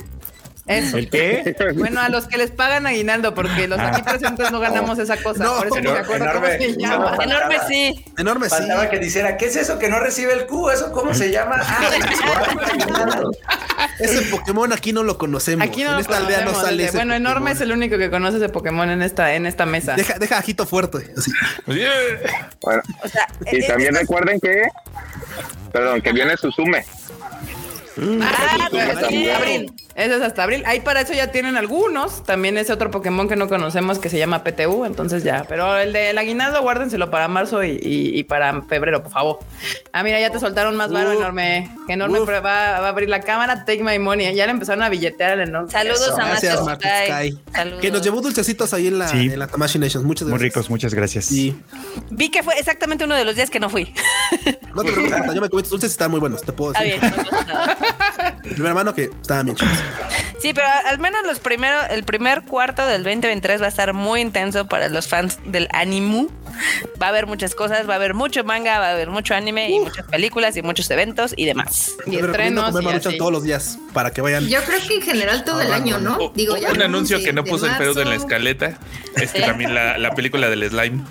Speaker 1: Eso.
Speaker 4: ¿El qué?
Speaker 1: Bueno, a los que les pagan aguinaldo, porque los aquí presentes no ganamos esa cosa.
Speaker 2: No.
Speaker 1: por eso no me acuerdo cómo
Speaker 8: Enorme.
Speaker 1: se llama.
Speaker 3: Enorme sí.
Speaker 2: Enorme, sí.
Speaker 8: Faltaba que dijera, ¿qué es eso que no recibe el Q? ¿Eso cómo se llama? Ah,
Speaker 2: Ese Pokémon aquí no lo conocemos.
Speaker 1: Aquí no
Speaker 2: en
Speaker 1: lo
Speaker 2: esta aldea no
Speaker 1: conocemos,
Speaker 2: sale.
Speaker 1: dice.
Speaker 2: ese
Speaker 1: Bueno, enorme es
Speaker 2: Pokémon.
Speaker 1: el único que conoce ese Pokémon en esta, en esta mesa.
Speaker 2: Deja, deja ajito fuerte. así.
Speaker 10: Bueno,
Speaker 3: O sea, eh,
Speaker 10: y
Speaker 3: eh,
Speaker 10: también
Speaker 3: estas-
Speaker 10: recuerden que, perdón, que viene Susume.
Speaker 3: Ah,
Speaker 2: Susume
Speaker 3: sí,
Speaker 10: también.
Speaker 3: abril.
Speaker 1: Ese es hasta abril. Ahí para eso ya tienen algunos. También ese otro Pokémon que no conocemos que se llama PTU. Entonces ya. Pero el del aguinaldo, guárdenselo para marzo y, y- y para febrero, por favor. Ah, mira, ya te soltaron más varo
Speaker 2: Uf.
Speaker 1: enorme. Que enorme
Speaker 2: Uf.
Speaker 1: pero va, va a abrir la cámara. Take my money. Ya le empezaron a billetear al enorme.
Speaker 3: Saludos
Speaker 2: Eso,
Speaker 3: a
Speaker 2: gracias,
Speaker 3: Master
Speaker 2: Market
Speaker 3: Sky.
Speaker 2: Sky.
Speaker 3: Saludos.
Speaker 2: Que nos llevó dulcecitos ahí en la,
Speaker 4: Sí.
Speaker 2: en la Tamashi Ah, Nations. Muchas
Speaker 4: Muy
Speaker 2: gracias.
Speaker 4: ricos, muchas gracias.
Speaker 2: Sí.
Speaker 3: Vi que fue exactamente uno de los días que no fui.
Speaker 2: No te preocupes, Tata, yo me comí tus dulces y estaban muy buenos. Te puedo
Speaker 3: Está
Speaker 2: decir.
Speaker 3: bien. no pasa nada.
Speaker 2: Primera mano que estaban bien chidos.
Speaker 3: Sí, pero a- al menos los primero, el primer cuarto del 2023 va a estar muy intenso para los fans del animu. Va a haber muchas cosas, va a haber mucho manga, va a haber mucho anime y muchas películas y muchos eventos y demás.
Speaker 2: Te
Speaker 1: Y
Speaker 2: recomiendo
Speaker 1: estrenos.
Speaker 2: comer
Speaker 1: y
Speaker 2: maruchan
Speaker 1: así.
Speaker 2: todos los días para que vayan.
Speaker 6: Yo creo que en general todo el año, ¿no?
Speaker 9: O-
Speaker 6: Digo,
Speaker 9: o-
Speaker 6: ya
Speaker 9: un
Speaker 6: hablamos
Speaker 9: anuncio
Speaker 6: de-
Speaker 9: que no
Speaker 6: de
Speaker 9: puso el
Speaker 6: marzo.
Speaker 9: pedo en la escaleta es que también la, la película del slime.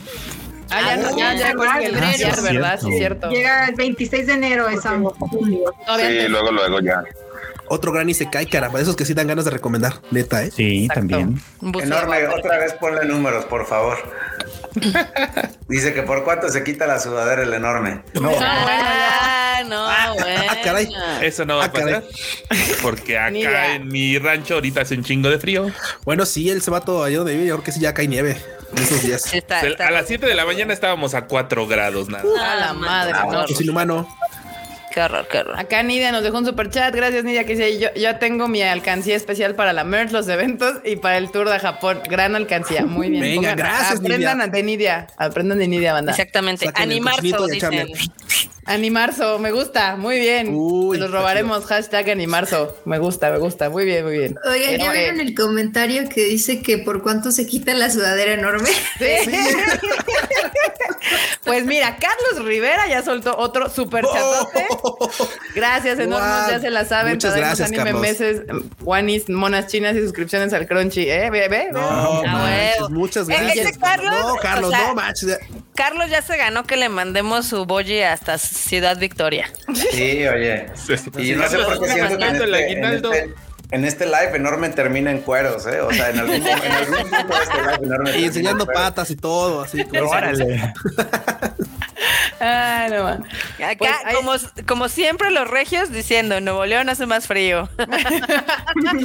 Speaker 1: Ah, ya, ya, ya,
Speaker 7: Ah,
Speaker 1: recuerdo que el
Speaker 7: sí,
Speaker 1: mes ya,
Speaker 4: es
Speaker 1: ¿verdad? Sí,
Speaker 4: cierto.
Speaker 1: es cierto.
Speaker 7: Llega el 26 de enero esa.
Speaker 1: Todavía
Speaker 10: Sí,
Speaker 1: antes.
Speaker 10: luego, luego ya.
Speaker 2: Otro gran Isekai, caramba. Esos que sí dan ganas de recomendar, neta, ¿eh?
Speaker 4: Sí,
Speaker 1: Exacto.
Speaker 4: también.
Speaker 3: Un buzo
Speaker 8: Enorme,
Speaker 3: de vapor.
Speaker 8: otra vez ponle números, por favor. Dice que por cuánto se quita la sudadera el enorme.
Speaker 3: Ah, no,
Speaker 2: ah, caray.
Speaker 3: bueno.
Speaker 9: Eso no va
Speaker 2: Ah,
Speaker 9: a pasar. Porque
Speaker 1: Ni idea.
Speaker 9: acá en mi rancho ahorita hace un chingo de frío.
Speaker 2: Bueno, sí, él se va todo allá donde vive. Yo creo que sí ya cae nieve en esos días.
Speaker 3: Sí, está-
Speaker 9: O sea,
Speaker 3: está-
Speaker 9: a las 7 de la mañana estábamos a 4 grados
Speaker 6: Ah,
Speaker 9: nada.
Speaker 3: No,
Speaker 1: A la madre,
Speaker 3: no,
Speaker 1: no.
Speaker 2: Es inhumano.
Speaker 3: Qué horror, qué horror.
Speaker 1: Acá Nidia nos dejó un super chat. Gracias, Nidia, que dice: Yo ya tengo mi alcancía especial para la merch, los eventos y para el tour de Japón. Gran alcancía. Muy bien.
Speaker 2: Venga, gracias,
Speaker 1: Aprendan
Speaker 2: Nidia.
Speaker 1: de Nidia. Aprendan de Nidia, banda.
Speaker 3: Exactamente.
Speaker 2: Saquen el
Speaker 3: Animarzo,
Speaker 2: cochinito y a
Speaker 3: dicen.
Speaker 2: echarle.
Speaker 1: Animarzo, me gusta. Muy bien.
Speaker 2: Uy,
Speaker 1: Se los
Speaker 2: está
Speaker 1: robaremos. Hashtag animarzo. Me gusta, me gusta. Muy bien, muy bien.
Speaker 6: Oigan,
Speaker 1: Pero,
Speaker 6: ¿ya vieron
Speaker 1: eh,
Speaker 6: el comentario que dice que por cuánto se quita la sudadera enorme?
Speaker 1: sí. pues mira, Carlos Rivera ya soltó otro super chatote. Gracias, enormes,
Speaker 2: Oh. Guau.
Speaker 1: ya se la saben.
Speaker 2: Muchas
Speaker 1: Todavía nos
Speaker 2: gracias,
Speaker 1: anime
Speaker 2: Carlos.
Speaker 1: meses, guanis, monas chinas y suscripciones al Crunchy. ¿Eh? Ve, ve, ve.
Speaker 2: No,
Speaker 3: Ah,
Speaker 2: manches,
Speaker 3: huevo.
Speaker 2: muchas
Speaker 3: Eh,
Speaker 2: gracias.
Speaker 3: ese Carlos,
Speaker 2: no,
Speaker 3: o
Speaker 2: Carlos,
Speaker 3: sea-
Speaker 2: no manches.
Speaker 3: Carlos ya se ganó que le mandemos su boji hasta Ciudad Victoria.
Speaker 8: Sí, oye. Y no sé por qué siento que en
Speaker 9: Aguinaldo, el
Speaker 8: este, en
Speaker 9: aguinaldo.
Speaker 8: este- en este live enorme termina en cueros, ¿eh? O sea, en algún, en algún punto de este live enorme.
Speaker 2: Y
Speaker 8: termina
Speaker 2: enseñando
Speaker 8: en cueros.
Speaker 2: patas y todo, así. como-
Speaker 4: Órale.
Speaker 1: Ah, no. man.
Speaker 3: Acá,
Speaker 1: Pues, ahí-
Speaker 3: como, como siempre, los regios diciendo, Nuevo León hace más frío.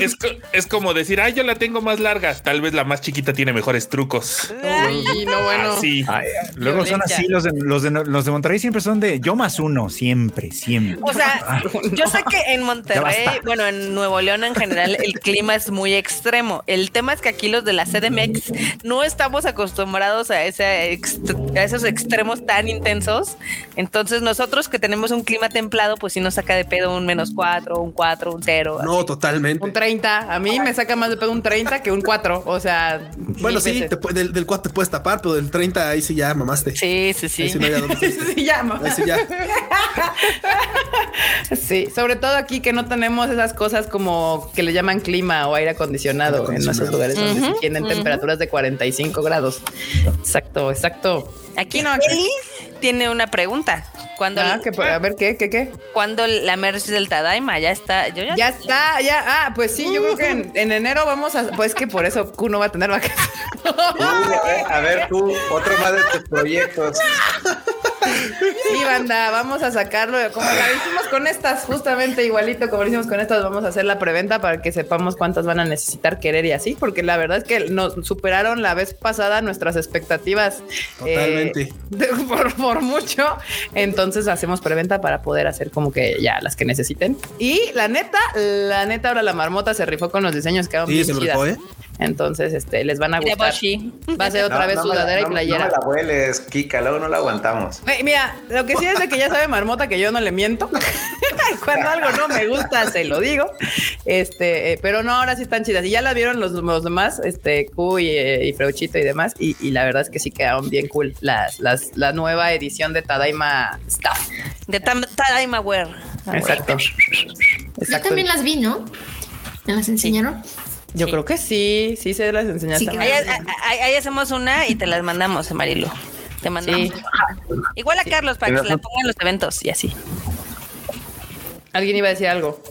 Speaker 9: Es, co- es como decir, ay, yo la tengo más larga. Tal vez la más chiquita tiene mejores trucos.
Speaker 1: Uy, no, bueno.
Speaker 9: Así.
Speaker 4: Ay, luego son
Speaker 1: Violencia.
Speaker 4: así los de, los de los de Monterrey siempre son de yo más uno, siempre, siempre.
Speaker 3: O sea, yo sé que en Monterrey,
Speaker 4: basta.
Speaker 3: bueno, en Nuevo León en general, el clima es muy extremo. El tema es que aquí los de la CDMX no estamos acostumbrados a, ese ext- a esos extremos tan intensos. Entonces, nosotros que tenemos un clima templado, pues sí nos saca de pedo un menos cuatro, un cuatro, un cero.
Speaker 2: No, totalmente.
Speaker 1: Un 30. A mí me saca más de pedo un 30 que un 4. O sea,
Speaker 2: Bueno,
Speaker 1: mil
Speaker 2: sí,
Speaker 1: veces.
Speaker 2: te pu- del, del 4 te puedes tapar, pero del 30 ahí sí ya mamaste.
Speaker 3: Sí, sí,
Speaker 2: Ahí
Speaker 3: sí.
Speaker 2: sí no había dónde hacerse.
Speaker 1: Sí, ya, mamá.
Speaker 2: Ahí sí ya.
Speaker 1: Sí, sobre todo aquí que no tenemos esas cosas como que le llaman clima o aire acondicionado,
Speaker 2: Aire
Speaker 1: en nuestros
Speaker 2: acondicionado.
Speaker 1: lugares donde
Speaker 3: Ujú,
Speaker 1: se tienen
Speaker 3: ujú.
Speaker 1: temperaturas de 45 grados. Exacto, exacto.
Speaker 3: Aquí
Speaker 1: no,
Speaker 3: Eli tiene una pregunta. Cuando,
Speaker 1: Ah, que, a ver, ¿qué, qué, qué?
Speaker 3: cuando la merch del Tadaima ya está, yo ya,
Speaker 1: Ya está, ya. Ah, pues sí, yo creo que en, en enero vamos a. Pues que por eso Q no va a tener vacaciones.
Speaker 8: eh, Uh, a ver, a ver tú, otro más de tus proyectos.
Speaker 1: Sí, banda, vamos a sacarlo como la hicimos con estas, justamente igualito como lo hicimos con estas, vamos a hacer la preventa para que sepamos cuántas van a necesitar querer y así, porque la verdad es que nos superaron la vez pasada nuestras expectativas. eh,
Speaker 2: Totalmente.
Speaker 1: de- por, por mucho. Entonces hacemos preventa para poder hacer como que ya las que necesiten. Y la neta, la neta, ahora la marmota se rifó con los diseños que quedaron
Speaker 2: Sí,
Speaker 1: bien
Speaker 2: se me
Speaker 1: chidas.
Speaker 2: rifó, ¿eh?
Speaker 1: Entonces, este, les van a
Speaker 3: Y de
Speaker 1: gustar.
Speaker 3: Boshi.
Speaker 1: Va a ser otra
Speaker 8: No,
Speaker 1: vez
Speaker 8: no me la-
Speaker 1: sudadera
Speaker 8: no-
Speaker 1: y playera.
Speaker 8: No me la hueles, Kika, luego no la aguantamos.
Speaker 1: Güey, Mira, lo que sí es de que ya sabe Marmota que yo no le miento. Cuando algo no me gusta, se lo digo. Este, eh, pero no, ahora sí están chidas. Y ya las vieron los, los demás, este, Q y, eh, y Freuchito y demás. Y, y la verdad es que sí quedaron bien cool las, las, la nueva edición de Tadaima Stuff.
Speaker 3: De Tam- Tadaima Wear. Ah,
Speaker 1: Exacto.
Speaker 6: Yo
Speaker 1: Exacto.
Speaker 6: también las vi, ¿no? ¿Me las enseñaron?
Speaker 1: Yo creo que sí, sí se las
Speaker 6: Sí,
Speaker 1: enseñaste.
Speaker 6: que-
Speaker 3: Ahí, ahí- ahí hacemos una y te las mandamos, Marilu. Te mandamos.
Speaker 1: Sí.
Speaker 3: Igual a Carlos para que se la pongan en los eventos y así.
Speaker 1: Alguien iba a decir algo.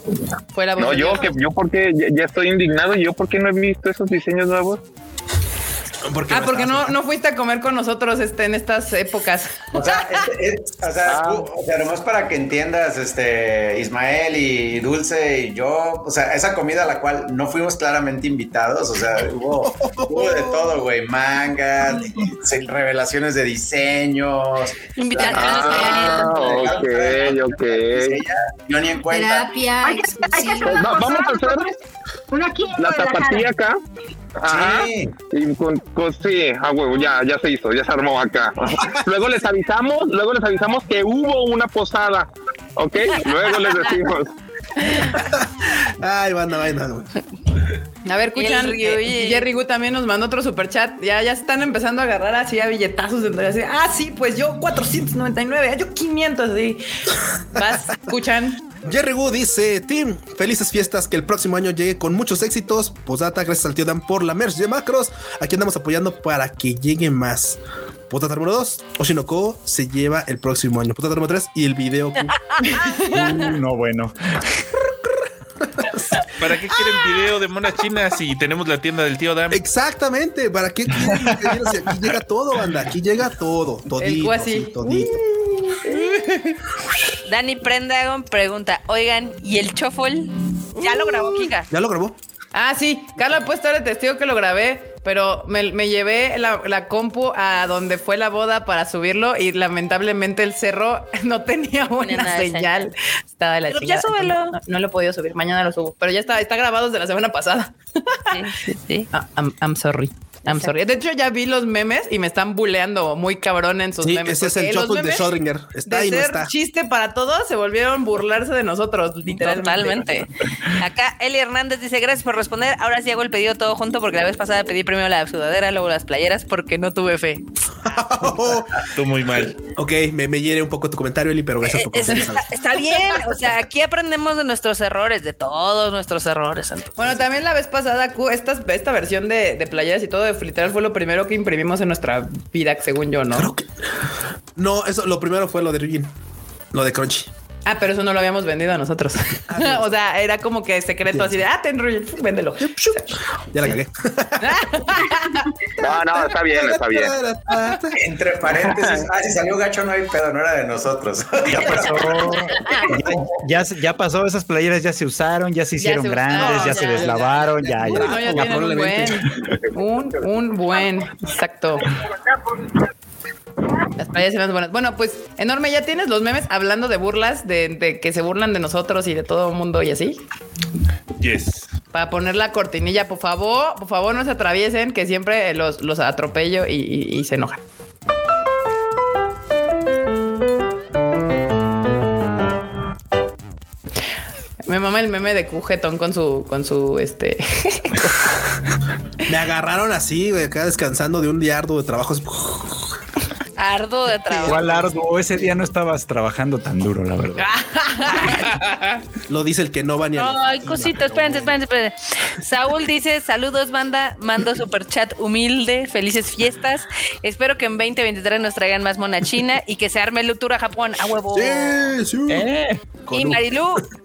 Speaker 1: Fue la voz
Speaker 10: No,
Speaker 1: de
Speaker 10: yo,
Speaker 1: Dios.
Speaker 10: que, yo porque ya, ya estoy indignado. ¿Yo por qué no he visto esos diseños nuevos?
Speaker 2: Porque
Speaker 1: Ah, porque no, no fuiste a comer con nosotros este, en estas épocas.
Speaker 8: O sea, es- es- o sea,
Speaker 10: Ah.
Speaker 8: tú- o sea, nomás para que entiendas, este, Ismael y Dulce y yo, o sea, esa comida a la cual no fuimos claramente invitados, o sea, hubo, hubo de todo, güey, manga, se- revelaciones de diseños.
Speaker 3: Invitaciones
Speaker 8: Ah,
Speaker 10: Ah, ok, ok.
Speaker 8: Ella, Yo ni en cuenta.
Speaker 6: Terapia,
Speaker 7: Hay que, hay que hacer
Speaker 6: exclusiva.
Speaker 7: una
Speaker 10: Va- vamos a
Speaker 7: posada,
Speaker 10: hacer
Speaker 7: nosotros, una aquí en
Speaker 10: La
Speaker 7: Guadalajara.
Speaker 10: tapatía acá. Ajá.
Speaker 8: Sí.
Speaker 10: Y con, con- sí, ah, huevo, ya, ya se hizo, ya se armó acá. Luego les avisamos, luego les avisamos que hubo una posada. ¿Ok? Luego les decimos.
Speaker 2: Ay, banda, banda, güey.
Speaker 1: A ver,
Speaker 3: Y el
Speaker 1: escuchan.
Speaker 3: Ryuji.
Speaker 1: eh, Jerry Gu también nos mandó otro super chat. Ya, ya se están empezando a agarrar así a billetazos. Entonces, así, ah, sí, pues yo 499, ah, yo 500. Así. Vas, escuchan.
Speaker 2: Jerry Wu dice, Tim, felices fiestas, que el próximo año llegue con muchos éxitos. Posdata, gracias al tío Dan por la merch de Macros. Aquí andamos apoyando para que llegue más. Posdata número 2, Oshinoko se lleva el próximo año. Posdata número 3 y el video.
Speaker 4: Uh, no, bueno.
Speaker 9: ¿Para qué quieren
Speaker 1: Ah.
Speaker 9: video de monas chinas si tenemos la tienda del tío Dan?
Speaker 2: Exactamente, ¿para qué quieren que viene? Si Aquí llega todo, banda, aquí llega todo,
Speaker 1: El
Speaker 2: todito,
Speaker 1: cu así.
Speaker 2: sí, todito.
Speaker 3: Dani Prendagon pregunta, oigan, ¿y el chofol? Ya lo grabó Kika.
Speaker 2: ¿Ya lo grabó?
Speaker 1: Ah, sí, Carla, pues tú eres testigo que lo grabé, pero me, me llevé la, la compu a donde fue la boda para subirlo y lamentablemente el cerro no tenía buena
Speaker 3: nada de
Speaker 1: señal. Estaba de la
Speaker 3: Pero ya
Speaker 1: chingada,
Speaker 3: súbelo.
Speaker 1: entonces No, no lo he podido subir, mañana lo subo, pero ya está, está grabado desde la semana pasada.
Speaker 3: Sí, sí, sí.
Speaker 1: Ah, I'm, I'm sorry. I'm sorry. De hecho, ya vi los memes y me están buleando muy cabrón en sus
Speaker 2: Sí,
Speaker 1: memes.
Speaker 2: ese es el
Speaker 1: porque los
Speaker 2: shuffle de
Speaker 1: memes,
Speaker 2: Schrödinger. Está
Speaker 1: de
Speaker 2: y no
Speaker 1: ser
Speaker 2: está.
Speaker 1: chiste para todos, se volvieron burlarse de nosotros, literalmente.
Speaker 3: Totalmente. Acá Eli Hernández dice, gracias por responder. Ahora sí hago el pedido todo junto porque la vez pasada pedí primero la sudadera, luego las playeras porque no tuve fe.
Speaker 9: Tú muy mal.
Speaker 2: ok, me, me hiere un poco tu comentario, Eli, pero gracias por
Speaker 3: Es-
Speaker 2: confiar,
Speaker 3: está,
Speaker 2: ¿sabes?
Speaker 3: está bien, o sea, aquí aprendemos de nuestros errores, de todos nuestros errores. entonces.
Speaker 1: Bueno, también la vez pasada, Q, esta, esta versión de, de playeras y todo de literal fue lo primero que imprimimos en nuestra vida, según yo, ¿no?
Speaker 2: Creo que- No, eso lo primero fue lo de Ryujin, lo de Crunchy.
Speaker 1: Ah, pero eso no lo habíamos vendido a nosotros.
Speaker 2: Ah,
Speaker 1: o sea, era como que secreto así de, ah, te enrollo, véndelo.
Speaker 2: pues. Ya la cagué.
Speaker 10: No, no, está bien, está bien.
Speaker 8: Entre paréntesis, ah, si salió gacho no hay pedo, no era de nosotros.
Speaker 4: Ya pasó. Ya, ya- ya pasó. Esas playeras ya se usaron, ya se hicieron
Speaker 1: se
Speaker 4: grandes,
Speaker 1: usaron,
Speaker 4: ya,
Speaker 1: ya,
Speaker 4: se
Speaker 1: ya,
Speaker 4: deslavaron, ya,
Speaker 1: Uy,
Speaker 4: ya.
Speaker 1: no, ya
Speaker 2: Ya,
Speaker 1: tienen un buen. Un, un buen. Exacto. Las playas eran buenas. Bueno, pues enorme, ya tienes los memes hablando de burlas, de, de que se burlan de nosotros y de todo el mundo y así.
Speaker 9: Yes.
Speaker 1: Para poner la cortinilla, por favor, por favor no se atraviesen, que siempre los, los atropello y, y- y se enojan. Me mama el meme de Cujetón con su, con su, este,
Speaker 2: Me agarraron así, güey, acá descansando de un día arduo de trabajos.
Speaker 3: Arduo de trabajo.
Speaker 4: Igual arduo. Ese día no estabas trabajando tan duro, la verdad.
Speaker 2: Lo dice el que no va ni a la
Speaker 3: Ay,
Speaker 2: oficina.
Speaker 3: cosita, espérense, espérense, espérense. Saúl dice, saludos banda, mando super chat humilde, felices fiestas. Espero que en 2023 nos traigan más mona china y que se arme el Tour a Japón, a huevo.
Speaker 2: Sí, sí.
Speaker 1: ¿Eh?
Speaker 3: y Marilú,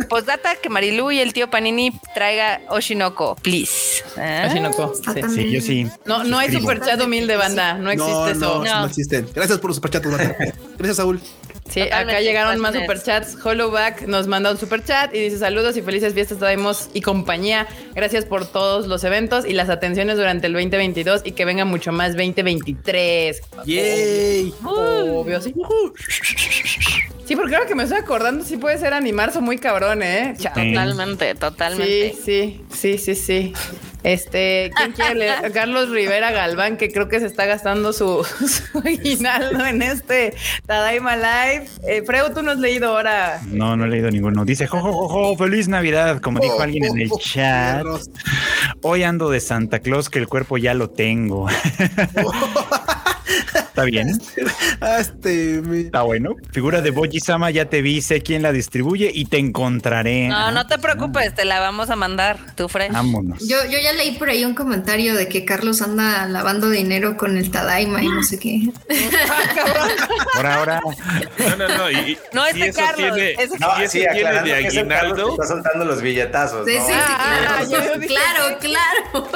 Speaker 3: postdata, que Marilú y el tío Panini traiga Oshinoko, please. ¿Ah?
Speaker 1: Así no co-
Speaker 6: Está
Speaker 1: sí.
Speaker 6: también-
Speaker 4: Sí, yo sí.
Speaker 1: No, no hay
Speaker 4: Suscribo.
Speaker 1: superchat humilde, banda. No existe
Speaker 2: no,
Speaker 1: eso.
Speaker 2: No, no,
Speaker 3: No.
Speaker 2: existen. Gracias Gracias por los superchatos, Marta. Gracias, Saúl.
Speaker 1: Sí,
Speaker 3: Totalmente,
Speaker 1: acá llegaron
Speaker 3: vas
Speaker 1: más
Speaker 3: a ver.
Speaker 1: superchats. Hollowback nos manda un superchat y dice saludos y felices fiestas traemos y compañía. Gracias por todos los eventos y las atenciones durante el 2022 y que venga mucho más 2023.
Speaker 2: Yay.
Speaker 1: Obvio, sí. Sí, porque ahora que me estoy acordando, sí puede ser animarse muy cabrón, ¿eh? Chao.
Speaker 3: Totalmente, totalmente.
Speaker 1: Sí, sí, sí, sí, sí. Este, ¿quién quiere leer? Carlos Rivera Galván, que creo que se está gastando su, su aguinaldo en este Tadaima Live. Eh, Freud, tú no has leído ahora.
Speaker 4: No, no he leído ninguno. Dice, jojojojo, feliz Navidad, como dijo alguien en el chat. Hoy ando de Santa Claus que el cuerpo ya lo tengo. Está bien,
Speaker 2: Ah, Este, mi-
Speaker 4: está bueno. Figura de Boji Sama, ya te vi, sé quién la distribuye y te encontraré.
Speaker 3: No, no te preocupes, Pues te la vamos a mandar, tú, Fred.
Speaker 4: Vámonos.
Speaker 6: Yo, yo ya leí por ahí un comentario de que Carlos anda lavando dinero con el Tadaima y no sé qué.
Speaker 4: Ahora, ahora.
Speaker 9: No, no, no. Y,
Speaker 3: No,
Speaker 9: y
Speaker 3: este
Speaker 9: eso
Speaker 3: Carlos,
Speaker 9: tiene,
Speaker 3: ese-
Speaker 8: No,
Speaker 9: y eso
Speaker 8: sí,
Speaker 9: tiene
Speaker 8: aclarando
Speaker 9: de
Speaker 8: que es el Carlos que
Speaker 9: aguinaldo.
Speaker 8: está soltando los billetazos.
Speaker 6: Sí,
Speaker 8: ¿no?
Speaker 6: sí,
Speaker 1: Ah,
Speaker 6: sí, claro,
Speaker 1: yo dije-
Speaker 6: claro, claro.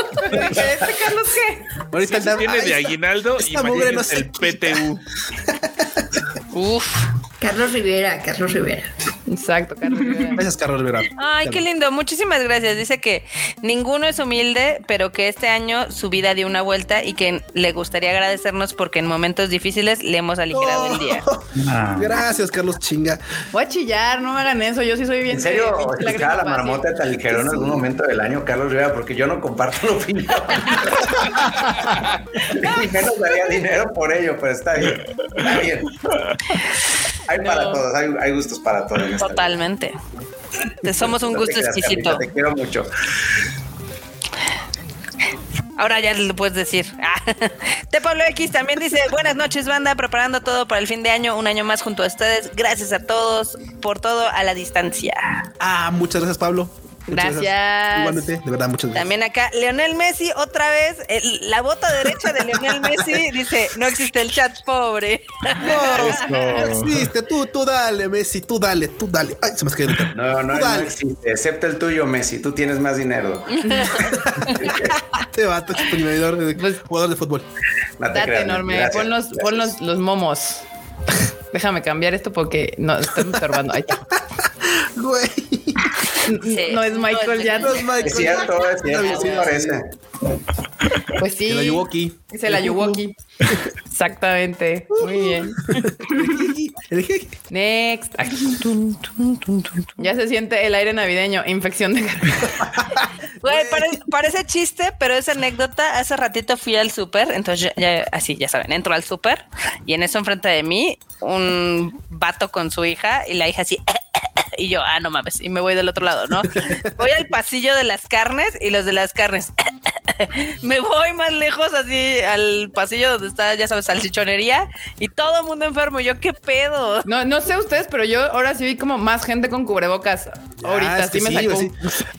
Speaker 1: ¿Este Carlos qué?
Speaker 2: ahorita
Speaker 9: Eso tiene
Speaker 2: Ay,
Speaker 9: de aguinaldo
Speaker 2: esta
Speaker 9: y
Speaker 2: mugre no se
Speaker 9: el
Speaker 2: quita.
Speaker 9: PTU.
Speaker 3: Uf.
Speaker 6: Carlos Rivera, Carlos Rivera.
Speaker 1: Exacto, Carlos Rivera.
Speaker 2: Gracias, Carlos Rivera.
Speaker 3: Ay, qué lindo. Muchísimas gracias. Dice que ninguno es humilde, pero que este año su vida dio una vuelta y que le gustaría agradecernos porque en momentos difíciles le hemos aligerado el día.
Speaker 4: Ah,
Speaker 2: Gracias, Carlos Chinga.
Speaker 1: Voy a chillar, no me hagan eso. Yo sí soy bien.
Speaker 8: En serio,
Speaker 1: pinche lágrima
Speaker 8: escuchaba la
Speaker 1: fácil.
Speaker 8: marmota tan ligero en algún momento del año, Carlos Rivera, porque yo no comparto la opinión. Y menos daría dinero por ello, pero está bien. Está bien. Hay para todos, hay, hay gustos para todos. en esta vida.
Speaker 3: Totalmente. Te- Somos un
Speaker 8: No te
Speaker 3: gusto
Speaker 8: creas,
Speaker 3: exquisito.
Speaker 8: Carlita, Te quiero mucho.
Speaker 3: Ahora ya lo puedes decir. Ah. Te Pablo X también dice, buenas noches banda, preparando todo para el fin de año, un año más junto a ustedes. Gracias a todos por todo a la distancia.
Speaker 2: Ah, muchas gracias, Pablo. Muchas
Speaker 1: Gracias.
Speaker 2: Igualmente, de verdad, muchas gracias.
Speaker 3: También acá, Leonel Messi, otra vez, el- la bota derecha de Leonel Messi dice, no existe el chat pobre.
Speaker 2: No, no existe. Tú, tú dale, Messi, tú dale, tú dale. Ay, se me cayó el internet.
Speaker 8: No, no, no
Speaker 2: Tú dale.
Speaker 8: existe, excepto el tuyo, Messi. Tú tienes más dinero.
Speaker 2: Este vato es primador de-
Speaker 1: Pues-
Speaker 2: jugador de fútbol.
Speaker 8: No te
Speaker 1: Date
Speaker 8: creas,
Speaker 1: enorme.
Speaker 8: gracias,
Speaker 1: Pon los,
Speaker 8: gracias.
Speaker 1: pon los, los momos. Déjame cambiar esto porque no estoy observando. Ahí está.
Speaker 2: Güey.
Speaker 3: Sí.
Speaker 1: no es Michael
Speaker 2: No
Speaker 1: Jackson.
Speaker 2: es Michael.
Speaker 8: Es cierto, es cierto. Sí,
Speaker 2: Sí,
Speaker 8: parece.
Speaker 1: Pues sí.
Speaker 2: Se la llevó aquí.
Speaker 1: Se la llevó aquí. Exactamente. Muy bien.
Speaker 2: El jeje.
Speaker 1: Next. Ay. Ya se siente el aire navideño. Infección de garganta.
Speaker 3: Güey, pare- parece chiste, pero es anécdota. Hace ratito fui al súper, entonces ya, ya- así, ya saben, entro al súper y en eso enfrente de mí un vato con su hija y la hija así... Y yo, ah, no mames, y me voy del otro lado, ¿no? Voy al pasillo de las carnes y los de las carnes. Me voy más lejos, así al pasillo donde está, Ah, ya sabes, salchichonería y todo el mundo enfermo. Yo, ¿qué pedo?
Speaker 1: No, no sé ustedes, pero yo ahora sí vi como más gente con cubrebocas.
Speaker 2: Ah,
Speaker 1: Ahorita
Speaker 2: es que
Speaker 1: sí me sacó.
Speaker 2: sí.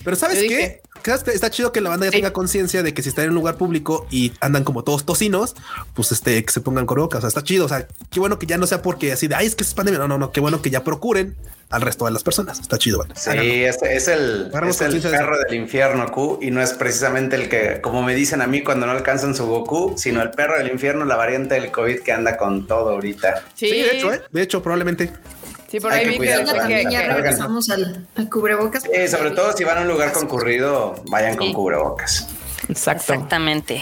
Speaker 2: Pero ¿sabes
Speaker 1: Yo
Speaker 2: qué?
Speaker 1: dije-
Speaker 2: ¿Sabes qué? Está chido que la banda ya
Speaker 1: Sí.
Speaker 2: tenga conciencia de que si está en un lugar público y andan como todos tocinos, pues este, que se pongan corocas. O sea, está chido. O sea, qué bueno que ya no sea porque así de, ay, es que es pandemia. No, no, no. Qué bueno que ya procuren al resto de las personas. Está chido. banda.
Speaker 8: Sí,
Speaker 2: Háganlo.
Speaker 8: es, es el,
Speaker 2: Agarramos
Speaker 8: es el
Speaker 2: conciencia de
Speaker 8: perro del infierno, Q, y no es precisamente el que, como me dicen a mí cuando no alcanzan su Goku, sino el perro del infierno, la variante del COVID que anda con todo ahorita.
Speaker 1: Sí,
Speaker 2: Sí, de hecho, ¿eh? De hecho, probablemente.
Speaker 1: sí, por
Speaker 8: Hay
Speaker 1: ahí
Speaker 8: que
Speaker 1: vi que,
Speaker 8: cuidar
Speaker 1: que-
Speaker 8: la
Speaker 1: que-
Speaker 8: familia.
Speaker 6: Ya
Speaker 1: que-
Speaker 6: regresamos al, al cubrebocas.
Speaker 8: Sí, sobre todo si van a un lugar concurrido, vayan con
Speaker 3: Sí.
Speaker 8: cubrebocas.
Speaker 1: Exacto.
Speaker 3: Exactamente.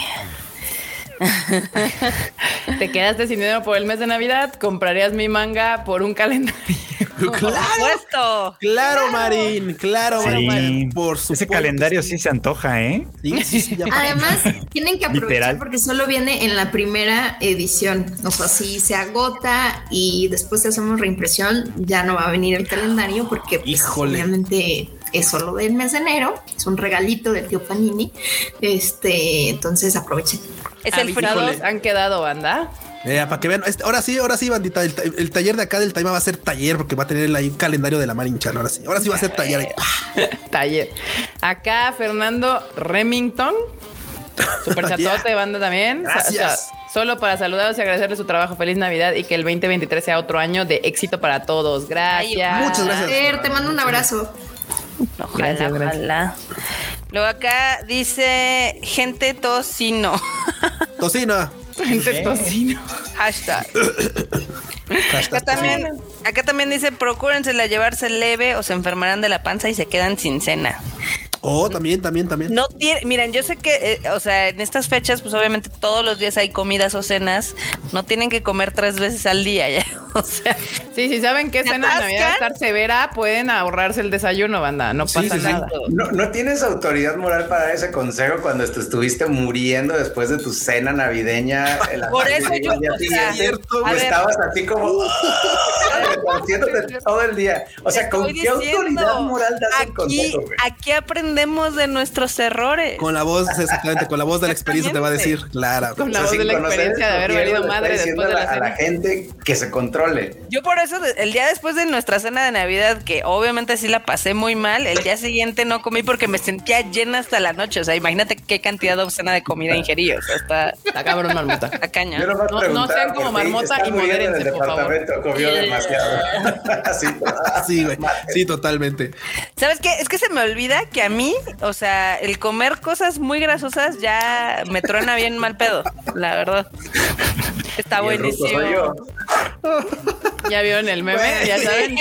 Speaker 1: Te quedaste sin dinero por el mes de Navidad, comprarías mi manga por un calendario.
Speaker 3: Por supuesto.
Speaker 2: Claro, Marín, claro,
Speaker 4: Sí.
Speaker 2: Marín. Por supuesto.
Speaker 4: Ese calendario sí se antoja, ¿eh?
Speaker 2: Sí, sí, sí, ya para-
Speaker 6: Además, tienen que aprovechar
Speaker 4: Literal.
Speaker 6: porque solo viene en la primera edición. O sea, si se agota y después si hacemos reimpresión, ya no va a venir el calendario porque pues,
Speaker 2: Híjole.
Speaker 6: obviamente es solo del mes de enero. Es un regalito del tío Panini. Este, entonces aprovechen.
Speaker 3: Es el
Speaker 1: Avisados
Speaker 3: frío.
Speaker 1: han quedado, banda.
Speaker 2: Mira, para que vean. Este- ahora sí, ahora sí, bandita. El, ta- el taller de acá del Taima va a ser taller porque va a tener ahí un calendario de la Marín Chan. Ahora sí, ahora sí va a ser taller. ahí.
Speaker 1: Taller. Acá Fernando Remington. Super chatote, banda también. Sa-
Speaker 2: Gracias.
Speaker 1: sa- solo para saludaros y agradecerles su trabajo. Feliz Navidad y que el 2023 sea otro año de éxito para todos. Gracias.
Speaker 6: Ay,
Speaker 2: Muchas gracias.
Speaker 6: Fer, te mando un abrazo.
Speaker 3: Ojalá,
Speaker 1: Gracias, gracias.
Speaker 3: ojalá. Luego acá dice gente tocino.
Speaker 2: Tocina.
Speaker 1: Gente tocino.
Speaker 3: Hashtag. Acá
Speaker 1: pues,
Speaker 3: también, acá también dice, procúrensela llevarse leve o se enfermarán de la panza y se quedan sin cena.
Speaker 2: Oh, también, también, también.
Speaker 3: No tiene, miren, yo sé que, eh, o sea, en estas fechas, pues obviamente todos los días hay comidas o cenas. No tienen que comer tres veces al día ya. O sea,
Speaker 1: Sí, si saben que
Speaker 3: ¿Se
Speaker 1: cena de Navidad va a
Speaker 3: atascan?
Speaker 1: estar severa, pueden ahorrarse el desayuno, banda. No
Speaker 2: Sí,
Speaker 1: pasa
Speaker 2: sí, sí.
Speaker 1: nada.
Speaker 8: No, no tienes autoridad moral para dar ese consejo cuando te estuviste muriendo después de tu cena navideña. en la
Speaker 3: Por
Speaker 8: tarde
Speaker 3: eso
Speaker 8: del
Speaker 3: yo-
Speaker 8: día
Speaker 3: o sea,
Speaker 8: siguiente,
Speaker 3: cierto,
Speaker 8: tú
Speaker 3: a ver.
Speaker 8: estabas así como conociéndote todo el día. O sea, ¿con
Speaker 3: estoy
Speaker 8: qué
Speaker 3: diciendo,
Speaker 8: autoridad moral das el
Speaker 3: aquí,
Speaker 8: consejo? güey?
Speaker 3: aquí aprendemos de nuestros errores.
Speaker 2: Con la voz, exactamente, con la voz de la experiencia te va a decir, Clara.
Speaker 1: Con
Speaker 8: O
Speaker 1: la
Speaker 8: sea,
Speaker 1: voz
Speaker 8: sin
Speaker 1: de la
Speaker 8: conocer el
Speaker 1: experiencia de haber
Speaker 8: contexto, le
Speaker 1: valido
Speaker 8: está
Speaker 1: madre
Speaker 8: diciendo
Speaker 1: después de
Speaker 8: a
Speaker 1: la
Speaker 8: a la
Speaker 1: cena.
Speaker 8: gente que se controle.
Speaker 3: Yo por eso, de- el día después de nuestra cena de Navidad, que obviamente sí la pasé muy mal, el día siguiente no comí porque me sentía llena hasta la noche. O sea, imagínate qué cantidad de obscena de comida ingerí. O sea, está,
Speaker 1: Está cabrón, marmota.
Speaker 3: está caña.
Speaker 8: Yo nomás
Speaker 1: No- no
Speaker 8: preguntaba
Speaker 1: sean como
Speaker 8: por ti,
Speaker 1: marmota
Speaker 8: está
Speaker 1: y
Speaker 8: muriendo en el
Speaker 1: modérense, por favor.
Speaker 8: departamento, comió demasiado. Así,
Speaker 2: Sí, güey. Sí, totalmente.
Speaker 3: ¿Sabes qué? Es que se me olvida que a mí, o sea, el comer cosas muy grasosas ya me truena bien mal pedo, la verdad. Está
Speaker 8: y el ruco
Speaker 3: buenísimo.
Speaker 8: soy yo.
Speaker 1: Ya vieron el meme,
Speaker 2: Güey.
Speaker 1: ya saben.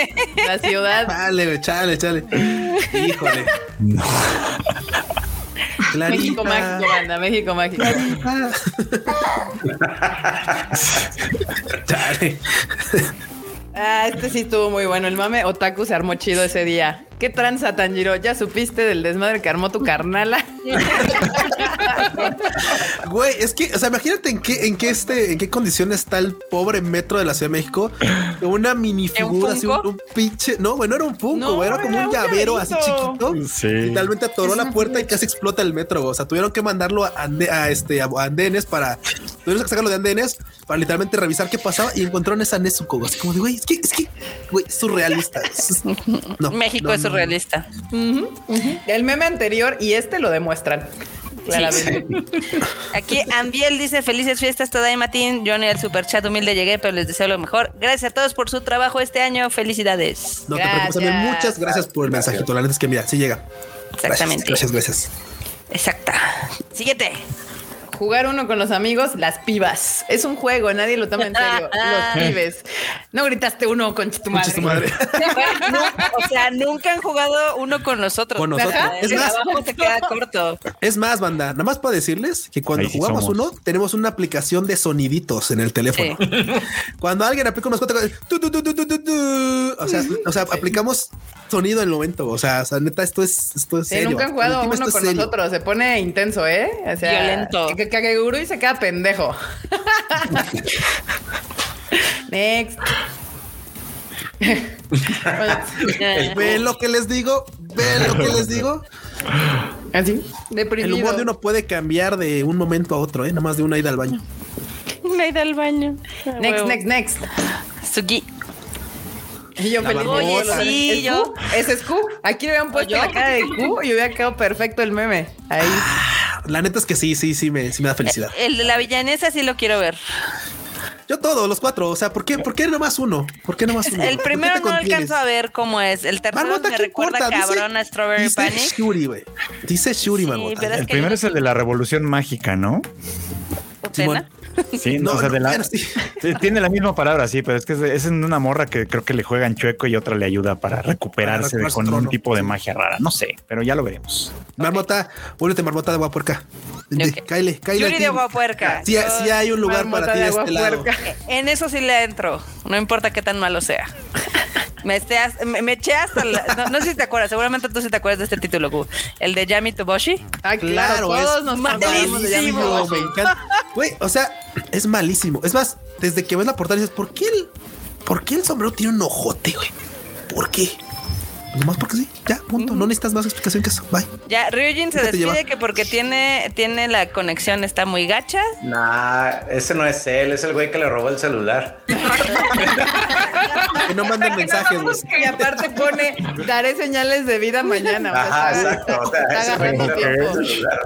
Speaker 1: La ciudad.
Speaker 2: Chale, güey, chale, chale. Híjole. Clarita.
Speaker 1: México mágico, banda. México mágico.
Speaker 2: Chale.
Speaker 1: Ah, este sí estuvo muy bueno. El mame Otaku se armó chido ese día. ¿Qué tranza, Tanjiro? ¿Ya supiste del desmadre que armó tu carnala?
Speaker 2: Güey, es que, o sea, imagínate en qué, en qué este, en qué condición está el pobre metro de la Ciudad de México. Una minifigura, así un,
Speaker 3: Funko?
Speaker 2: un pinche. No, bueno, era un punco,
Speaker 1: No,
Speaker 2: era como
Speaker 1: era
Speaker 2: un
Speaker 1: un
Speaker 2: llavero así
Speaker 1: llaverito.
Speaker 2: chiquito.
Speaker 4: Sí.
Speaker 2: Finalmente atoró la puerta y casi explota el metro. güey. O sea, tuvieron que mandarlo a, ande- a este, a andenes para. Tuvieron que sacarlo de andenes para literalmente revisar qué pasaba y encontraron esa Nezuko. güey. Así como de, güey, es que, es que, güey, es surrealista. Es- no,
Speaker 3: México
Speaker 2: no,
Speaker 3: es
Speaker 2: no, no.
Speaker 3: surrealista.
Speaker 1: El meme anterior y este lo demuestran. Claramente.
Speaker 3: Aquí Ambiel dice felices fiestas Today Matín. Yo ni al superchat humilde llegué, pero les deseo lo mejor. Gracias a todos por su trabajo este año. Felicidades.
Speaker 2: No te preocupes,
Speaker 1: Gracias.
Speaker 2: también muchas gracias por el mensajito. La neta es que mira, sí llega.
Speaker 3: Exactamente.
Speaker 2: Gracias, gracias.
Speaker 3: Exacta. Siguiente.
Speaker 1: Jugar uno con los amigos, las pibas. Es un juego, nadie lo toma en serio. Los pibes. No gritaste uno con tu madre.
Speaker 2: Muchas tu madre.
Speaker 3: Bueno, o sea, nunca han jugado uno con nosotros.
Speaker 2: Con nosotros.
Speaker 3: Ajá.
Speaker 2: Es
Speaker 3: El
Speaker 2: más-
Speaker 3: trabajo te queda corto.
Speaker 2: Es más, banda, nada más para decirles que cuando
Speaker 4: Ahí sí
Speaker 2: jugamos
Speaker 4: somos.
Speaker 2: uno, tenemos una aplicación de soniditos en el teléfono. Cuando alguien aplica unos cuatro, tu, tu, tu, tu, tu, tu, tu. o sea, o sea, aplicamos sonido en el momento. O sea, o sea, neta, esto es, esto es
Speaker 1: Sí,
Speaker 2: serio.
Speaker 1: nunca han jugado
Speaker 2: Al
Speaker 1: uno
Speaker 2: último,
Speaker 1: con
Speaker 2: esto es serio.
Speaker 1: nosotros. Se pone intenso, ¿eh? O sea,
Speaker 3: Violento.
Speaker 1: Que, que- que Gurú y se queda pendejo. Next.
Speaker 2: Ve lo que les digo, ve lo que les digo.
Speaker 1: Así.
Speaker 2: El
Speaker 1: Deprimido.
Speaker 2: humor de uno puede cambiar de un momento a otro, ¿eh? nada más de una ida al baño.
Speaker 3: Me he ido al baño.
Speaker 1: Next, next, next.
Speaker 3: Sugi.
Speaker 1: Y yo
Speaker 2: La
Speaker 1: feliz.
Speaker 2: Oye,
Speaker 1: Lo de-
Speaker 3: sí,
Speaker 1: ¿Es
Speaker 3: yo-
Speaker 1: Q? Ese es Q. Aquí le habían puesto
Speaker 3: yo?
Speaker 1: la cara de Q y hubiera quedado perfecto el meme. Ahí.
Speaker 2: Ah, La neta es que sí, sí, sí me, sí me da felicidad.
Speaker 1: Eh,
Speaker 3: El de la villanesa sí lo quiero ver.
Speaker 2: Yo todos, los cuatro. O sea, ¿por qué, por qué nada más uno? ¿Por qué nada más uno?
Speaker 3: El
Speaker 2: ¿Por qué
Speaker 3: primero
Speaker 2: te
Speaker 3: no
Speaker 2: contienes?
Speaker 3: alcanzo a ver cómo es. El tercero
Speaker 2: Marmota,
Speaker 3: me
Speaker 2: ¿qué
Speaker 3: recuerda
Speaker 2: importa? Dice-
Speaker 3: cabrón a Strawberry
Speaker 2: dice
Speaker 3: Panic.
Speaker 2: Shuri, güey. Dice Shuri,
Speaker 3: Sí,
Speaker 2: Marmota.
Speaker 3: pero es
Speaker 4: El
Speaker 3: que
Speaker 4: primero
Speaker 3: yo-
Speaker 4: es el de la revolución mágica, ¿no?
Speaker 2: Simón.
Speaker 3: ¿Cena?
Speaker 4: Sí,
Speaker 2: No,
Speaker 4: o sea,
Speaker 2: no,
Speaker 4: de la-
Speaker 2: bueno, sí.
Speaker 4: Sí, tiene la misma palabra, sí, pero es que es, es en una morra que creo que le juegan chueco y otra le ayuda para
Speaker 2: Para
Speaker 4: recuperarse de-
Speaker 2: recuperar su
Speaker 4: con
Speaker 2: trono.
Speaker 4: un tipo de magia rara. No sé, pero ya lo veremos.
Speaker 2: Marmota, vuélvete Marmota de Guapuerca.
Speaker 3: Ok.
Speaker 2: Caile, caile.
Speaker 3: Yuri
Speaker 2: aquí.
Speaker 3: de Aguapuerca.
Speaker 2: Sí,
Speaker 3: Yo-
Speaker 2: sí hay un lugar
Speaker 1: Marmota
Speaker 2: para ti de
Speaker 1: de
Speaker 2: este lado.
Speaker 1: Aguapuerca.
Speaker 3: E, En eso sí le entro, no importa qué tan malo sea. Me, esté hasta- me, me eché hasta la- no, no sé si te acuerdas, seguramente tú sí te acuerdas de este título, Gu. el de Yami Toboshi.
Speaker 1: Ah, claro,
Speaker 2: Claro, es
Speaker 1: todos nos acordamos de Yami
Speaker 3: malísimo.
Speaker 2: No,
Speaker 1: Toboshi.
Speaker 2: me encanta. Güey, o sea, es malísimo. Es más, desde que ves la portada dices, ¿por qué el, por qué el sombrero tiene un ojote, güey? ¿Por qué? Nomás porque sí, ya, punto. No necesitas más explicación que eso. Bye.
Speaker 3: Ya Ryujin se
Speaker 2: Fíjate,
Speaker 3: despide
Speaker 2: Este lleva-
Speaker 3: que porque tiene tiene la conexión está muy gacha.
Speaker 8: Nah, ese no es él, es el güey que le robó el celular.
Speaker 2: Que no manden mensajes, güey.
Speaker 1: Y aparte pone, daré señales de vida mañana. O sea,
Speaker 8: Ajá,
Speaker 1: está-
Speaker 8: exacto. O sea,
Speaker 1: está
Speaker 8: ese güey
Speaker 1: agarrando
Speaker 8: que le robó
Speaker 1: tiempo.
Speaker 8: el celular.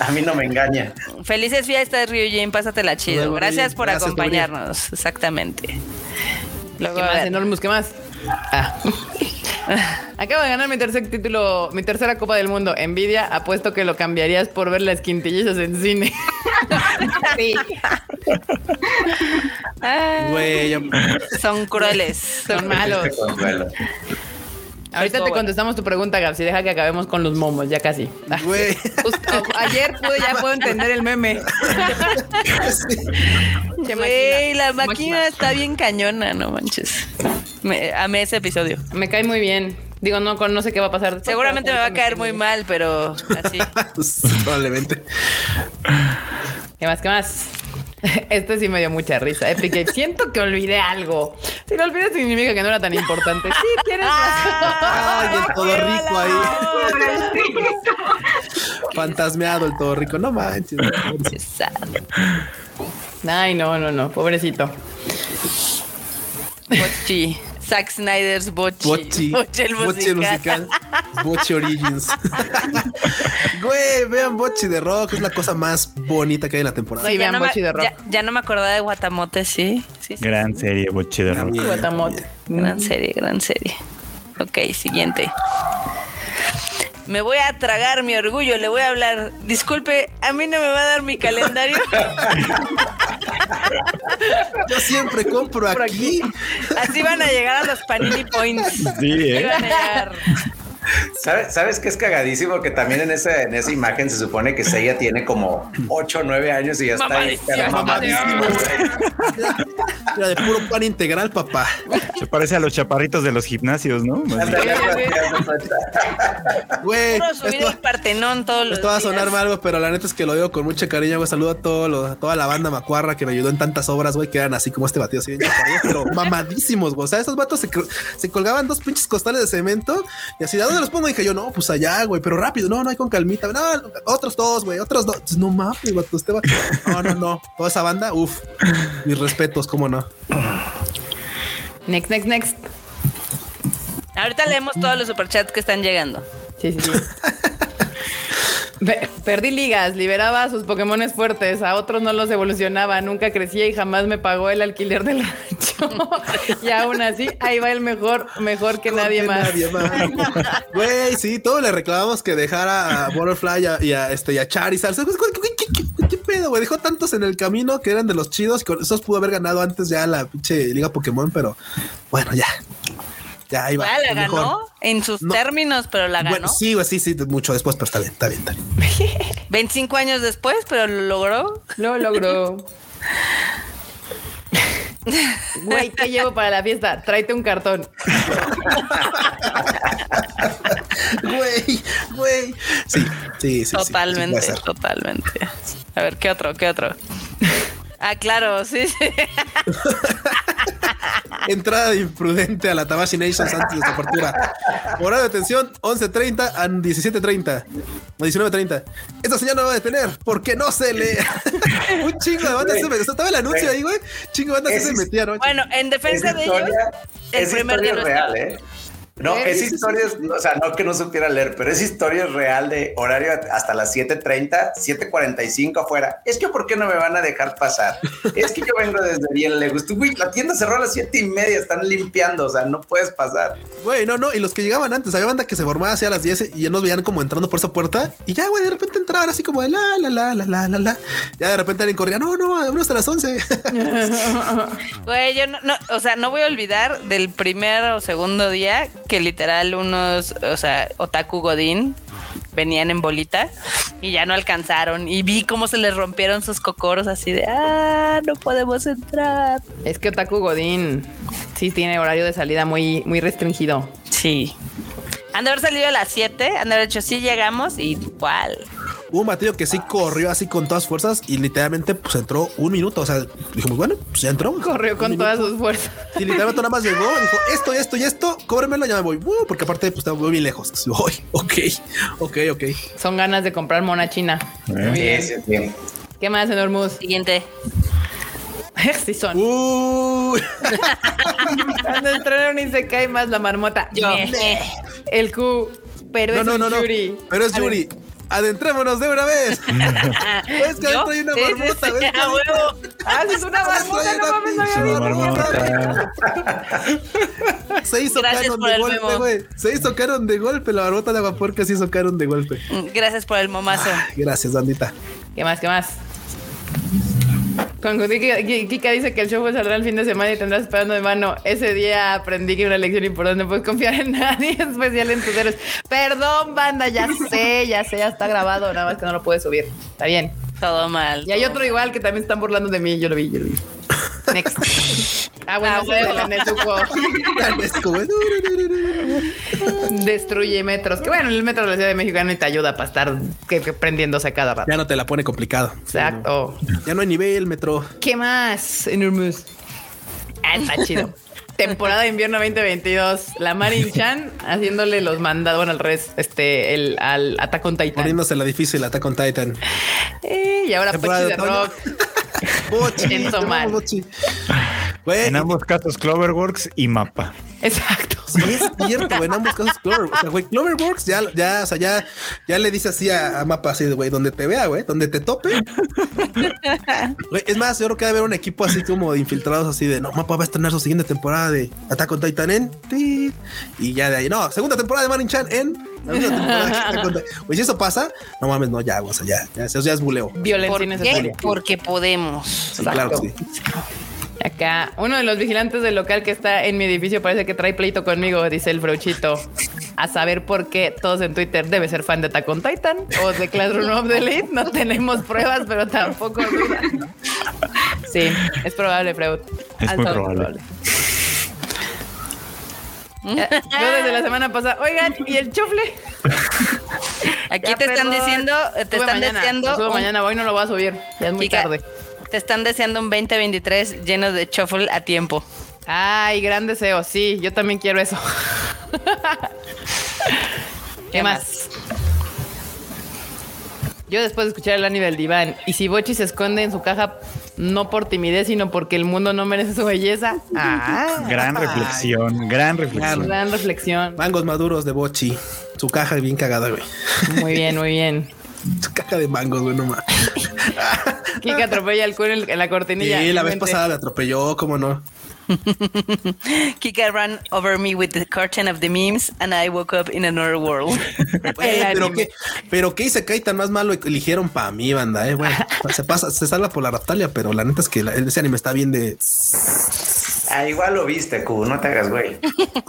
Speaker 8: A mí no me engaña.
Speaker 3: Felices fiestas Ryujin, pásatela
Speaker 2: Nos
Speaker 3: chido.
Speaker 2: vemos,
Speaker 3: Gracias
Speaker 2: Ryujin.
Speaker 3: por
Speaker 2: Gracias,
Speaker 3: acompañarnos, exactamente. Luego,
Speaker 1: ¿Qué
Speaker 3: a
Speaker 1: más,
Speaker 3: ver.
Speaker 1: Enormous? ¿Qué más? Ah. Acabo de ganar mi tercer título, mi tercera Copa del Mundo. Envidia, apuesto que lo cambiarías por ver las quintillizas en cine.
Speaker 6: Sí.
Speaker 2: Güey, ya-
Speaker 3: Son crueles.
Speaker 1: Son malos.
Speaker 8: Este Consuelo.
Speaker 1: Ahorita te
Speaker 3: bueno.
Speaker 1: contestamos tu pregunta, Gab. Si deja que acabemos con los momos, ya casi.
Speaker 2: güey.
Speaker 1: Justo ayer pude, ya puedo entender el meme. Che,
Speaker 3: Güey, la
Speaker 1: máquina.
Speaker 3: máquina está bien cañona, no manches. Me, amé ese episodio.
Speaker 1: Me cae muy bien. Digo, no, con- no sé qué va a pasar. después,
Speaker 3: Seguramente
Speaker 1: pero
Speaker 3: me va a
Speaker 1: ahorita
Speaker 3: caer
Speaker 1: cae
Speaker 3: muy
Speaker 1: bien.
Speaker 3: mal, pero así.
Speaker 2: Probablemente.
Speaker 1: ¿Qué más? ¿Qué más? Este sí me dio mucha risa. Epic Games. Siento que olvidé algo. Si lo olvidé significa que no era tan importante. Sí, tienes
Speaker 3: Ah.
Speaker 1: razón.
Speaker 2: Ay, el todo rico ahí.
Speaker 7: Pobrecito.
Speaker 2: Fantasmeado el todo rico. No manches.
Speaker 1: Ay, no, no, no. Pobrecito.
Speaker 3: Bochi. Zack Snyder's Bochi.
Speaker 2: Bochi.
Speaker 3: Bochi el
Speaker 2: Bochi el musical. Bochi Origins. Güey, vean Bochi de Rock. Es la cosa más bonita que hay en la temporada.
Speaker 1: Ay, vean
Speaker 3: no me-
Speaker 1: Bochi de Rock.
Speaker 3: ya- ya no me acordaba de Guatamote, sí. Sí, sí.
Speaker 4: Gran serie, boche de rock.
Speaker 2: También,
Speaker 1: Guatamote.
Speaker 3: Gran serie, gran serie. Ok, siguiente. Me voy a tragar mi orgullo, le voy a hablar. Disculpe, a mí no me va a dar mi calendario.
Speaker 2: Yo siempre compro aquí.
Speaker 3: Así van a llegar a los Panini Points.
Speaker 4: Sí,
Speaker 3: Así
Speaker 4: ¿eh?
Speaker 3: van a llegar.
Speaker 8: ¿Sabes, ¿Sabes qué es cagadísimo? Que también en esa, en esa imagen se supone que Seiya tiene como 8 o 9 años y ya está ahí, pero mamadísimo, güey.
Speaker 2: Era de puro pan integral, papá.
Speaker 4: Se parece a los chaparritos de los gimnasios, ¿no? Así.
Speaker 8: Ándale, güey, te das cuenta.
Speaker 2: Güey,
Speaker 3: Puro subir
Speaker 2: esto,
Speaker 3: al Partenón todos los
Speaker 2: esto va a
Speaker 3: días.
Speaker 2: sonar mal, güey, pero la neta es que lo digo con mucho cariño, güey. Saludo a, todo lo- a toda la banda macuarra que me ayudó en tantas obras, güey, que eran así como este batido, así bien chaparrillos, pero mamadísimos, güey. O sea, esos vatos se, cr- se colgaban dos pinches costales de cemento y así, ¿de dónde los pongo? dije yo, no, pues allá, güey, pero rápido, no, no hay con calmita, no, otros dos, güey, otros dos. Entonces, No mames, vato, este vato. No, no, no. Toda esa banda, uff, mis respetos, cómo no.
Speaker 1: Next, next, next.
Speaker 3: Ahorita leemos todos los superchats que están llegando.
Speaker 1: Sí, sí, sí. Pe- Perdí ligas, liberaba a sus Pokémones fuertes, a otros no los evolucionaba, nunca crecía y jamás me pagó el alquiler del rancho. y aún así, ahí va el mejor, mejor que nadie
Speaker 2: Que
Speaker 1: más.
Speaker 2: más. Güey, sí, todos le reclamamos que dejara a Butterfly y a, y a, este, y a Charizard. ¿Qué, qué- qué- qué- qué pedo, güey? Dejó tantos en el camino que eran de los chidos. Con esos pudo haber ganado antes ya la pinche Liga Pokémon, pero bueno, ya. Ya ahí va.
Speaker 3: Ah, la
Speaker 2: el mejor.
Speaker 3: ganó en sus
Speaker 2: No.
Speaker 3: términos, pero la ganó.
Speaker 2: Bueno, sí, güey, sí, sí, mucho después, pero está bien, está bien, está bien.
Speaker 3: 25 años después, pero lo logró.
Speaker 1: Lo logró. Güey, ¿qué llevo para la fiesta? Tráete un cartón.
Speaker 2: Güey, güey. Sí, sí, sí, sí. sí.
Speaker 3: totalmente,
Speaker 2: puede ser.
Speaker 3: totalmente. A ver, ¿qué otro? ¿Qué otro? Ah, claro, sí, sí.
Speaker 2: Entrada de imprudente a la Tabashi Nations antes de su apertura. Horario de atención 11.30 a 17.30. O 19.30. Esta señal no va a detener porque no se lee. Un chingo de bandas se me- Estaba el anuncio ahí, güey. Chingo de bandas que
Speaker 8: Ese
Speaker 2: se
Speaker 8: es-
Speaker 2: metían, ¿no?
Speaker 3: Bueno, en defensa
Speaker 8: Esa
Speaker 3: de ellos,
Speaker 8: historia-
Speaker 3: el
Speaker 8: esa
Speaker 3: primer día
Speaker 8: historia
Speaker 3: no
Speaker 8: es
Speaker 3: estaba.
Speaker 8: real, ¿eh? No,
Speaker 2: Sí, sí,
Speaker 8: es
Speaker 2: sí,
Speaker 8: historia, o sea, no que no supiera leer, pero es historia real de horario hasta las 7:30, 7:45 afuera. Es que, ¿por qué no me van a dejar pasar? Es que yo vengo desde bien lejos. Tú, güey, la tienda cerró a las 7 y media, están limpiando, o sea, no puedes pasar.
Speaker 2: Güey, no, no. Y los que llegaban antes, había banda que se formaba hacia las 10 y ya nos veían como entrando por esa puerta. Y ya, güey, de repente entraban así como de la, la, la, la, la, la, la. Ya de repente alguien corría, no, no, abrimos hasta las 11.
Speaker 3: güey, yo no, no, o sea, no voy a olvidar del primer o segundo día que literal unos, o sea, Otaku Godín venían en bolita y ya no alcanzaron y vi cómo se les rompieron sus cocoros así de, ah, no podemos entrar.
Speaker 1: Es que Otaku Godín sí tiene horario de salida muy, muy restringido.
Speaker 3: Sí. Han de haber salido a las 7, han de haber hecho, sí llegamos y cuál.
Speaker 2: Hubo un batido que sí corrió así con todas fuerzas y literalmente pues entró un minuto. O sea, dijimos, bueno, pues ya entró.
Speaker 1: Corrió con todas sus fuerzas.
Speaker 2: Y literalmente nada más llegó, dijo esto y esto y esto, cóbremelo, ya me voy. Uh, porque aparte, pues estaba muy bien lejos. Entonces, voy, ok, ok, ok.
Speaker 1: Son ganas de comprar mona china. Muy bien.
Speaker 8: Sí, sí, sí.
Speaker 1: ¿Qué más en Hormuz?
Speaker 3: Siguiente.
Speaker 1: sí son.
Speaker 2: Uh,
Speaker 1: Cuando entrena un Isekai más la marmota.
Speaker 3: Yo.
Speaker 1: El Q. Pero
Speaker 2: no,
Speaker 1: es
Speaker 2: no,
Speaker 1: un
Speaker 2: no, no.
Speaker 1: Yuri.
Speaker 2: Pero es
Speaker 1: A ver,
Speaker 2: Yuri. adentrémonos de una vez. es que
Speaker 3: Ah, ¿Yo?
Speaker 2: ahí trae una
Speaker 3: Sí, sí,
Speaker 2: marmota.
Speaker 3: sí,
Speaker 2: ¿ves,
Speaker 3: a
Speaker 2: carita?
Speaker 3: huevo.
Speaker 1: Ah, es una
Speaker 2: Trae
Speaker 1: barbota,
Speaker 2: una
Speaker 1: no mames, no
Speaker 2: pinche
Speaker 1: había visto.
Speaker 2: barbota. Se hizo
Speaker 3: Gracias
Speaker 2: canon
Speaker 3: por
Speaker 2: de
Speaker 3: el
Speaker 2: golpe,
Speaker 3: memo.
Speaker 2: güey. Se hizo canon de golpe. La barbota de agua puerca se hizo canon de golpe.
Speaker 3: Gracias por el momazo.
Speaker 2: Gracias, bandita.
Speaker 1: ¿Qué más? ¿Qué más? Concluí que- que- Kika dice que el show pues saldrá el fin de semana y tendrás esperando de mano. Ese día aprendí que una lección importante no puedes confiar en nadie, en especial en tus héroes. Perdón, banda, ya sé, ya sé, ya está grabado, nada más que no lo puedes subir. Está bien.
Speaker 3: Todo mal.
Speaker 1: Y hay otro igual que también están burlando de mí, yo lo vi, yo lo vi. Next. Ah,
Speaker 3: Ah,
Speaker 1: bueno, ese de la
Speaker 3: bueno.
Speaker 1: Nezuko.
Speaker 2: Es como-
Speaker 1: Destruye metros. Que bueno, el metro de la Ciudad de México ya no te ayuda para estar que- que prendiéndose a cada rato.
Speaker 2: Ya no te la pone complicado.
Speaker 1: Exacto.
Speaker 2: Ya no hay nivel, metro.
Speaker 1: ¿Qué más, Enormous? Ah, está chido. Temporada de invierno 2022. La Marin Chan haciéndole los mandados, bueno, al revés, este, el, al Attack on Titan.
Speaker 2: Poniéndose la difícil, Attack on Titan.
Speaker 1: Eh, y ahora
Speaker 2: Temporada
Speaker 1: Pochi de
Speaker 2: de otoño.
Speaker 1: Rock.
Speaker 2: Bochi,
Speaker 1: En Somal.
Speaker 2: no, Bochi. Güey,
Speaker 4: En ambos casos, Cloverworks y Mapa.
Speaker 1: Exacto.
Speaker 2: Sí, es cierto, güey, en ambos casos Clover, o sea, güey, Cloverworks ya, ya, o sea, ya, ya le dice así a, a Mapa, así de, güey, donde te vea, güey, donde te tope. Güey, es más, yo creo que debe haber un equipo así como de infiltrados, así de, no, Mapa va a estrenar su siguiente temporada de Attack on Titan en, ti. y ya de ahí, no, segunda temporada de Marin Chan en, la misma temporada de Attack on Titan. Güey, si eso pasa, no mames, no, ya, güey, o sea, ya, ya, eso ya es buleo.
Speaker 1: Violencia
Speaker 3: ¿Por qué?
Speaker 1: innecesaria.
Speaker 3: Porque podemos.
Speaker 2: Sí, claro,
Speaker 1: Exacto.
Speaker 2: sí.
Speaker 1: Acá, uno de los vigilantes del local que está en mi edificio parece que trae pleito conmigo, dice el brochito. A saber por qué todos en Twitter debe ser fan de Attack on Titan o de Classroom of the Elite. No tenemos pruebas, pero tampoco dudas. Sí, es probable, Freud.
Speaker 4: Es muy
Speaker 1: Altamente
Speaker 4: probable.
Speaker 1: probable. Eh, Yo desde la semana pasada, oigan, ¿y el chufle?
Speaker 3: Aquí
Speaker 1: Ya,
Speaker 3: te están
Speaker 1: perdón.
Speaker 3: diciendo, te
Speaker 1: Sube
Speaker 3: están
Speaker 1: mañana,
Speaker 3: deseando
Speaker 1: lo subo
Speaker 3: un-
Speaker 1: mañana, hoy no lo voy a subir, ya es muy
Speaker 3: Kika,
Speaker 1: tarde.
Speaker 3: Te están deseando un 2023 lleno de shuffle a tiempo.
Speaker 2: Ah.
Speaker 1: Ay, gran deseo, sí, yo también quiero eso. ¿Qué
Speaker 3: ¿Qué
Speaker 1: más? Yo después de escuchar el anime del diván, y si Bochi se esconde en su caja no por timidez, sino porque el mundo no merece su belleza. Ah,
Speaker 4: Gran reflexión, gran reflexión.
Speaker 1: gran reflexión.
Speaker 2: Mangos maduros de Bochi, su caja bien cagada, güey.
Speaker 1: Muy bien, muy bien.
Speaker 2: Su caja de mangos, güey, no mames.
Speaker 1: Kika atropella al cuero en la cortinilla.
Speaker 2: Sí, la vez
Speaker 1: Vente.
Speaker 2: pasada la atropelló, cómo no.
Speaker 3: Kika ran over me with the curtain of the memes and I woke up in another world.
Speaker 2: Güey,
Speaker 1: El
Speaker 2: pero
Speaker 1: anime.
Speaker 2: qué, pero qué Isekai tan más malo eligieron para mí, banda, eh, güey. Se pasa, se salva por la raptalia, pero la neta es que la- ese anime está bien de.
Speaker 8: Ah, igual lo viste, Q, no te hagas, güey.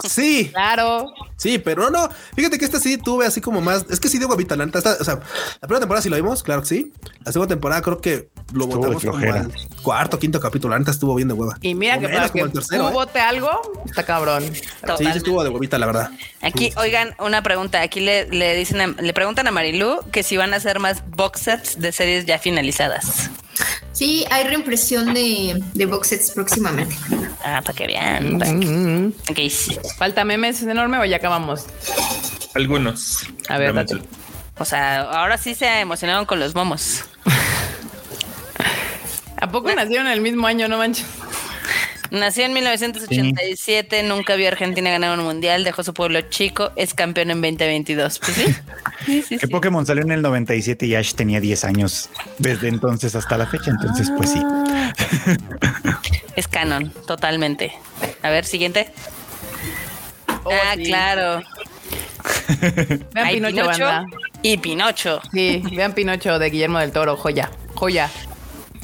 Speaker 2: Sí,
Speaker 1: Claro.
Speaker 2: sí, pero no, no. Fíjate que esta sí tuve así como más. Es que sí de guapita, la neta. esta- o sea, la primera temporada sí lo vimos, claro que sí. La segunda temporada creo que lo
Speaker 4: Estuvo de
Speaker 2: votamos como
Speaker 4: flojera.
Speaker 2: al cuarto, quinto capítulo. La neta estuvo bien de hueva.
Speaker 1: Y mira
Speaker 2: O
Speaker 1: que
Speaker 2: menos
Speaker 1: para que
Speaker 2: como el tercero,
Speaker 1: tú
Speaker 2: eh.
Speaker 1: vote algo, está cabrón.
Speaker 2: Sí, sí
Speaker 3: Totalmente.
Speaker 2: estuvo de huevita, la verdad.
Speaker 3: Aquí, oigan, una pregunta. Aquí le, le dicen, a- le preguntan a Marilu que si van a hacer más box sets de series ya finalizadas.
Speaker 6: Sí, hay reimpresión de, de box sets próximamente.
Speaker 3: Ah, para que vean.
Speaker 1: Mm,
Speaker 3: pa' que- Ok, sí.
Speaker 1: ¿Falta memes enorme o ya acabamos?
Speaker 9: Algunos.
Speaker 1: A ver,
Speaker 9: Realmente.
Speaker 1: date.
Speaker 3: O sea, ahora sí se emocionaron con los momos.
Speaker 1: ¿A poco nacieron el mismo año, no manches?
Speaker 3: Nació en 1987, nunca vio a Argentina ganar un mundial, dejó su pueblo chico, es campeón en 2022. Pues sí. Sí, sí,
Speaker 4: Que
Speaker 3: sí.
Speaker 4: Pokémon salió en el 97 y Ash tenía 10 años desde entonces hasta la fecha. Entonces, pues sí.
Speaker 3: Es canon, totalmente. A ver, siguiente.
Speaker 1: Oh,
Speaker 3: ah,
Speaker 1: sí.
Speaker 3: claro.
Speaker 1: Vean
Speaker 3: Hay
Speaker 1: Pinocho, banda.
Speaker 3: y Pinocho.
Speaker 1: Sí, vean Pinocho de Guillermo del Toro, joya, joya.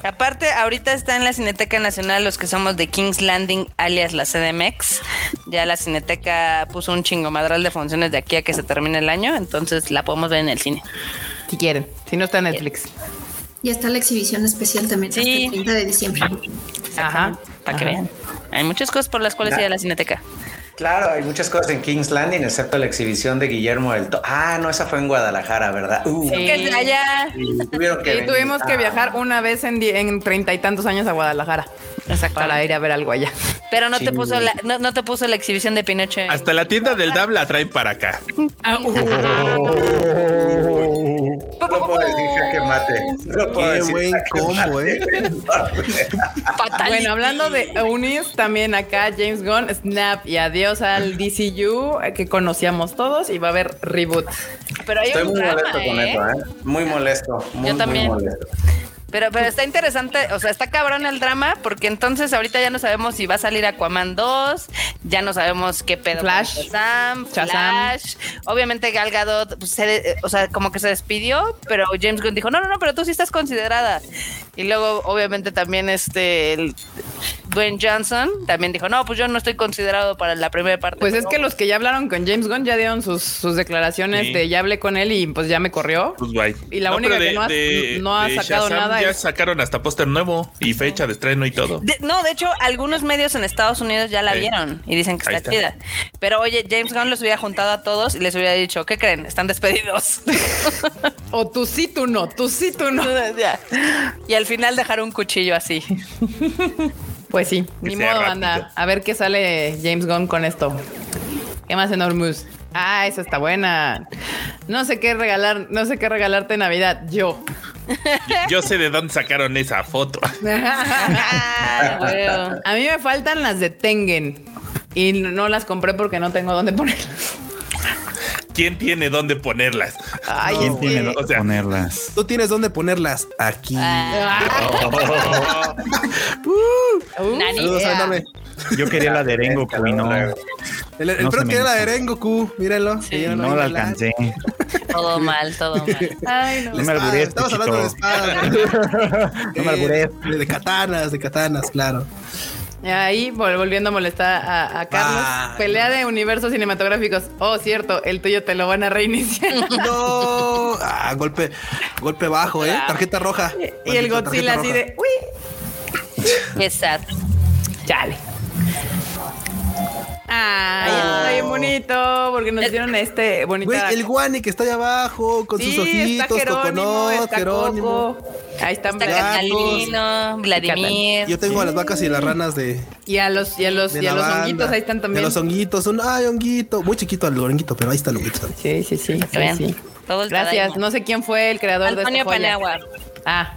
Speaker 3: Aparte, ahorita está en la Cineteca Nacional los que somos de King's Landing, alias la CDMX. Ya la Cineteca puso un chingomadral de funciones de aquí a que se termine el año, entonces la podemos ver en el cine.
Speaker 1: Si quieren, si no está en Netflix.
Speaker 6: Y está la exhibición especial también
Speaker 3: Sí.
Speaker 6: hasta el 30 de diciembre.
Speaker 1: Ajá.
Speaker 3: Para que
Speaker 1: Ajá.
Speaker 3: vean. Hay muchas cosas por las cuales ir a la Cineteca.
Speaker 8: Claro, hay muchas cosas en King's Landing, excepto la exhibición de Guillermo del Toro. Ah, no, esa fue en Guadalajara, ¿verdad? Uh,
Speaker 1: Sí.
Speaker 3: Que es allá.
Speaker 8: y tuvieron que
Speaker 1: Y
Speaker 8: venir.
Speaker 1: tuvimos que
Speaker 8: Ah.
Speaker 1: viajar una vez en die- en treinta y tantos años a Guadalajara para ir a ver algo allá.
Speaker 3: Pero no te puso la, no, no te puso la exhibición de Pinocho. en-
Speaker 9: Hasta la tienda del DAB la traen para acá.
Speaker 8: No puedo decir que empate. No puedo
Speaker 2: Qué
Speaker 8: decir
Speaker 2: buen combo, eh.
Speaker 1: Bueno, hablando de Unis, también acá James Gunn, Snap y adiós al DCU eh, que conocíamos todos y va a haber reboot.
Speaker 3: Pero hay
Speaker 8: Estoy
Speaker 3: un
Speaker 8: muy
Speaker 3: drama,
Speaker 8: molesto con
Speaker 3: ¿eh?
Speaker 8: eso, ¿eh? Muy molesto. Muy,
Speaker 3: Yo también.
Speaker 8: Muy molesto.
Speaker 3: Pero, pero está interesante, o sea, está cabrón el drama, porque entonces ahorita ya no sabemos si va a salir Aquaman 2, ya no sabemos qué pedo. con
Speaker 1: Flash.
Speaker 3: Shazam,
Speaker 1: Shazam.
Speaker 3: Flash. Obviamente Gal Gadot, pues, se de- eh, o sea, como que se despidió, pero James Gunn dijo, no, no, no, pero tú sí estás considerada. Y luego, obviamente, también este, el Dwayne Johnson también dijo, no, pues yo no estoy considerado para la primera parte.
Speaker 1: Pues es
Speaker 3: Pero-
Speaker 1: que los que ya hablaron con James Gunn ya dieron sus, sus declaraciones
Speaker 9: Sí.
Speaker 1: de ya hablé con él y pues ya me corrió.
Speaker 9: Pues bye.
Speaker 1: Y la única
Speaker 9: pero
Speaker 1: que no ha- no ha sacado nada
Speaker 9: Ya
Speaker 1: es-
Speaker 9: sacaron hasta póster nuevo y fecha de estreno y todo.
Speaker 3: De- no, de hecho, algunos medios en Estados Unidos ya la
Speaker 9: Sí.
Speaker 3: vieron y dicen que
Speaker 9: Ahí
Speaker 3: está,
Speaker 9: está.
Speaker 3: chida. Pero oye, James Gunn los hubiera juntado a todos y les hubiera dicho, ¿qué creen? Están despedidos.
Speaker 1: O tú sí, tú no, tú sí, tú no.
Speaker 3: Ya. y al final dejar un cuchillo así.
Speaker 1: Pues sí,
Speaker 9: Que
Speaker 1: ni
Speaker 9: sea
Speaker 1: modo,
Speaker 9: rápido.
Speaker 1: banda. A ver qué sale James Gunn con esto. ¿Qué más enormous? Ah, esa está buena. No sé qué regalar, no sé qué regalarte en Navidad. Yo.
Speaker 9: Yo sé de dónde sacaron esa foto.
Speaker 3: Ah, huevo.
Speaker 1: A mí me faltan las de Tengen y no las compré porque no tengo dónde ponerlas.
Speaker 9: ¿Quién tiene dónde ponerlas?
Speaker 1: Ay,
Speaker 4: ¿Quién
Speaker 1: es
Speaker 4: tiene
Speaker 1: que-
Speaker 4: dónde
Speaker 9: O sea-
Speaker 4: ponerlas?
Speaker 2: Tú tienes dónde ponerlas aquí.
Speaker 1: Uh,
Speaker 3: Nani.
Speaker 2: Saludos
Speaker 3: Ah. idea.
Speaker 2: a Enorme.
Speaker 4: Yo quería la de Rengoku y no,
Speaker 2: El, el
Speaker 4: No
Speaker 2: perro
Speaker 4: se me
Speaker 2: quiere la
Speaker 4: hizo.
Speaker 2: de Rengoku, mírenlo.
Speaker 3: Sí.
Speaker 2: Que ya
Speaker 4: no
Speaker 2: hay
Speaker 4: la
Speaker 2: bala.
Speaker 4: alcancé.
Speaker 3: todo mal, todo mal.
Speaker 1: Ay,
Speaker 2: La
Speaker 1: no.
Speaker 4: No me
Speaker 2: espada,
Speaker 4: alburees,
Speaker 2: Estamos
Speaker 4: Pechito.
Speaker 2: hablando de espadas.
Speaker 4: No me alburees.
Speaker 2: Eh, De katanas, de katanas, claro.
Speaker 1: Y Ahí vol- volviendo a molestar a, a Carlos.
Speaker 2: Ay.
Speaker 1: Pelea de universos cinematográficos. Oh, cierto, el tuyo te lo van a reiniciar.
Speaker 2: No. Ah, golpe, golpe bajo, eh. Tarjeta roja.
Speaker 1: y el
Speaker 2: Maldito,
Speaker 1: Godzilla
Speaker 2: tarjeta roja.
Speaker 1: así de. Uy,
Speaker 3: Qué sad.
Speaker 1: chale. Ay, está bien bonito, porque nos hicieron este bonito.
Speaker 2: Ah. Güey, el guani que está allá abajo, con sus ojitos, coconó, Jerónimo.
Speaker 1: Ahí están
Speaker 3: Está
Speaker 1: blancos.
Speaker 3: Catalino, Vladimir.
Speaker 2: Yo tengo a las vacas y las ranas de,
Speaker 1: Y a los, y a los,
Speaker 2: de
Speaker 1: Pues y a
Speaker 2: la
Speaker 1: los
Speaker 2: banda.
Speaker 1: honguitos, ahí están
Speaker 2: Y a
Speaker 1: también.
Speaker 2: los honguitos, un ay, honguito. Muy chiquito el honguito, pero ahí está el honguito. también.
Speaker 1: Sí, sí, sí.
Speaker 3: Para que
Speaker 1: sí,
Speaker 3: vean.
Speaker 1: sí.
Speaker 3: Todo el
Speaker 1: Gracias.
Speaker 3: Tadaima.
Speaker 1: No sé quién fue el creador de
Speaker 3: Antonio
Speaker 1: esta joya.
Speaker 3: Paniagua.
Speaker 1: Ah,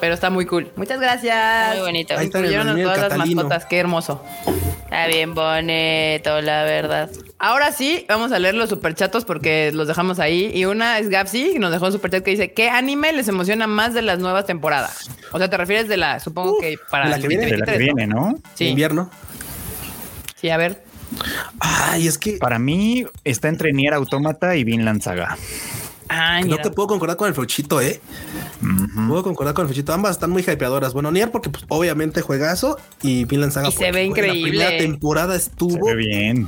Speaker 1: pero está muy cool. Muchas gracias.
Speaker 3: Muy bonito.
Speaker 2: Ahí está el
Speaker 1: Incluyeron a
Speaker 2: Vladimir
Speaker 1: todas las
Speaker 2: Catalino.
Speaker 1: mascotas. Qué hermoso.
Speaker 3: Está bien bonito, la verdad.
Speaker 1: Ahora sí, vamos a leer los superchatos porque los dejamos ahí. Y una es Gapsi, que nos dejó un superchat que dice: ¿Qué anime les emociona más de las nuevas temporadas? O sea, te refieres de la, supongo que para
Speaker 2: de la
Speaker 1: el
Speaker 2: que viene.
Speaker 4: De la que
Speaker 1: 2023,
Speaker 4: viene,
Speaker 1: ¿no?
Speaker 4: ¿no?
Speaker 1: Sí,
Speaker 2: Invierno.
Speaker 1: sí, a ver.
Speaker 2: Ay, es que
Speaker 4: Para mí está entre Nier Automata y Vinland Saga.
Speaker 1: Ay,
Speaker 2: no
Speaker 1: Ah, mira.
Speaker 2: te puedo concordar con el frochito, eh.
Speaker 4: Ujú.
Speaker 2: Puedo concordar con el Fechito. Ambas están muy hypeadoras. Bueno, Nier, porque pues, obviamente juegazo y Vinland Saga.
Speaker 1: Y se
Speaker 2: porque,
Speaker 1: ve
Speaker 2: güey,
Speaker 1: increíble.
Speaker 2: La primera temporada
Speaker 4: Se
Speaker 2: estuvo
Speaker 4: ve bien.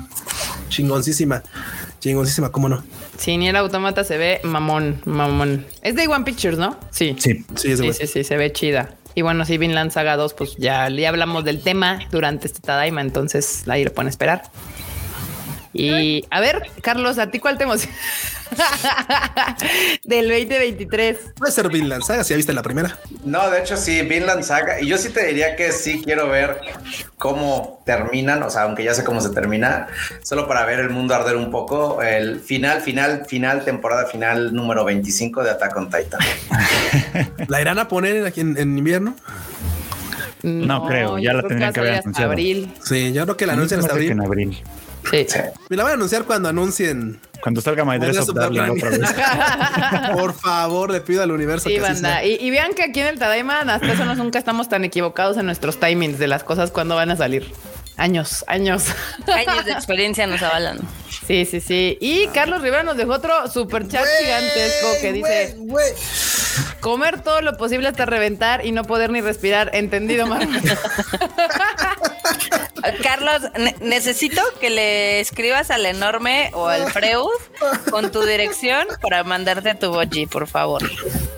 Speaker 2: chingoncísima. Chingoncísima, cómo no.
Speaker 1: Sí, Nier Automata se ve mamón, mamón. Es de One Pictures, ¿no? Sí.
Speaker 4: Sí.
Speaker 2: Sí, es de
Speaker 1: Sí,
Speaker 2: güey.
Speaker 1: sí, sí, se ve chida. Y bueno, si Vinland Saga 2, pues ya, ya hablamos del tema durante este Tadaima, entonces ahí lo pueden esperar. Y a ver, Carlos, ¿a ti cuál te emociona? del 2023.
Speaker 2: Puede ser Vinland Saga, si ya viste la primera.
Speaker 8: No, de hecho sí, Vinland Saga. Y yo sí te diría que sí quiero ver cómo terminan, o sea, aunque ya sé cómo se termina, solo para ver el mundo arder un poco. El final, final, final, temporada final número 25 de Attack on Titan.
Speaker 2: ¿La irán a poner en, aquí en- en invierno?
Speaker 4: No creo, ya
Speaker 1: yo
Speaker 4: la
Speaker 1: creo
Speaker 4: tendrían
Speaker 1: va a
Speaker 4: que haber
Speaker 1: salir hasta
Speaker 4: anunciado.
Speaker 1: abril.
Speaker 2: Sí, yo creo que la
Speaker 4: A mí se
Speaker 2: anuncian
Speaker 4: me
Speaker 2: hasta
Speaker 4: hace que en
Speaker 2: abril.
Speaker 4: abril.
Speaker 1: Sí.
Speaker 8: Sí.
Speaker 2: Me la van a anunciar cuando anuncien.
Speaker 4: Cuando salga My Dress
Speaker 2: Dress
Speaker 4: Up
Speaker 2: Up
Speaker 4: Darling
Speaker 2: Darling.
Speaker 4: otra vez.
Speaker 2: Por favor, le pido al universo
Speaker 1: Sí,
Speaker 2: que así
Speaker 1: banda.
Speaker 2: sea.
Speaker 1: Y, y vean que aquí en el Tadaima, hasta eso nos- nunca estamos tan equivocados en nuestros timings de las cosas cuando van a salir. Años, años.
Speaker 3: Años de experiencia nos avalan.
Speaker 1: Sí, sí, sí. Y Carlos Rivera nos dejó otro super chat gigantesco que dice: Comer todo lo posible hasta reventar y no poder ni respirar. Entendido, Marmota.
Speaker 3: Carlos, ne- necesito que le escribas al enorme o al Freud con tu dirección para mandarte tu boji, por favor.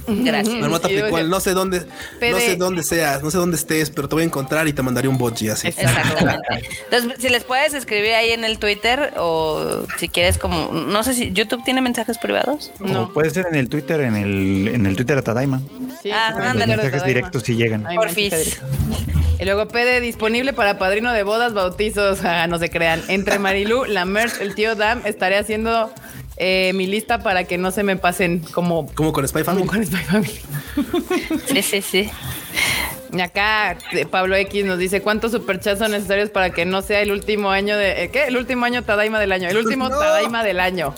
Speaker 3: Gracias.
Speaker 2: Marmota
Speaker 1: Sí, o sea,
Speaker 2: Picual, no sé dónde, no
Speaker 1: Pede.
Speaker 2: sé dónde seas, no sé dónde estés, pero te voy a encontrar y te mandaré un botji así.
Speaker 3: Exactamente. Entonces, si les puedes escribir ahí en el Twitter o si quieres como, no sé si YouTube tiene mensajes privados.
Speaker 1: No.
Speaker 4: O puede ser en el Twitter, en el, en el Twitter de Tadaima.
Speaker 1: Sí,
Speaker 3: Ah,
Speaker 1: sí, sí,
Speaker 3: ándale.
Speaker 4: Los
Speaker 1: sí, sí,
Speaker 4: mensajes
Speaker 1: sí,
Speaker 4: directos si llegan.
Speaker 1: Ay,
Speaker 3: Porfis.
Speaker 1: manchita directa. Y luego pede disponible para padrino de bodas, bautizos, ah, no se crean. Entre Marilú, la merch, el tío Dam, estaré haciendo eh, mi lista para que no se me pasen como,
Speaker 2: Como con Spy
Speaker 1: como
Speaker 2: Family.
Speaker 1: con Spy Family.
Speaker 3: Sí, sí, sí.
Speaker 1: Y Acá eh, Pablo X nos dice cuántos superchats son necesarios para que no sea el último año de eh, ¿qué? El último año Tadaima del año, el último
Speaker 2: Pues No.
Speaker 1: Tadaima del año.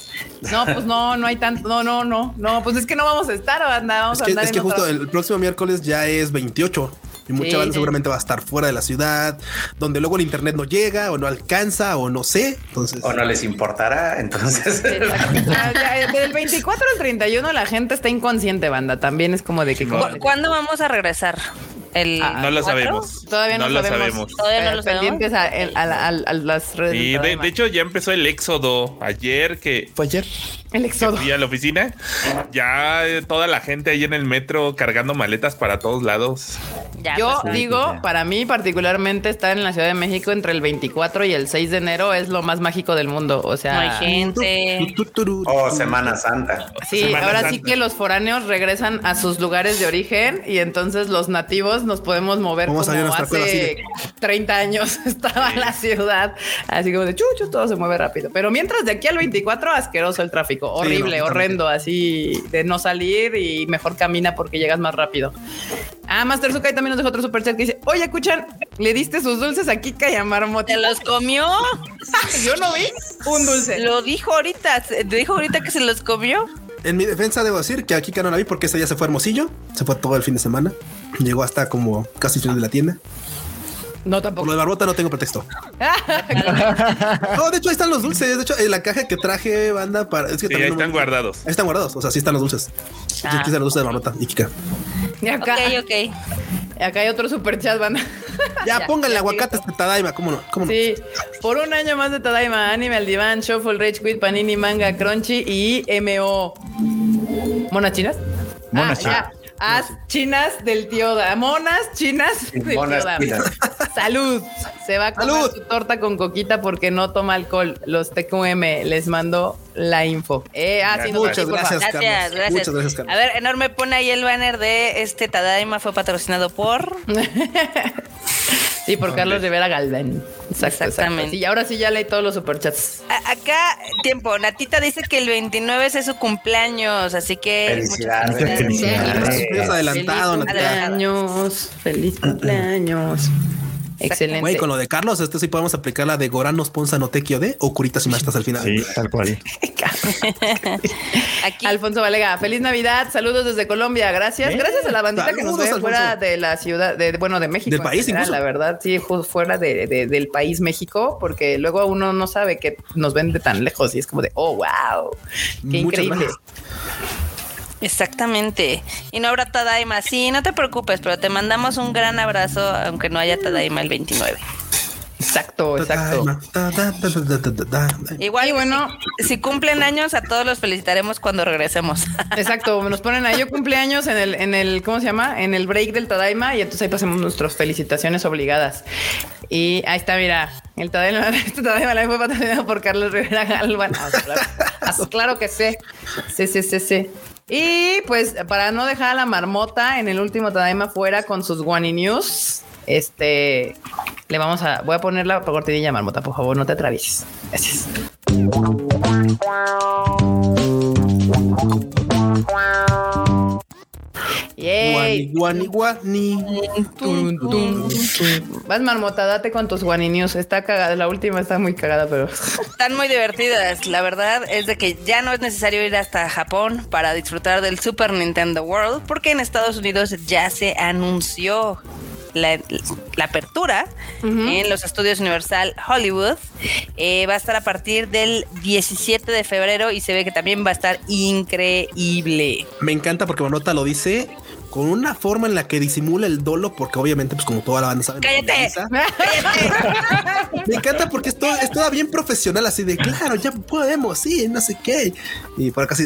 Speaker 1: No, pues no, no hay tanto, no, no, no, no, pues es que no vamos a estar, banda, vamos
Speaker 2: Es que,
Speaker 1: a andar
Speaker 2: es que
Speaker 1: en otro-
Speaker 2: justo el próximo miércoles ya es 28 y mucha
Speaker 1: Sí.
Speaker 2: banda seguramente va a estar fuera de la ciudad, donde luego el internet no llega o no alcanza o no sé. Entonces,
Speaker 8: O no les importará, entonces.
Speaker 1: Ah, ya, eh, Del 24 al 31 la gente está inconsciente, banda. También es como de que como-
Speaker 3: ¿Cu- ¿Cuándo vamos a regresar? ¿El
Speaker 9: No lo
Speaker 3: cuatro?
Speaker 9: sabemos.
Speaker 1: todavía no,
Speaker 9: lo
Speaker 1: sabemos.
Speaker 9: sabemos.
Speaker 3: Todavía no
Speaker 1: Eh,
Speaker 3: lo sabemos.
Speaker 1: pendientes a, el- a la- al- a las redes.
Speaker 9: Sí,
Speaker 1: del
Speaker 9: de,
Speaker 1: programa.
Speaker 9: de hecho ya empezó el éxodo ayer que
Speaker 4: Fue ayer.
Speaker 1: el
Speaker 9: que
Speaker 1: éxodo.
Speaker 9: fui a la oficina. Ya eh, toda la gente ahí en el metro cargando maletas para todos lados.
Speaker 3: Ya,
Speaker 1: Yo
Speaker 3: pues,
Speaker 4: sí,
Speaker 1: digo,
Speaker 4: ya.
Speaker 1: para mí particularmente estar en la Ciudad de México entre el 24 y el 6 de enero es lo más mágico del mundo. O
Speaker 3: no hay
Speaker 1: sea,
Speaker 3: gente.
Speaker 2: Tu, tu, tu, tu, tu.
Speaker 8: O Semana Santa.
Speaker 1: sí,
Speaker 9: Semana
Speaker 1: ahora
Speaker 9: Santa.
Speaker 1: sí que los foráneos regresan a sus lugares de origen y entonces los nativos nos podemos mover
Speaker 2: Vamos a ir a
Speaker 1: como
Speaker 2: nuestra cueva,
Speaker 1: hace 30 años estaba la ciudad. Así como de chuchos, todo se mueve rápido. Pero mientras de aquí al 24, asqueroso el tráfico. Horrible,
Speaker 2: no,
Speaker 1: horrendo, así de no salir y mejor camina porque llegas más rápido. Ah, Master Sukai también nos dejó otro superchat que dice, oye, escuchan, le diste sus dulces a Kika y a Marmota.
Speaker 3: ¿Se los comió?
Speaker 1: Yo no vi un dulce.
Speaker 3: Lo dijo ahorita. se- Dijo ahorita que se los comió.
Speaker 2: En mi defensa debo decir que aquí no la vi porque ese día se fue a hermosillo, se fue todo el fin de semana, llegó hasta como casi el final de la tienda.
Speaker 1: No,
Speaker 2: Por lo
Speaker 1: tampoco.
Speaker 2: de Barbota no tengo pretexto. No, de hecho ahí están los dulces. De hecho, en la caja que traje banda para. Es que
Speaker 9: Sí,
Speaker 2: también
Speaker 9: ahí
Speaker 2: no me-
Speaker 9: están guardados.
Speaker 2: Ahí están guardados. O sea, sí están los dulces. Sí,
Speaker 3: Ah.
Speaker 2: aquí están los dulces de Barbota y Kika.
Speaker 1: Y acá,
Speaker 3: Ok, ok.
Speaker 1: acá hay otro superchat, banda.
Speaker 2: Ya,
Speaker 1: Ya,
Speaker 2: pónganle
Speaker 1: ya
Speaker 2: aguacate a este Tadaima, cómo no, cómo no.
Speaker 1: Sí, por un año más de Tadaima, Anime al Diván, Shuffle, Rage Quit, Panini, Manga, Crunchy y MO. ¿Monas chinas?
Speaker 4: Monas
Speaker 1: Ah,
Speaker 4: chinas.
Speaker 1: ya. Haz chinas del tío Da. Monas chinas del
Speaker 8: Monas
Speaker 1: tío Da.
Speaker 8: chinas.
Speaker 1: Salud. Se va a comer
Speaker 2: Salud.
Speaker 1: su torta con coquita porque no toma alcohol. Los TQM les mando la info. Eh, ah, sí, no,
Speaker 2: Muchas
Speaker 1: sí, por
Speaker 2: gracias,
Speaker 1: favor.
Speaker 3: Gracias,
Speaker 2: Carlos.
Speaker 3: gracias.
Speaker 2: Muchas gracias, Carlos.
Speaker 3: A ver, enorme, pone ahí el banner de este Tadaima fue patrocinado por.
Speaker 1: Sí, por Carlos Rivera Galván. Exacto, Exactamente.
Speaker 3: Exactamente.
Speaker 1: Y ahora sí ya leí todos los superchats.
Speaker 3: A- acá, tiempo, Natita dice que el 29 es su cumpleaños, así que. muchas
Speaker 8: Felicidades.
Speaker 2: Gracias,
Speaker 8: Felicidades.
Speaker 2: gracias adelantado,
Speaker 1: feliz
Speaker 2: Natalia.
Speaker 1: cumpleaños, feliz cumpleaños. Excelente.
Speaker 2: Güey, con lo de Carlos, este sí podemos aplicar la de Goranos Ponza no te de o Curitas y Mastas al final.
Speaker 4: Sí, tal cual.
Speaker 3: Aquí,
Speaker 1: Alfonso Valega, feliz Navidad, saludos desde Colombia, gracias, gracias a la bandita que nos
Speaker 2: Saludos,
Speaker 1: ve
Speaker 2: Alfonso.
Speaker 1: fuera de la ciudad, de, bueno, de México.
Speaker 2: Del
Speaker 1: en
Speaker 2: país incluso.
Speaker 1: La verdad, sí, ju- fuera de- de- del país México, porque luego uno no sabe que nos ven de tan lejos y es como de, oh, wow, qué
Speaker 2: Muchas
Speaker 1: increíble.
Speaker 2: gracias.
Speaker 3: exactamente. Y no habrá Tadaima. Sí, no te preocupes, pero te mandamos un gran abrazo, aunque no haya Tadaima el 29.
Speaker 1: Exacto, exacto.
Speaker 2: Tadaima, ta, ta, ta, ta, ta, ta, ta.
Speaker 3: Igual,
Speaker 1: Y bueno.
Speaker 3: bueno, si, si cumplen años, a todos los felicitaremos cuando regresemos.
Speaker 1: Exacto, nos ponen ahí yo cumpleaños en el, en el, ¿cómo se llama? En el break del Tadaima y entonces ahí pasamos nuestras felicitaciones obligadas. Y ahí está, mira, el Tadaima, este Tadaima Live fue patrocinado por Carlos Rivera Galván. Ah, claro, Ah, claro que sí. Sí, sí, sí, sí. Y pues para no dejar a la marmota en el último Tadaima fuera con sus Guani News, este, le vamos a, voy a poner la cortinilla marmota, por favor, no te atravieses. Gracias.
Speaker 2: Guani,
Speaker 1: Yay.
Speaker 2: guani, guani.
Speaker 1: Tun, tun, tun. Vas marmota, date con tus Guani News. Está cagada, la última está muy cagada, pero
Speaker 3: Están muy divertidas. La verdad es de que ya no es necesario ir hasta Japón para disfrutar del Super Nintendo World, porque en Estados Unidos ya se anunció la, la apertura en los estudios Universal Hollywood. Eh, va a estar a partir del 17 de febrero y se ve que también va a estar increíble.
Speaker 2: Me encanta porque Manota lo dice con una forma en la que disimula el dolo, porque obviamente, pues como toda la banda sabe.
Speaker 3: ¡Cállate!
Speaker 2: normaliza. Me encanta porque esto es toda bien profesional, así de claro, ya podemos, sí, no sé qué. Y por acá sí,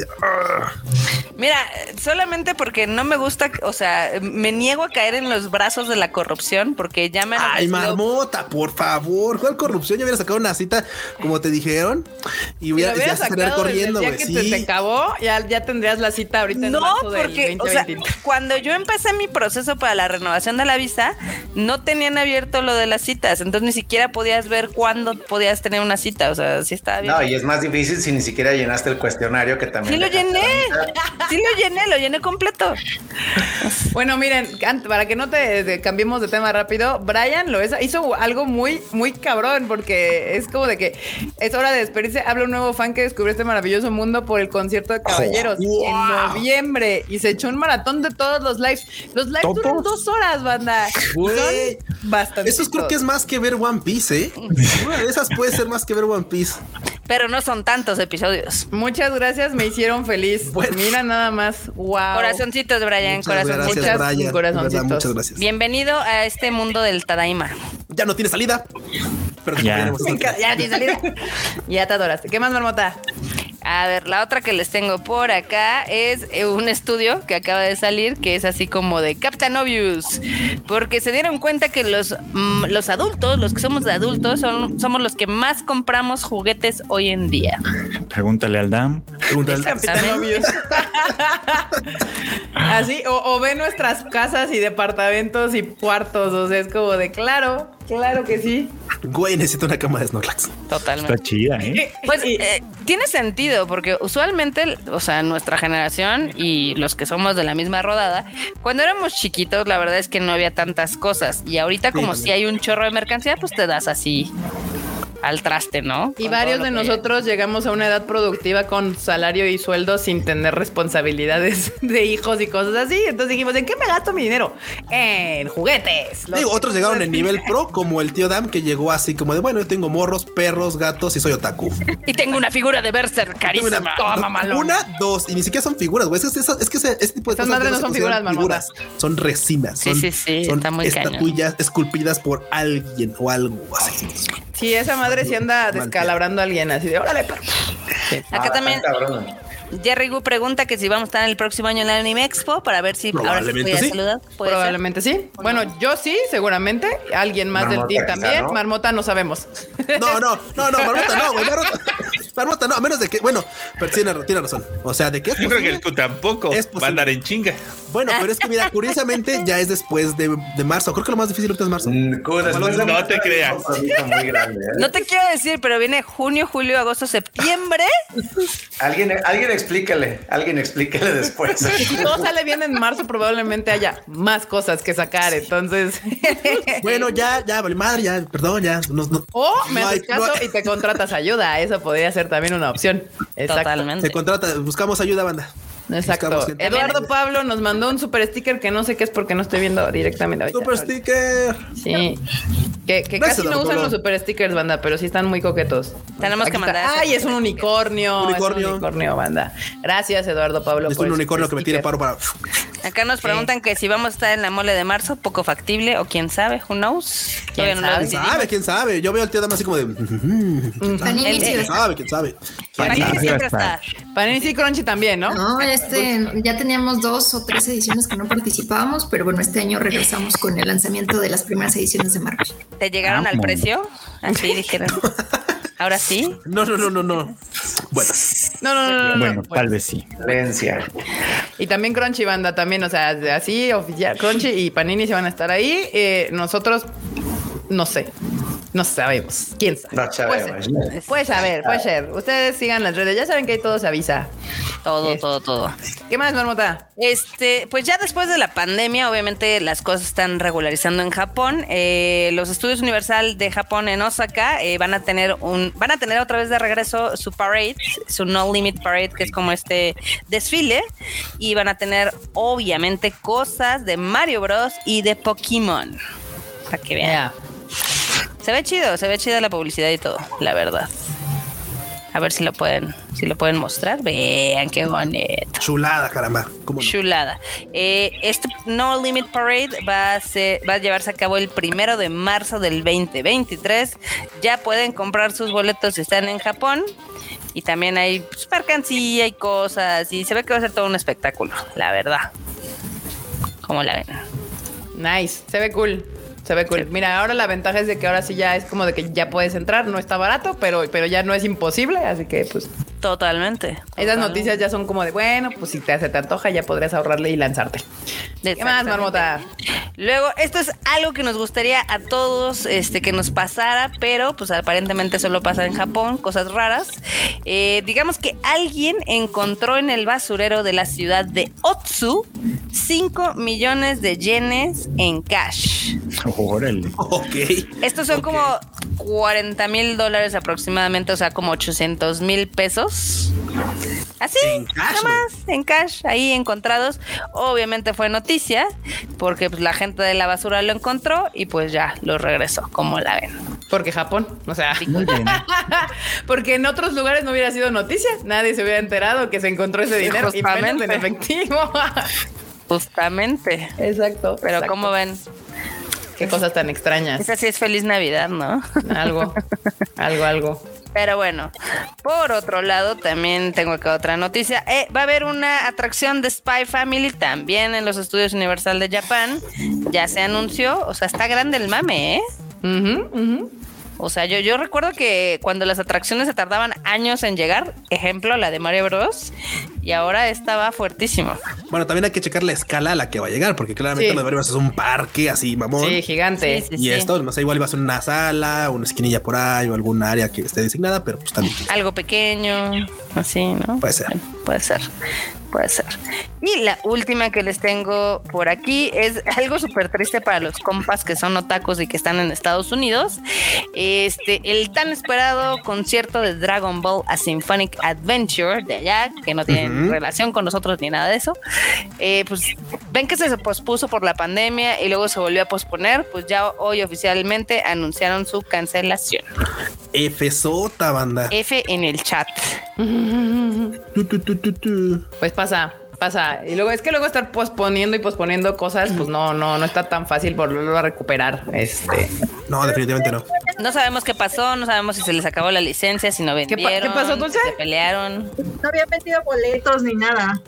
Speaker 3: Mira, solamente porque no me gusta, o sea, me niego a caer en los brazos de la corrupción porque ya me han
Speaker 2: ay,
Speaker 3: ofrecido
Speaker 2: marmota, por favor, ¿cuál corrupción? Yo hubiera sacado una cita, como te dijeron, y
Speaker 1: Si
Speaker 2: hubiera,
Speaker 1: lo hubieras
Speaker 2: ya se estaría
Speaker 1: sacado desde el
Speaker 2: corriendo,
Speaker 1: día
Speaker 2: güey.
Speaker 1: que te,
Speaker 2: sí.
Speaker 1: te acabó, ya, ya tendrías la cita ahorita
Speaker 3: No,
Speaker 1: en marzo del
Speaker 3: porque o sea,
Speaker 1: 2023.
Speaker 3: cuando yo empecé mi proceso para la renovación de la visa, no tenían abierto lo de las citas, entonces ni siquiera podías ver cuándo podías tener una cita. O sea, si estaba bien.
Speaker 8: No, y es más difícil si ni siquiera llenaste el cuestionario que también.
Speaker 3: Sí lo llené, sí lo llené, lo llené completo.
Speaker 1: Bueno, miren, an- para que no te te cambiemos de tema rápido, Brian lo es- hizo algo muy, muy cabrón, porque es como de que es hora de despedirse. Habla un nuevo fan que descubrió este maravilloso mundo por el concierto de caballeros
Speaker 2: Oh,
Speaker 1: en noviembre y se echó un maratón de todos los lives. Los lives duran dos horas, banda.
Speaker 2: Güey.
Speaker 1: Son bastante.
Speaker 2: Eso creo que es más que ver One Piece, ¿eh? Una de esas puede ser más que ver One Piece.
Speaker 3: Pero no son tantos episodios.
Speaker 1: Muchas gracias, me hicieron feliz. Mira nada más. Wow.
Speaker 3: Corazoncitos, Brian,
Speaker 2: Muchas
Speaker 3: corazoncitos.
Speaker 2: gracias, Brian. de verdad,
Speaker 1: corazoncitos.
Speaker 2: muchas gracias.
Speaker 3: Bienvenido a este mundo del Tadaima.
Speaker 2: Ya no tiene salida. Pero
Speaker 4: Ya.
Speaker 2: ya.
Speaker 1: Me encanta, Ya, ni salida. ya te adoraste. ¿Qué más, Marmota?
Speaker 3: A ver, la otra que les tengo por acá es eh, un estudio que acaba de salir que es así como de Captain Obvious, porque se dieron cuenta que los, mm, los adultos, los que somos de adultos, son, somos los que más compramos juguetes hoy en día.
Speaker 4: Pregúntale al DAM.
Speaker 1: Así, o, o ve nuestras casas y departamentos y cuartos. O sea, es como de claro, claro que sí.
Speaker 2: Güey, necesito una cama de Snorlax.
Speaker 3: Totalmente.
Speaker 4: Está chida, ¿eh?
Speaker 3: Pues
Speaker 1: Y-
Speaker 3: eh, tiene sentido, porque usualmente, o sea, nuestra generación y los que somos de la misma rodada, cuando éramos chiquitos, la verdad es que no había tantas cosas. Y ahorita, como si hay un chorro de mercancía, pues te das así al traste, ¿no?
Speaker 1: Y
Speaker 3: Con
Speaker 1: varios
Speaker 3: todo
Speaker 1: de
Speaker 3: lo que-
Speaker 1: nosotros llegamos a una edad productiva con salario y sueldo sin tener responsabilidades de hijos y cosas así. Entonces dijimos, ¿en qué me gasto mi dinero? En juguetes. Los-
Speaker 2: Digo, otros llegaron en nivel pro, como el tío Dam, que llegó así como de bueno, yo tengo morros, perros, gatos y soy otaku.
Speaker 3: Y tengo una figura de Berserk carísima. Toma, mamalón.
Speaker 2: Ah, Una, dos, y ni siquiera son figuras, güey. Es que, esa- es que ese, ese tipo de
Speaker 1: Esas
Speaker 2: cosas
Speaker 1: madres
Speaker 2: ya
Speaker 1: no
Speaker 2: se
Speaker 1: son
Speaker 2: consideran
Speaker 1: figuras,
Speaker 2: Son resinas.
Speaker 3: Sí,
Speaker 2: son,
Speaker 3: sí, sí,
Speaker 2: Son
Speaker 3: está muy cañón.
Speaker 2: estatuillas esculpidas por alguien o algo así.
Speaker 1: Sí, esa madre sí anda descalabrando a alguien así de órale. pues". pa".
Speaker 2: Ah,
Speaker 3: Acá también
Speaker 8: Cabrón.
Speaker 3: Jerry Gu pregunta que si vamos a estar el próximo año en la Anime Expo para ver si ahora sí
Speaker 2: Probablemente
Speaker 3: voy a
Speaker 2: sí.
Speaker 3: saludar. ¿Puede ser?
Speaker 1: Probablemente sí. Bueno, yo sí, seguramente. Alguien más
Speaker 8: Marmota
Speaker 1: del team
Speaker 8: quizá,
Speaker 1: también.
Speaker 8: ¿no?
Speaker 1: Marmota no sabemos.
Speaker 2: No, Oh, no, no, no, Marmota no, güey. Marmota, Marmota no, a menos de que, bueno, pero tiene, tiene razón. O sea, de que es
Speaker 9: Yo creo que
Speaker 2: posible.
Speaker 9: el Q tampoco
Speaker 2: Es
Speaker 9: va
Speaker 2: posible.
Speaker 9: a andar en chinga.
Speaker 2: Bueno, pero es que mira, curiosamente ya es después de, de marzo. Creo que lo más difícil ahorita es marzo.
Speaker 8: Mm, Q, después de
Speaker 9: No
Speaker 8: mucho
Speaker 9: te
Speaker 8: tiempo,
Speaker 9: creas.
Speaker 8: un poquito muy grande, ¿eh?
Speaker 3: No te quiero decir, pero viene junio, julio, agosto, septiembre.
Speaker 8: Alguien, alguien explícale, alguien explícale después.
Speaker 1: Y si todo sale bien en marzo, probablemente haya más cosas que sacar. Entonces,
Speaker 2: Bueno, ya, ya, vale, madre, ya, perdón, ya. no- no-
Speaker 1: o me
Speaker 2: no hay-
Speaker 1: haces caso
Speaker 2: no hay-
Speaker 1: y te contratas ayuda. Esa podría ser también una opción. Exacto.
Speaker 3: Totalmente.
Speaker 2: Se contrata, buscamos ayuda, banda.
Speaker 1: Exacto.
Speaker 2: Buscamos gente.
Speaker 1: Eduardo Pablo nos mandó un super sticker que no sé qué es porque no estoy viendo directamente. ahorita.
Speaker 2: Super sticker.
Speaker 1: Sí. Que, que
Speaker 2: Gracias,
Speaker 1: casi no
Speaker 2: Eduardo
Speaker 1: usan
Speaker 2: Pablo.
Speaker 1: los super stickers, banda, pero sí están muy coquetos.
Speaker 3: Tenemos
Speaker 1: Aquí
Speaker 3: que
Speaker 1: está.
Speaker 3: mandar ese
Speaker 1: Ay, es un
Speaker 3: super
Speaker 1: unicornio. es un
Speaker 2: Unicornio.
Speaker 1: unicornio, banda. Gracias, Eduardo Pablo.
Speaker 2: Es
Speaker 1: por
Speaker 2: un
Speaker 1: el
Speaker 2: unicornio que
Speaker 1: super
Speaker 2: me tiene
Speaker 1: sticker.
Speaker 2: paro para.
Speaker 3: Acá nos preguntan que si vamos a estar en la mole de marzo, poco factible, o quién sabe, who knows. Todavía
Speaker 1: ¿Quién
Speaker 3: no lo
Speaker 1: sabe?
Speaker 2: ¿Quién
Speaker 3: decidimos.
Speaker 2: sabe? ¿Quién sabe? Yo veo al tío Dama así como de. "Mm,
Speaker 6: Panini sí
Speaker 2: "Ujú,
Speaker 6: va a
Speaker 2: ¿Quién
Speaker 6: estar.
Speaker 2: sabe? ¿Quién sabe?
Speaker 3: Para mí
Speaker 4: sabe?
Speaker 3: que siempre está.
Speaker 1: Panini y Crunchy también, ¿no?
Speaker 6: No, este, ya teníamos dos o tres ediciones que no participábamos, pero bueno, este año regresamos con el lanzamiento de las primeras ediciones de Marvel.
Speaker 3: ¿Te llegaron al
Speaker 4: Vamos.
Speaker 3: precio? Así dijeron. Ahora sí.
Speaker 2: No, no, no, no, no. Bueno,
Speaker 1: No, no, no, no, no.
Speaker 4: Bueno,
Speaker 1: Bueno.
Speaker 4: tal vez sí.
Speaker 8: Valencia.
Speaker 1: Y también Crunchy Banda también, o sea, de- así oficial. Crunchy y Panini se van a estar ahí. Eh, nosotros, no sé, no sabemos. ¿Quién sabe?
Speaker 8: No sabemos.
Speaker 1: Puede ser, puede saber, puede ser. Ustedes sigan las redes. Ya saben que ahí todo se avisa. Este,
Speaker 3: Todo, todo, todo.
Speaker 1: ¿Qué más, Marmota?
Speaker 3: Este, pues ya después de la pandemia, obviamente las cosas están regularizando en Japón. Eh, los estudios Universal de Japón en Osaka eh, van a tener un, van a tener otra vez de regreso su parade, su No Limit Parade, que es como este desfile, y van a tener obviamente cosas de Mario Bros y de Pokémon. Para que vean.
Speaker 1: Ya.
Speaker 3: Se ve chido, se ve chida la publicidad y todo, la verdad. A ver si lo pueden, si lo pueden mostrar. Vean qué bonito.
Speaker 2: chulada, caramba. ¿Cómo no?
Speaker 3: Chulada. Eh, este No Limit Parade va a, ser- va a llevarse a cabo el primero de marzo del 2023. Ya pueden comprar sus boletos si están en Japón. Y también hay pues, mercancía y cosas. Y se ve que va a ser todo un espectáculo, la verdad. Como la ven.
Speaker 1: Nice. Se ve cool. Se ve cool. Mira, ahora la ventaja es de que ahora sí ya es como de que ya puedes entrar, no está barato, pero, pero ya no es imposible, así que pues
Speaker 3: Totalmente.
Speaker 1: esas noticias ya son como de, bueno, pues si te, se te antoja ya podrías ahorrarle y lanzarte. ¿Qué más,
Speaker 3: Exactamente.
Speaker 1: Marmota?
Speaker 3: Luego, esto es algo que nos gustaría a todos este, que nos pasara, pero pues aparentemente solo pasa en Japón, cosas raras. Eh, digamos que alguien encontró en el basurero de la ciudad de Otsu 5 millones de yenes en cash.
Speaker 4: Órale.
Speaker 2: Ok.
Speaker 3: Estos son como 40 mil dólares aproximadamente, o sea, como 800 mil pesos. Así,
Speaker 2: En cash,
Speaker 3: nada
Speaker 2: güey.
Speaker 3: más, en cash, ahí encontrados. Obviamente fue noticia, porque pues, la gente de la basura lo encontró y pues ya lo regresó, como la ven.
Speaker 1: Porque Japón, o sea,
Speaker 4: Muy bien.
Speaker 1: porque en otros lugares no hubiera sido noticia, nadie se hubiera enterado que se encontró ese
Speaker 3: Sí,
Speaker 1: dinero y menos en
Speaker 3: justamente.
Speaker 1: efectivo.
Speaker 3: Justamente.
Speaker 1: Exacto,
Speaker 3: Pero como ven,
Speaker 1: qué cosas tan extrañas.
Speaker 3: esa sí es feliz Navidad, ¿no?
Speaker 1: Algo, algo, algo.
Speaker 3: Pero bueno, por otro lado, también tengo acá otra noticia. Eh, va a haber una atracción de Spy Family también en los estudios Universal de Japón. Ya se anunció, o sea, está grande el mame, ¿eh?
Speaker 1: Ujú, ujú.
Speaker 3: O sea, yo, yo recuerdo que cuando las atracciones se tardaban años en llegar, ejemplo, la de Mario Bros, y ahora estaba fuertísimo.
Speaker 2: Bueno, también hay que checar la escala a la que va a llegar, porque claramente
Speaker 1: Sí.
Speaker 2: lo de Barbaros es un parque así, mamón.
Speaker 1: Sí, gigante.
Speaker 3: Sí, sí,
Speaker 2: y
Speaker 3: sí.
Speaker 2: esto, no sé, igual va a ser una sala, una esquinilla por ahí o alguna área que esté designada, pero pues también.
Speaker 3: Algo pequeño, así, ¿no?
Speaker 2: Puede ser.
Speaker 3: Puede ser, puede ser. Y la última que les tengo por aquí es algo súper triste para los compas que son otacos y que están en Estados Unidos. Este, el tan esperado concierto de Dragon Ball A Symphonic Adventure de allá, que no tiene relación con nosotros ni nada de eso. Eh, pues ven que se pospuso por la pandemia y luego se volvió a posponer, pues ya hoy oficialmente anunciaron su cancelación.
Speaker 2: F sota, banda.
Speaker 3: F en el chat.
Speaker 2: Tu, tu, tu, tu, tu.
Speaker 1: Pues pasa, pasa. Y luego es que luego estar posponiendo y posponiendo cosas, pues no, no, no está tan fácil volverlo a recuperar. Este,
Speaker 2: No, definitivamente no. Este
Speaker 3: No sabemos qué pasó, no sabemos si se les acabó la licencia, si no
Speaker 1: ¿Qué pa- qué
Speaker 3: vendieron.
Speaker 1: pasó,
Speaker 3: si
Speaker 1: Dulce?
Speaker 3: Se pelearon.
Speaker 7: No había vendido boletos ni nada.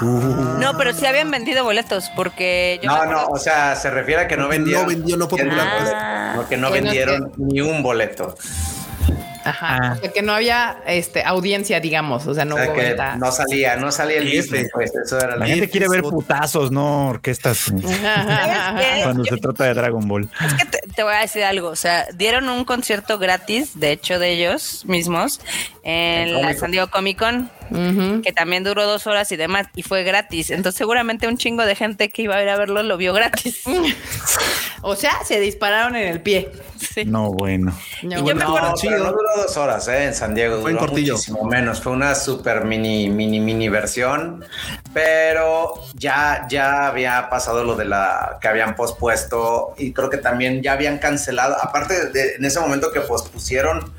Speaker 3: No, pero sí habían vendido boletos porque yo. me
Speaker 8: No,
Speaker 3: acuerdo-
Speaker 8: no, o sea, se refiere a que no vendieron.
Speaker 2: No vendió, no popular,
Speaker 3: Ah.
Speaker 8: No, que no
Speaker 1: Que no
Speaker 8: vendieron ni un boleto.
Speaker 1: ajá. O sea, que no había este audiencia, digamos. O sea, no
Speaker 8: o sea,
Speaker 1: hubo
Speaker 8: que
Speaker 1: venta.
Speaker 8: no salía, no salía el
Speaker 2: F.
Speaker 8: business, pues eso era
Speaker 4: La
Speaker 8: la
Speaker 4: gente quiere
Speaker 2: pues,
Speaker 4: ver putazos, no orquestas
Speaker 1: Ajá, ajá, ajá.
Speaker 4: cuando se trata de Dragon Ball.
Speaker 3: Es que te, te voy a decir algo. O sea, dieron un concierto gratis, de hecho, de ellos mismos, en la San Diego Comic Con,
Speaker 1: Ujú.
Speaker 3: que también duró dos horas y demás, y fue gratis. Entonces, seguramente un chingo de gente que iba a ir a verlo lo vio gratis.
Speaker 1: O sea, se dispararon en el pie.
Speaker 3: Sí.
Speaker 4: No, bueno.
Speaker 1: No,
Speaker 2: Igual
Speaker 1: no.
Speaker 2: estuvo
Speaker 8: No,
Speaker 2: chido.
Speaker 8: pero no duró dos horas, eh, en San Diego.
Speaker 2: Fue en
Speaker 8: duró
Speaker 2: cortillo.
Speaker 8: muchísimo menos. Fue una super mini, mini, mini versión. Pero ya, ya había pasado lo de la que habían pospuesto y creo que también ya habían cancelado. Aparte de en ese momento que pospusieron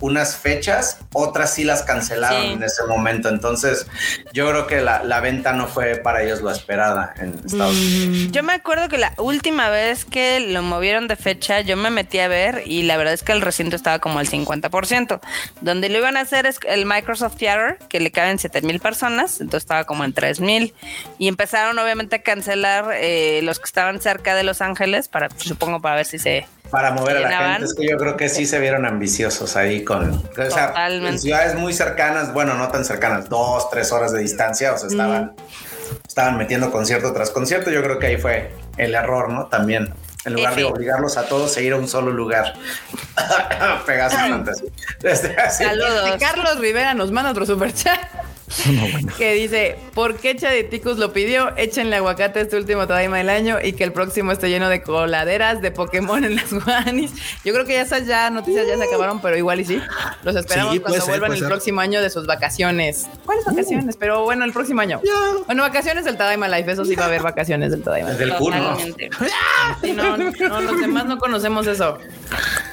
Speaker 8: unas fechas, otras sí las cancelaron
Speaker 3: Sí.
Speaker 8: en ese momento. Entonces, yo creo que la, la venta no fue para ellos la esperada en Estados Unidos.
Speaker 3: Yo me acuerdo que la última vez que lo movieron de fecha, yo me metí a ver y la verdad es que el recinto estaba como al 50%. Donde lo iban a hacer es el Microsoft Theater, que le caben 7000 personas, entonces estaba como en 3000. Y empezaron obviamente a cancelar eh, los que estaban cerca de Los Ángeles, para pues, supongo para ver si se.
Speaker 8: Para mover a la
Speaker 3: Llenaban.
Speaker 8: gente, es que yo creo que sí se vieron ambiciosos ahí con... O sea,
Speaker 3: Totalmente.
Speaker 8: en ciudades muy cercanas, bueno, no tan cercanas, dos, tres horas de distancia, o sea, estaban, estaban metiendo concierto tras concierto, yo creo que ahí fue el error, ¿no? También, en lugar de
Speaker 3: Efe.
Speaker 8: obligarlos a todos a ir a un solo lugar. Pegasus Fantasy. Este, así.
Speaker 3: Saludos.
Speaker 1: Este, Carlos Rivera nos manda otro superchat que dice, ¿por qué Chaditicus lo pidió? Échenle aguacate a este último Tadaima del año y que el próximo esté lleno de coladeras de Pokémon en las guanis. Yo creo que ya esas ya noticias ya se acabaron, pero igual y sí. Los esperamos
Speaker 2: Sí, puede
Speaker 1: cuando
Speaker 2: ser,
Speaker 1: vuelvan
Speaker 2: puede
Speaker 1: el
Speaker 2: ser. Uh.
Speaker 1: próximo año de sus vacaciones. ¿Cuáles vacaciones? Pero bueno, el próximo año. Bueno, vacaciones del Tadaima Life, eso sí va a haber vacaciones del Tadaima Life.
Speaker 8: Desde el culo. ¿no?
Speaker 3: Totalmente.
Speaker 1: Sí, no, no, los demás no conocemos eso.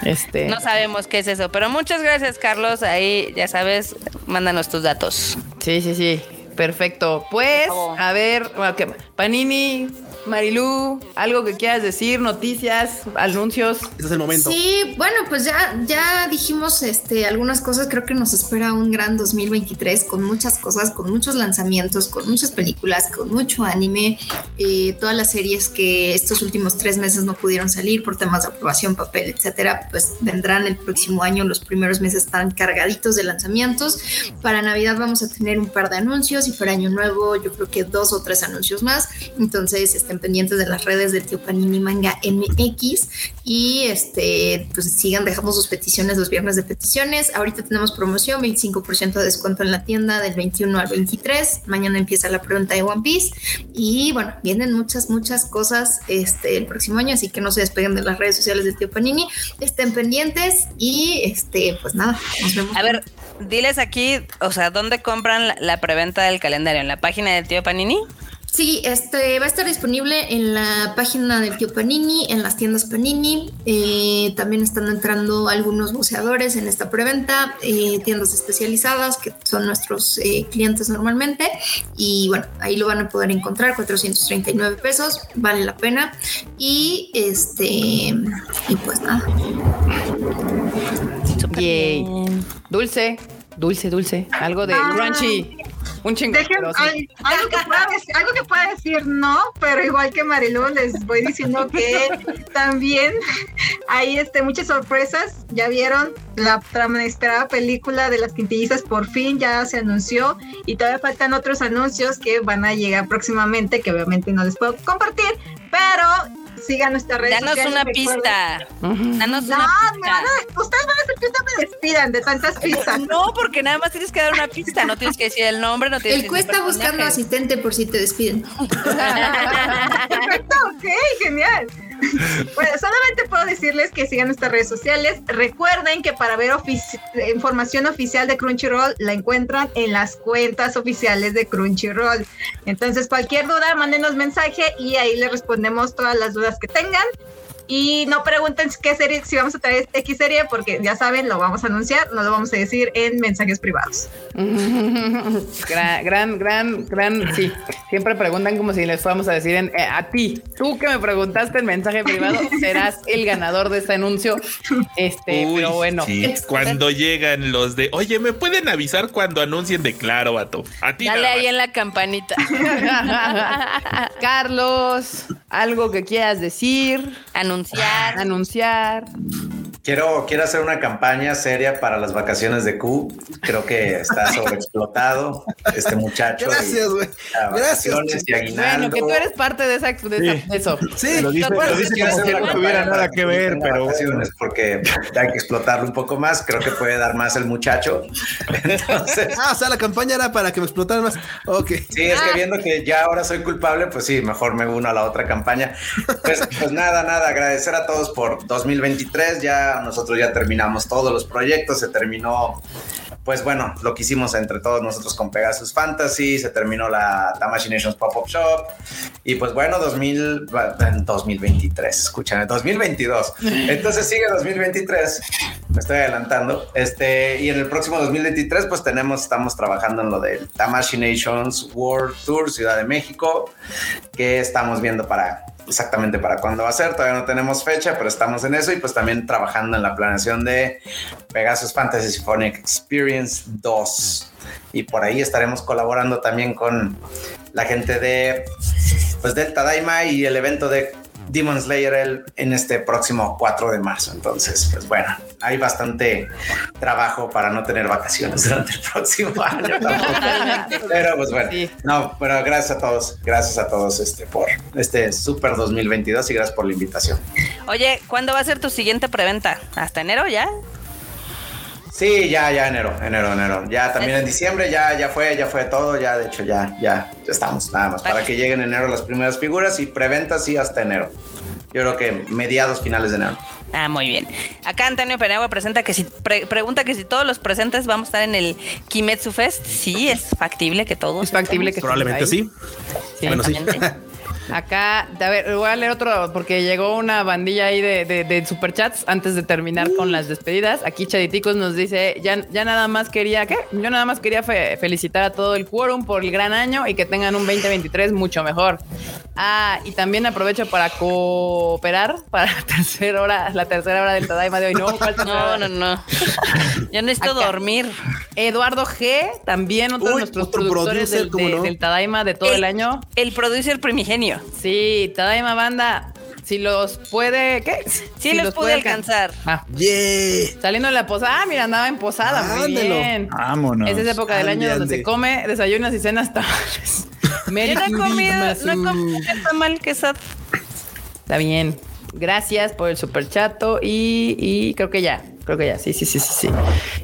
Speaker 1: Este.
Speaker 3: No sabemos qué es eso, pero muchas gracias, Carlos. Ahí ya sabes, mándanos tus datos.
Speaker 1: Sí, sí, sí. Perfecto. Pues,
Speaker 3: Por favor.
Speaker 1: a ver, bueno, ¿qué? Panini Marilú, algo que quieras decir, noticias, anuncios.
Speaker 2: Ese es el momento.
Speaker 6: Sí, bueno, pues ya, ya dijimos este, algunas cosas. Creo que nos espera un gran 2023 con muchas cosas, con muchos lanzamientos, con muchas películas, con mucho anime. eh, todas las series que estos últimos tres meses no pudieron salir por temas de aprobación, papel, etcétera, pues vendrán el próximo año. Los primeros meses están cargaditos de lanzamientos. Para Navidad vamos a tener un par de anuncios y para Año Nuevo, yo creo que dos o tres anuncios más. Entonces estén pendientes de las redes del tío Panini Manga MX y este, pues sigan, dejamos sus peticiones los viernes de peticiones. Ahorita tenemos promoción, 25% de descuento en la tienda del 21 al 23. Mañana empieza la pregunta de One Piece. Y bueno, vienen muchas, muchas cosas este, el próximo año, así que no se despeguen de las redes sociales de tío Panini. Estén pendientes y este, pues nada, nos vemos.
Speaker 3: A ver, diles aquí, o sea, ¿dónde compran la, la preventa del calendario? ¿En la página del tío Panini?
Speaker 6: Sí, este va a estar disponible en la página del tío Panini, en las tiendas Panini. Eh, también están entrando algunos buceadores en esta preventa, eh, tiendas especializadas que son nuestros eh, clientes normalmente. Y bueno, ahí lo van a poder encontrar, 439 pesos, vale la pena. Y este, y pues nada.
Speaker 1: Yay. Dulce, dulce, dulce. Algo de
Speaker 7: Ah.
Speaker 1: crunchy. Un chingo.
Speaker 7: Dejen,
Speaker 1: pero sí.
Speaker 7: al- algo, que pueda decir, algo que pueda decir no, pero igual que Marilu, les voy diciendo que también hay este, muchas sorpresas. Ya vieron la tan esperada película de las quintillizas, por fin ya se anunció y todavía faltan otros anuncios que van a llegar próximamente, que obviamente no les puedo compartir, pero sigan nuestras redes
Speaker 3: Danos
Speaker 7: sociales.
Speaker 3: una
Speaker 7: recuerden-
Speaker 3: pista.
Speaker 1: Ujú.
Speaker 3: Danos
Speaker 7: No,
Speaker 3: una
Speaker 7: me van
Speaker 3: pista.
Speaker 7: a- ustedes van a hacer que ustedes me despidan de tantas pistas.
Speaker 3: No, porque nada más tienes que dar una pista. No tienes que decir el nombre, no tienes
Speaker 6: El
Speaker 3: que decir
Speaker 6: cuesta buscando
Speaker 3: personajes.
Speaker 6: asistente por si te despiden.
Speaker 7: Perfecto, ok, genial. Bueno, solamente puedo decirles que sigan nuestras redes sociales. Recuerden que para ver ofici- eh, información oficial de Crunchyroll la encuentran en las cuentas oficiales de Crunchyroll. Entonces, cualquier duda, mándenos mensaje y ahí les respondemos todas las dudas que tengan. Y no pregunten qué serie, si vamos a traer X serie, porque ya saben, lo vamos a anunciar, no lo vamos a decir en mensajes privados.
Speaker 1: gran, gran, gran, gran, sí. Siempre preguntan como si les fuéramos a decir en- eh, a ti, tú que me preguntaste en mensaje privado, serás el ganador de este anuncio. Este,
Speaker 9: Uy,
Speaker 1: pero bueno.
Speaker 9: sí, Cuando llegan los de, oye, ¿me pueden avisar cuando anuncien de claro, vato? A ti.
Speaker 3: Dale
Speaker 9: nada
Speaker 3: ahí
Speaker 9: más".
Speaker 3: en la campanita.
Speaker 1: Carlos, algo que quieras decir,
Speaker 3: Anunciar.
Speaker 1: anunciar.
Speaker 8: Quiero, quiero hacer una campaña seria para las vacaciones de Q. Creo que está sobreexplotado este muchacho. y-
Speaker 2: Gracias, güey.
Speaker 8: a
Speaker 2: Gracias,
Speaker 8: vacaciones y aguinaldo.
Speaker 1: Bueno, que tú eres parte de, esa, de, esa-
Speaker 4: Sí.
Speaker 1: de eso.
Speaker 2: Sí,
Speaker 4: Lo dice,
Speaker 1: Bueno,
Speaker 4: lo dice
Speaker 8: Quiero
Speaker 4: como
Speaker 8: hacer
Speaker 4: si
Speaker 8: una
Speaker 4: no
Speaker 8: campaña
Speaker 4: tuviera
Speaker 8: para
Speaker 4: nada
Speaker 8: que
Speaker 4: que ver,
Speaker 8: tenga
Speaker 4: pero
Speaker 8: vacaciones, porque hay que explotarlo un poco más. Creo que puede dar más el muchacho. Entonces,
Speaker 2: Ah, o sea, la campaña era para que me explotaran más. Ok.
Speaker 8: Sí, es que viendo que ya ahora soy culpable, pues sí, mejor me uno a la otra campaña. Pues, pues nada, nada, agradecer a todos por 2023. Ya nosotros ya terminamos todos los proyectos, se terminó, pues bueno, lo que hicimos entre todos nosotros con Pegasus Fantasy, se terminó la Tamashii Nations Pop-Up Shop y pues bueno, 2000, va- 2023, escúchame, 2022. Entonces sigue 2023, me estoy adelantando. Este, y en el próximo 2023, pues tenemos, estamos trabajando en lo del Tamashi Nations World Tour Ciudad de México, que estamos viendo para exactamente para cuándo va a ser. Todavía no tenemos fecha, pero estamos en eso y pues también trabajando en la planeación de Pegasus Fantasy Symphonic Experience 2. Y por ahí estaremos colaborando también con la gente de pues Delta Daima y el evento de Demon Slayer el- en este próximo 4 de marzo. Entonces, pues bueno, hay bastante trabajo para no tener vacaciones durante el próximo año. tampoco. Pero pues bueno,
Speaker 1: Sí.
Speaker 8: no, pero gracias a todos, gracias a todos este por este super 2022 y gracias por la invitación.
Speaker 3: Oye, ¿cuándo va a ser tu siguiente preventa? ¿Hasta enero ya?
Speaker 8: Sí, ya, ya enero, enero, enero. Ya también en diciembre, ya, ya fue, ya fue todo. Ya, de hecho, ya, ya, ya estamos nada más para que lleguen enero las primeras figuras y preventas sí hasta enero. Yo creo que mediados, finales de enero.
Speaker 3: Ah, muy bien. Acá Antonio Penagua presenta que si pre- pregunta que si todos los presentes vamos a estar en el Kimetsu Fest. Sí, es factible que todos.
Speaker 1: Es factible que
Speaker 2: Probablemente
Speaker 1: estemos ahí.
Speaker 2: sí. Bueno, sí.
Speaker 3: Exactamente.
Speaker 1: Acá, a ver, voy a leer otro porque llegó una bandilla ahí de, de, de superchats antes de terminar con las despedidas. Aquí Chaditicos nos dice, ya, ya nada más quería, ¿qué? Yo nada más quería fe- felicitar a todo el quórum por el gran año y que tengan un 2023 mucho mejor. Ah, y también aprovecho para cooperar para la tercera hora, la tercera hora del Tadaima de hoy. No, ¿cuál tercera
Speaker 3: No,
Speaker 1: hora?
Speaker 3: no, no. Yo necesito
Speaker 1: Acá.
Speaker 3: dormir.
Speaker 1: Eduardo G, también otro de
Speaker 2: Uy,
Speaker 1: nuestros
Speaker 2: otro
Speaker 1: productores
Speaker 2: producer,
Speaker 1: del,
Speaker 2: ¿cómo
Speaker 1: de-
Speaker 2: no?
Speaker 1: del Tadaima de todo el año.
Speaker 3: El producer primigenio.
Speaker 1: Sí, Tadaima Banda. Si los puede, ¿qué?
Speaker 3: Sí los, pude alcanzar.
Speaker 1: Ah,
Speaker 2: Yeah.
Speaker 1: saliendo de la posada. Ah, mira, andaba en posada. Muy
Speaker 2: Ándelo.
Speaker 1: bien.
Speaker 4: Vámonos.
Speaker 1: Es esa época del año
Speaker 2: Ande,
Speaker 1: donde se
Speaker 2: ande.
Speaker 1: come desayunos y cenas tamales. Merry
Speaker 3: Yo no he comido, no he
Speaker 1: Christmas.
Speaker 3: comido el tamal que está
Speaker 1: Está bien. Gracias por el superchato y, y creo que ya. Creo que ya. Sí, sí, sí, sí, sí.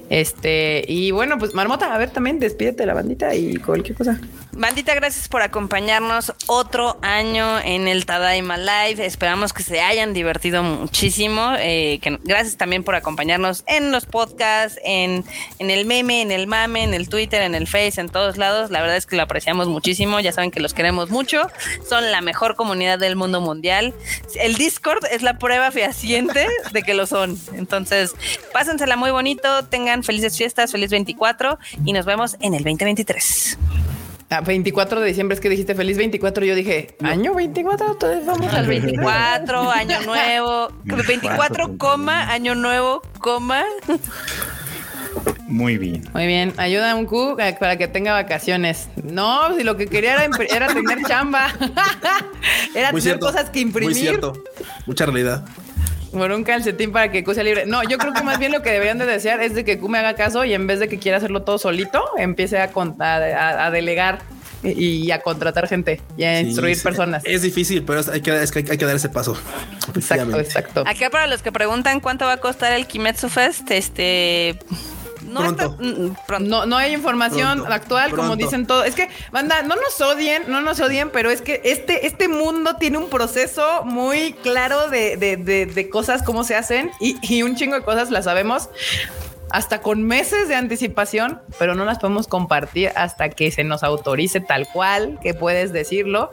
Speaker 1: Este, y bueno, pues Marmota, a ver también despídete de la bandita y cualquier cosa.
Speaker 3: Bandita, gracias por acompañarnos otro año en el Tadaima Live. Esperamos que se hayan divertido muchísimo. eh, que- gracias también por acompañarnos en los podcasts, en, en el meme, en el mame, en el Twitter, en el Face, en todos lados. La verdad es que lo apreciamos muchísimo. Ya saben que los queremos mucho. Son la mejor comunidad del mundo mundial. El Discord es la prueba fehaciente de que lo son. Entonces, pásensela muy bonito. Tengan felices fiestas, feliz 24 y nos vemos en el 2023.
Speaker 1: Ah, 24 de diciembre es que dijiste feliz 24. Yo dije, año 24, entonces vamos al 24.
Speaker 3: 24, año nuevo, 24, coma, año nuevo, coma.
Speaker 4: Muy bien.
Speaker 1: Muy bien, ayuda a un Q a- para que tenga vacaciones. No, si lo que quería era, impri- era tener chamba. era tener cosas que imprimir.
Speaker 2: Muy cierto. Mucha realidad.
Speaker 1: Por un calcetín para que Q sea libre. No, yo creo que más bien lo que deberían de desear es de que Q me haga caso y en vez de que quiera hacerlo todo solito, empiece a, con- a, a- a delegar y, y a contratar gente y a
Speaker 2: Sí,
Speaker 1: instruir
Speaker 2: sí.
Speaker 1: personas.
Speaker 2: Es difícil, pero es- hay que, es que hay, que dar ese paso.
Speaker 1: Exacto,
Speaker 2: Efectivamente.
Speaker 1: exacto.
Speaker 3: Acá para los que preguntan cuánto va a costar el Kimetsu Fest, este... No
Speaker 2: Pronto.
Speaker 3: está- mm, pronto.
Speaker 1: No, no hay información
Speaker 2: Pronto,
Speaker 1: actual, como
Speaker 2: pronto.
Speaker 1: dicen todos. Es que, banda, no nos odien, no nos odien, pero es que este, este mundo tiene un proceso muy claro de, de- de- de cosas, cómo se hacen, y, y un chingo de cosas las sabemos hasta con meses de anticipación, pero no las podemos compartir hasta que se nos autorice tal cual, que puedes decirlo.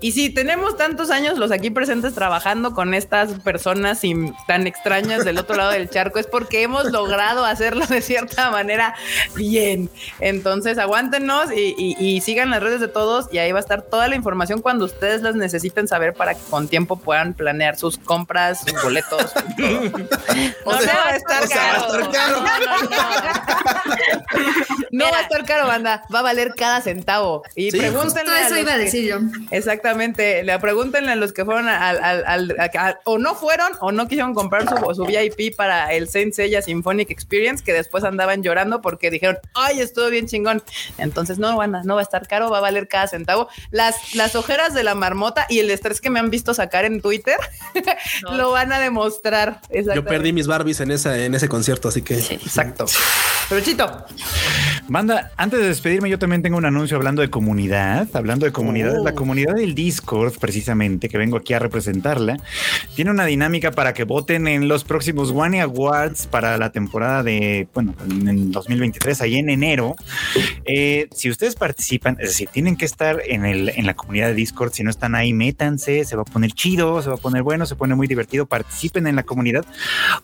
Speaker 1: Y si tenemos tantos años los aquí presentes trabajando con estas personas sin- tan extrañas del otro lado del charco, es porque hemos logrado hacerlo de cierta manera bien. Entonces, aguántenos y, y- y sigan las redes de todos y ahí va a estar toda la información cuando ustedes las necesiten saber para que con tiempo puedan planear sus compras, sus boletos.
Speaker 3: No,
Speaker 1: o
Speaker 3: no
Speaker 1: sea,
Speaker 3: va a estar
Speaker 1: o sea, va a
Speaker 3: caro.
Speaker 2: estar caro.
Speaker 1: No va
Speaker 3: Mira.
Speaker 1: a estar caro, banda, va a valer cada centavo. Y
Speaker 2: Sí.
Speaker 1: pregúntenle
Speaker 6: Todo
Speaker 1: a
Speaker 6: eso
Speaker 1: los
Speaker 6: iba a
Speaker 1: que-
Speaker 6: decir yo.
Speaker 1: Exactamente, le pregúntenle a los que fueron al, al- al- a- a- o no fueron o no quisieron comprar su, su VIP para el Senseiya Symphonic Experience que después andaban llorando porque dijeron, ay, estuvo bien chingón. Entonces no, banda, no va a estar caro, va a valer cada centavo. Las, las ojeras de la marmota y el estrés que me han visto sacar en Twitter lo van a demostrar.
Speaker 2: Yo perdí mis Barbies en, esa, en ese concierto, así que.
Speaker 1: Exacto. Pero Chito,
Speaker 4: Banda, antes de despedirme, yo también tengo un anuncio hablando de comunidad, hablando de comunidad,
Speaker 2: Oh.
Speaker 4: la comunidad del Discord, precisamente, que vengo aquí a representarla, tiene una dinámica para que voten en los próximos One Awards para la temporada de, bueno, en el 2023, ahí en enero. Eh, si ustedes participan, es decir, tienen que estar en, el, en la comunidad de Discord, si no están ahí, métanse, se va a poner chido, se va a poner bueno, se pone muy divertido, participen en la comunidad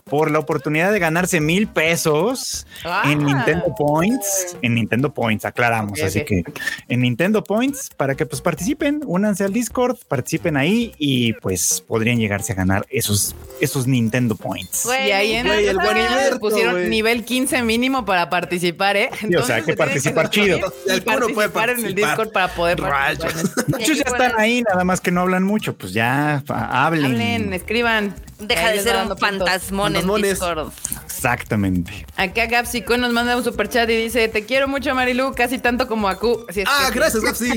Speaker 4: por la oportunidad de ganarse mil pesos en Nintendo Points, en Nintendo Points, aclaramos,
Speaker 1: Ok,
Speaker 4: así
Speaker 1: ok,
Speaker 4: que en Nintendo Points para que pues participen, únanse al Discord, participen ahí y pues podrían llegarse a ganar esos esos Nintendo Points.
Speaker 3: Güey,
Speaker 1: y ahí en
Speaker 3: Güey,
Speaker 2: el
Speaker 1: los
Speaker 2: buen
Speaker 1: niños
Speaker 2: Alberto,
Speaker 1: pusieron
Speaker 2: güey.
Speaker 1: nivel 15 mínimo para participar, ¿eh?
Speaker 4: o sea, hay que
Speaker 1: se tienen
Speaker 4: participar chido.
Speaker 1: suscribir Y
Speaker 2: Alguno puede
Speaker 1: participar en el
Speaker 2: participar.
Speaker 1: Discord para poder
Speaker 2: Rayos.
Speaker 1: participar.
Speaker 4: Muchos ya están ahí, nada más que no hablan mucho, pues ya fa- hablen.
Speaker 1: Hablen, escriban.
Speaker 3: Deja
Speaker 1: Ahí
Speaker 3: de
Speaker 1: les
Speaker 3: ser
Speaker 1: va
Speaker 3: un
Speaker 1: dando puntos.
Speaker 3: fantasmón en
Speaker 2: Fantasmones.
Speaker 3: Discord.
Speaker 4: Exactamente.
Speaker 1: Acá Gapsico nos manda un superchat y dice: Te quiero mucho, Marilu, casi tanto como a Q. Si es
Speaker 2: Ah,
Speaker 1: que-
Speaker 2: gracias, Gapsi.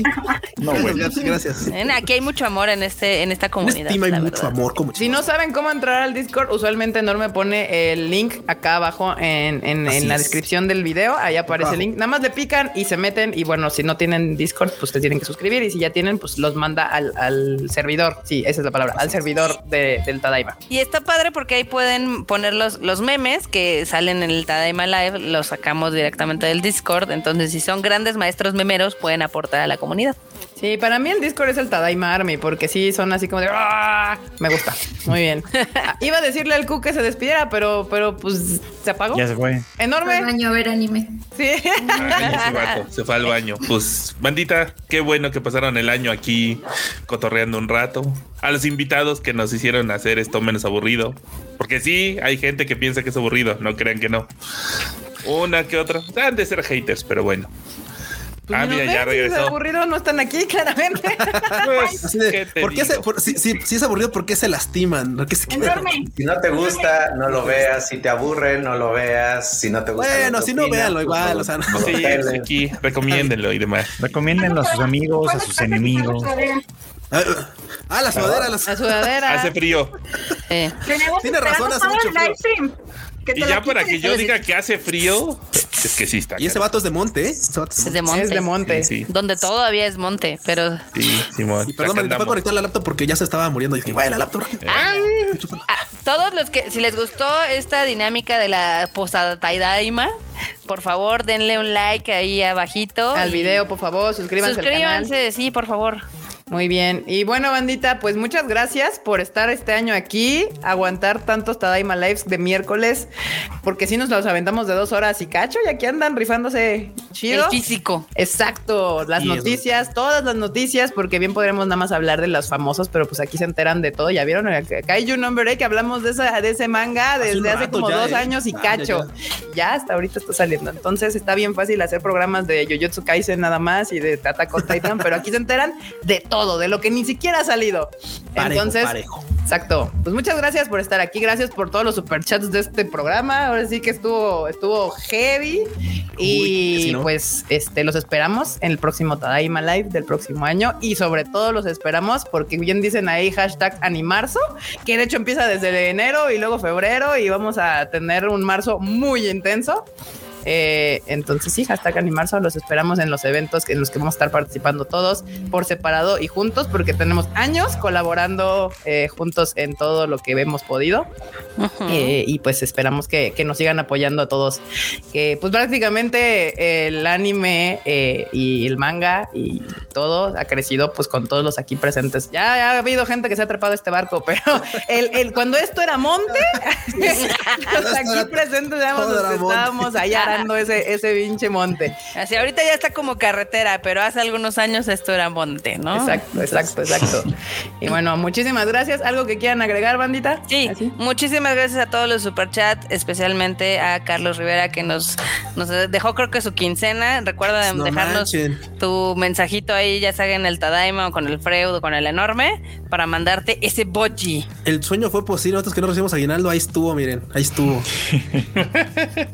Speaker 4: No,
Speaker 2: gracias,
Speaker 4: bueno.
Speaker 2: Gapsi, gracias.
Speaker 3: Ven, Aquí hay mucho amor en este en esta
Speaker 2: Una
Speaker 3: comunidad.
Speaker 2: estima y
Speaker 3: la
Speaker 2: mucho
Speaker 3: verdad.
Speaker 2: amor. Como
Speaker 1: Si no saben cómo entrar al Discord, usualmente Norme pone el link acá abajo en, en-
Speaker 2: Así
Speaker 1: en la
Speaker 2: es.
Speaker 1: descripción del video. Ahí aparece el
Speaker 2: Abajo.
Speaker 1: link. Nada más le pican y se meten. Y bueno, si no tienen Discord, pues te tienen que suscribir. Y si ya tienen, pues los manda al, al servidor. Sí, esa es la palabra. Al servidor de- del Tadaima.
Speaker 3: Y está padre porque ahí pueden poner los, los memes que que salen en el Tadaima Live los sacamos directamente del Discord. Entonces, si son grandes maestros memeros, pueden aportar a la comunidad.
Speaker 1: Sí, para mí el Discord es el Tadaima Army, porque sí son así como de "Ah", me gusta. Muy bien. Ah, Iba a decirle al Q que se despidiera, pero, pero pues se apagó.
Speaker 4: Ya se fue.
Speaker 6: Al
Speaker 1: Enorme.
Speaker 6: baño a ver anime.
Speaker 1: Sí.
Speaker 9: Ay, ese vato, se fue al baño. Pues, bandita, qué bueno que pasaron el año aquí cotorreando un rato. A los invitados que nos hicieron hacer esto menos aburrido. Porque sí, hay gente que piensa que es aburrido, no crean que no. Una que otra. Han de ser haters, pero bueno.
Speaker 1: Pues
Speaker 9: Ah,
Speaker 1: ni
Speaker 9: mira,
Speaker 1: nos
Speaker 9: ya
Speaker 1: ven, si es
Speaker 9: regresó.
Speaker 1: aburrido, no están aquí, claramente.
Speaker 9: Pues,
Speaker 2: Así de,
Speaker 9: ¿qué te
Speaker 2: ¿por qué se,
Speaker 9: digo?
Speaker 2: por- si, si- si es aburrido, ¿por qué se lastiman? ¿Por qué se quedan?
Speaker 7: Enorme.
Speaker 8: Si no te gusta, no lo veas. Si te aburre, no lo veas. Si no te gusta.
Speaker 2: Bueno,
Speaker 8: te
Speaker 2: si no,
Speaker 8: opinas,
Speaker 2: véanlo
Speaker 8: pues,
Speaker 2: igual,
Speaker 8: no-
Speaker 2: o sea, no-
Speaker 8: no lo
Speaker 9: Sí,
Speaker 8: veas.
Speaker 9: es aquí, recomiéndenlo y demás.
Speaker 4: Recomiéndenlo a sus amigos, a sus enemigos.
Speaker 2: Ah, ah, la sudadera, la
Speaker 1: La
Speaker 2: sudadera.
Speaker 1: sudadera.
Speaker 9: Hace frío.
Speaker 3: Eh,
Speaker 7: Tenemos
Speaker 2: Tiene razón,
Speaker 7: esperando
Speaker 2: hace
Speaker 7: todo
Speaker 2: mucho
Speaker 7: el
Speaker 2: frío.
Speaker 7: live stream. Que te
Speaker 9: Y
Speaker 7: lo
Speaker 9: ya para
Speaker 7: quiten.
Speaker 9: que yo diga que hace frío, es que sí está.
Speaker 2: Y ese
Speaker 9: cabrón.
Speaker 2: vato es de monte, ¿eh? Ese vato es de monte.
Speaker 3: es de
Speaker 1: Es
Speaker 3: monte.
Speaker 1: de monte.
Speaker 9: Sí, sí,
Speaker 3: Donde todavía es monte, pero.
Speaker 9: sí, Simón. Acá
Speaker 2: Y perdón, me fue a
Speaker 9: andamos. Eh.
Speaker 2: conectar la laptop porque ya se estaba muriendo. Y dije, güey, la laptop.
Speaker 3: Ah,
Speaker 2: chúpala.
Speaker 3: ah, todos los que, si les gustó esta dinámica de la posada Taidaima, por favor denle un like ahí abajito.
Speaker 1: Al
Speaker 3: y
Speaker 1: video, por favor, suscríbanse, al canal.
Speaker 3: Suscríbanse, sí, por favor.
Speaker 1: Muy bien. Y bueno, bandita, pues muchas gracias por estar este año aquí, aguantar tantos Tadaima Lives de miércoles, porque sí nos los aventamos de dos horas y cacho, y aquí andan rifándose chido.
Speaker 3: El físico.
Speaker 1: Exacto, las
Speaker 2: Sí, es
Speaker 1: noticias, todas las noticias, porque bien podríamos nada más hablar de los famosos, pero pues aquí se enteran de todo. Ya vieron el Kaiju Number A que hablamos de, esa, de ese manga
Speaker 2: Hace un
Speaker 1: desde hace
Speaker 2: rato
Speaker 1: como
Speaker 2: ya,
Speaker 1: dos
Speaker 2: ¿eh?
Speaker 1: años y
Speaker 2: Ah, ya,
Speaker 1: cacho. Ya, hasta ahorita está saliendo. Entonces está bien fácil hacer programas de Yoyotsu Kaisen nada más y de Attack on Titan, pero aquí se enteran de todo, de lo que ni siquiera ha salido.
Speaker 2: Parejo,
Speaker 1: Entonces,
Speaker 2: parejo.
Speaker 1: Exacto. Pues muchas gracias por estar aquí. Gracias por todos los superchats de este programa. Ahora sí que estuvo, estuvo heavy.
Speaker 2: Uy,
Speaker 1: y
Speaker 2: que sí, ¿no?
Speaker 1: pues este, los esperamos en el próximo Tadaima Live del próximo año. Y sobre todo los esperamos porque bien dicen ahí hashtag animarzo, que de hecho empieza desde enero y luego febrero. Y vamos a tener un marzo muy intenso. Eh, entonces sí, hashtag animarzo, los esperamos en los eventos en los que vamos a estar participando todos por separado y juntos, porque tenemos años colaborando eh, juntos en todo lo que hemos podido. Eh, y pues esperamos que, que nos sigan apoyando a todos. Que pues prácticamente el anime eh, y el manga y todo ha crecido pues con todos los aquí presentes. Ya, ya ha habido gente que se ha atrapado a este barco, pero el, el- cuando esto era monte, los aquí presentes éramos
Speaker 2: Todo
Speaker 1: los
Speaker 2: era
Speaker 1: que
Speaker 2: monte.
Speaker 1: estábamos ahí arando ese, ese pinche monte.
Speaker 3: Así ahorita ya está como carretera, pero hace algunos años esto era monte,
Speaker 2: Ah,
Speaker 3: ¿no?
Speaker 1: Exacto, exacto, exacto. Y bueno, muchísimas gracias. ¿Algo que quieran agregar, bandita?
Speaker 3: Sí,
Speaker 1: Así.
Speaker 3: muchísimas gracias a todos los superchats, especialmente a Carlos Rivera que nos, nos dejó creo que su quincena. Recuerda
Speaker 2: No
Speaker 3: dejarnos
Speaker 2: manchen.
Speaker 3: tu mensajito ahí, ya sea en el Tadaima o con el Freud o con el Enorme, para mandarte ese boji.
Speaker 2: El sueño fue posible. Nosotros que no recibimos aguinaldo, ahí estuvo, miren. Ahí estuvo.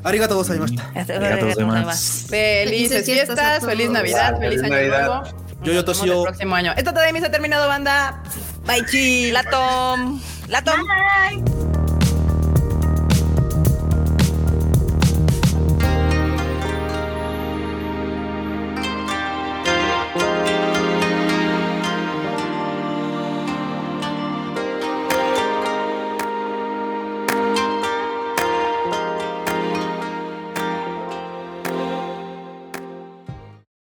Speaker 2: Arigato gozaimasu.
Speaker 4: Arigato gozaimasu.
Speaker 1: Felices
Speaker 6: Felices fiestas a
Speaker 1: fiestas,
Speaker 6: todos.
Speaker 1: feliz Navidad,
Speaker 8: Igual,
Speaker 1: feliz
Speaker 8: feliz
Speaker 1: año
Speaker 8: Navidad.
Speaker 1: nuevo.
Speaker 2: Yo, yo,
Speaker 1: Nos vemos
Speaker 2: Toshio.
Speaker 1: El próximo año. Esto todavía se ha terminado, banda. Bye, chi.
Speaker 3: Latom, latom.
Speaker 7: Bye.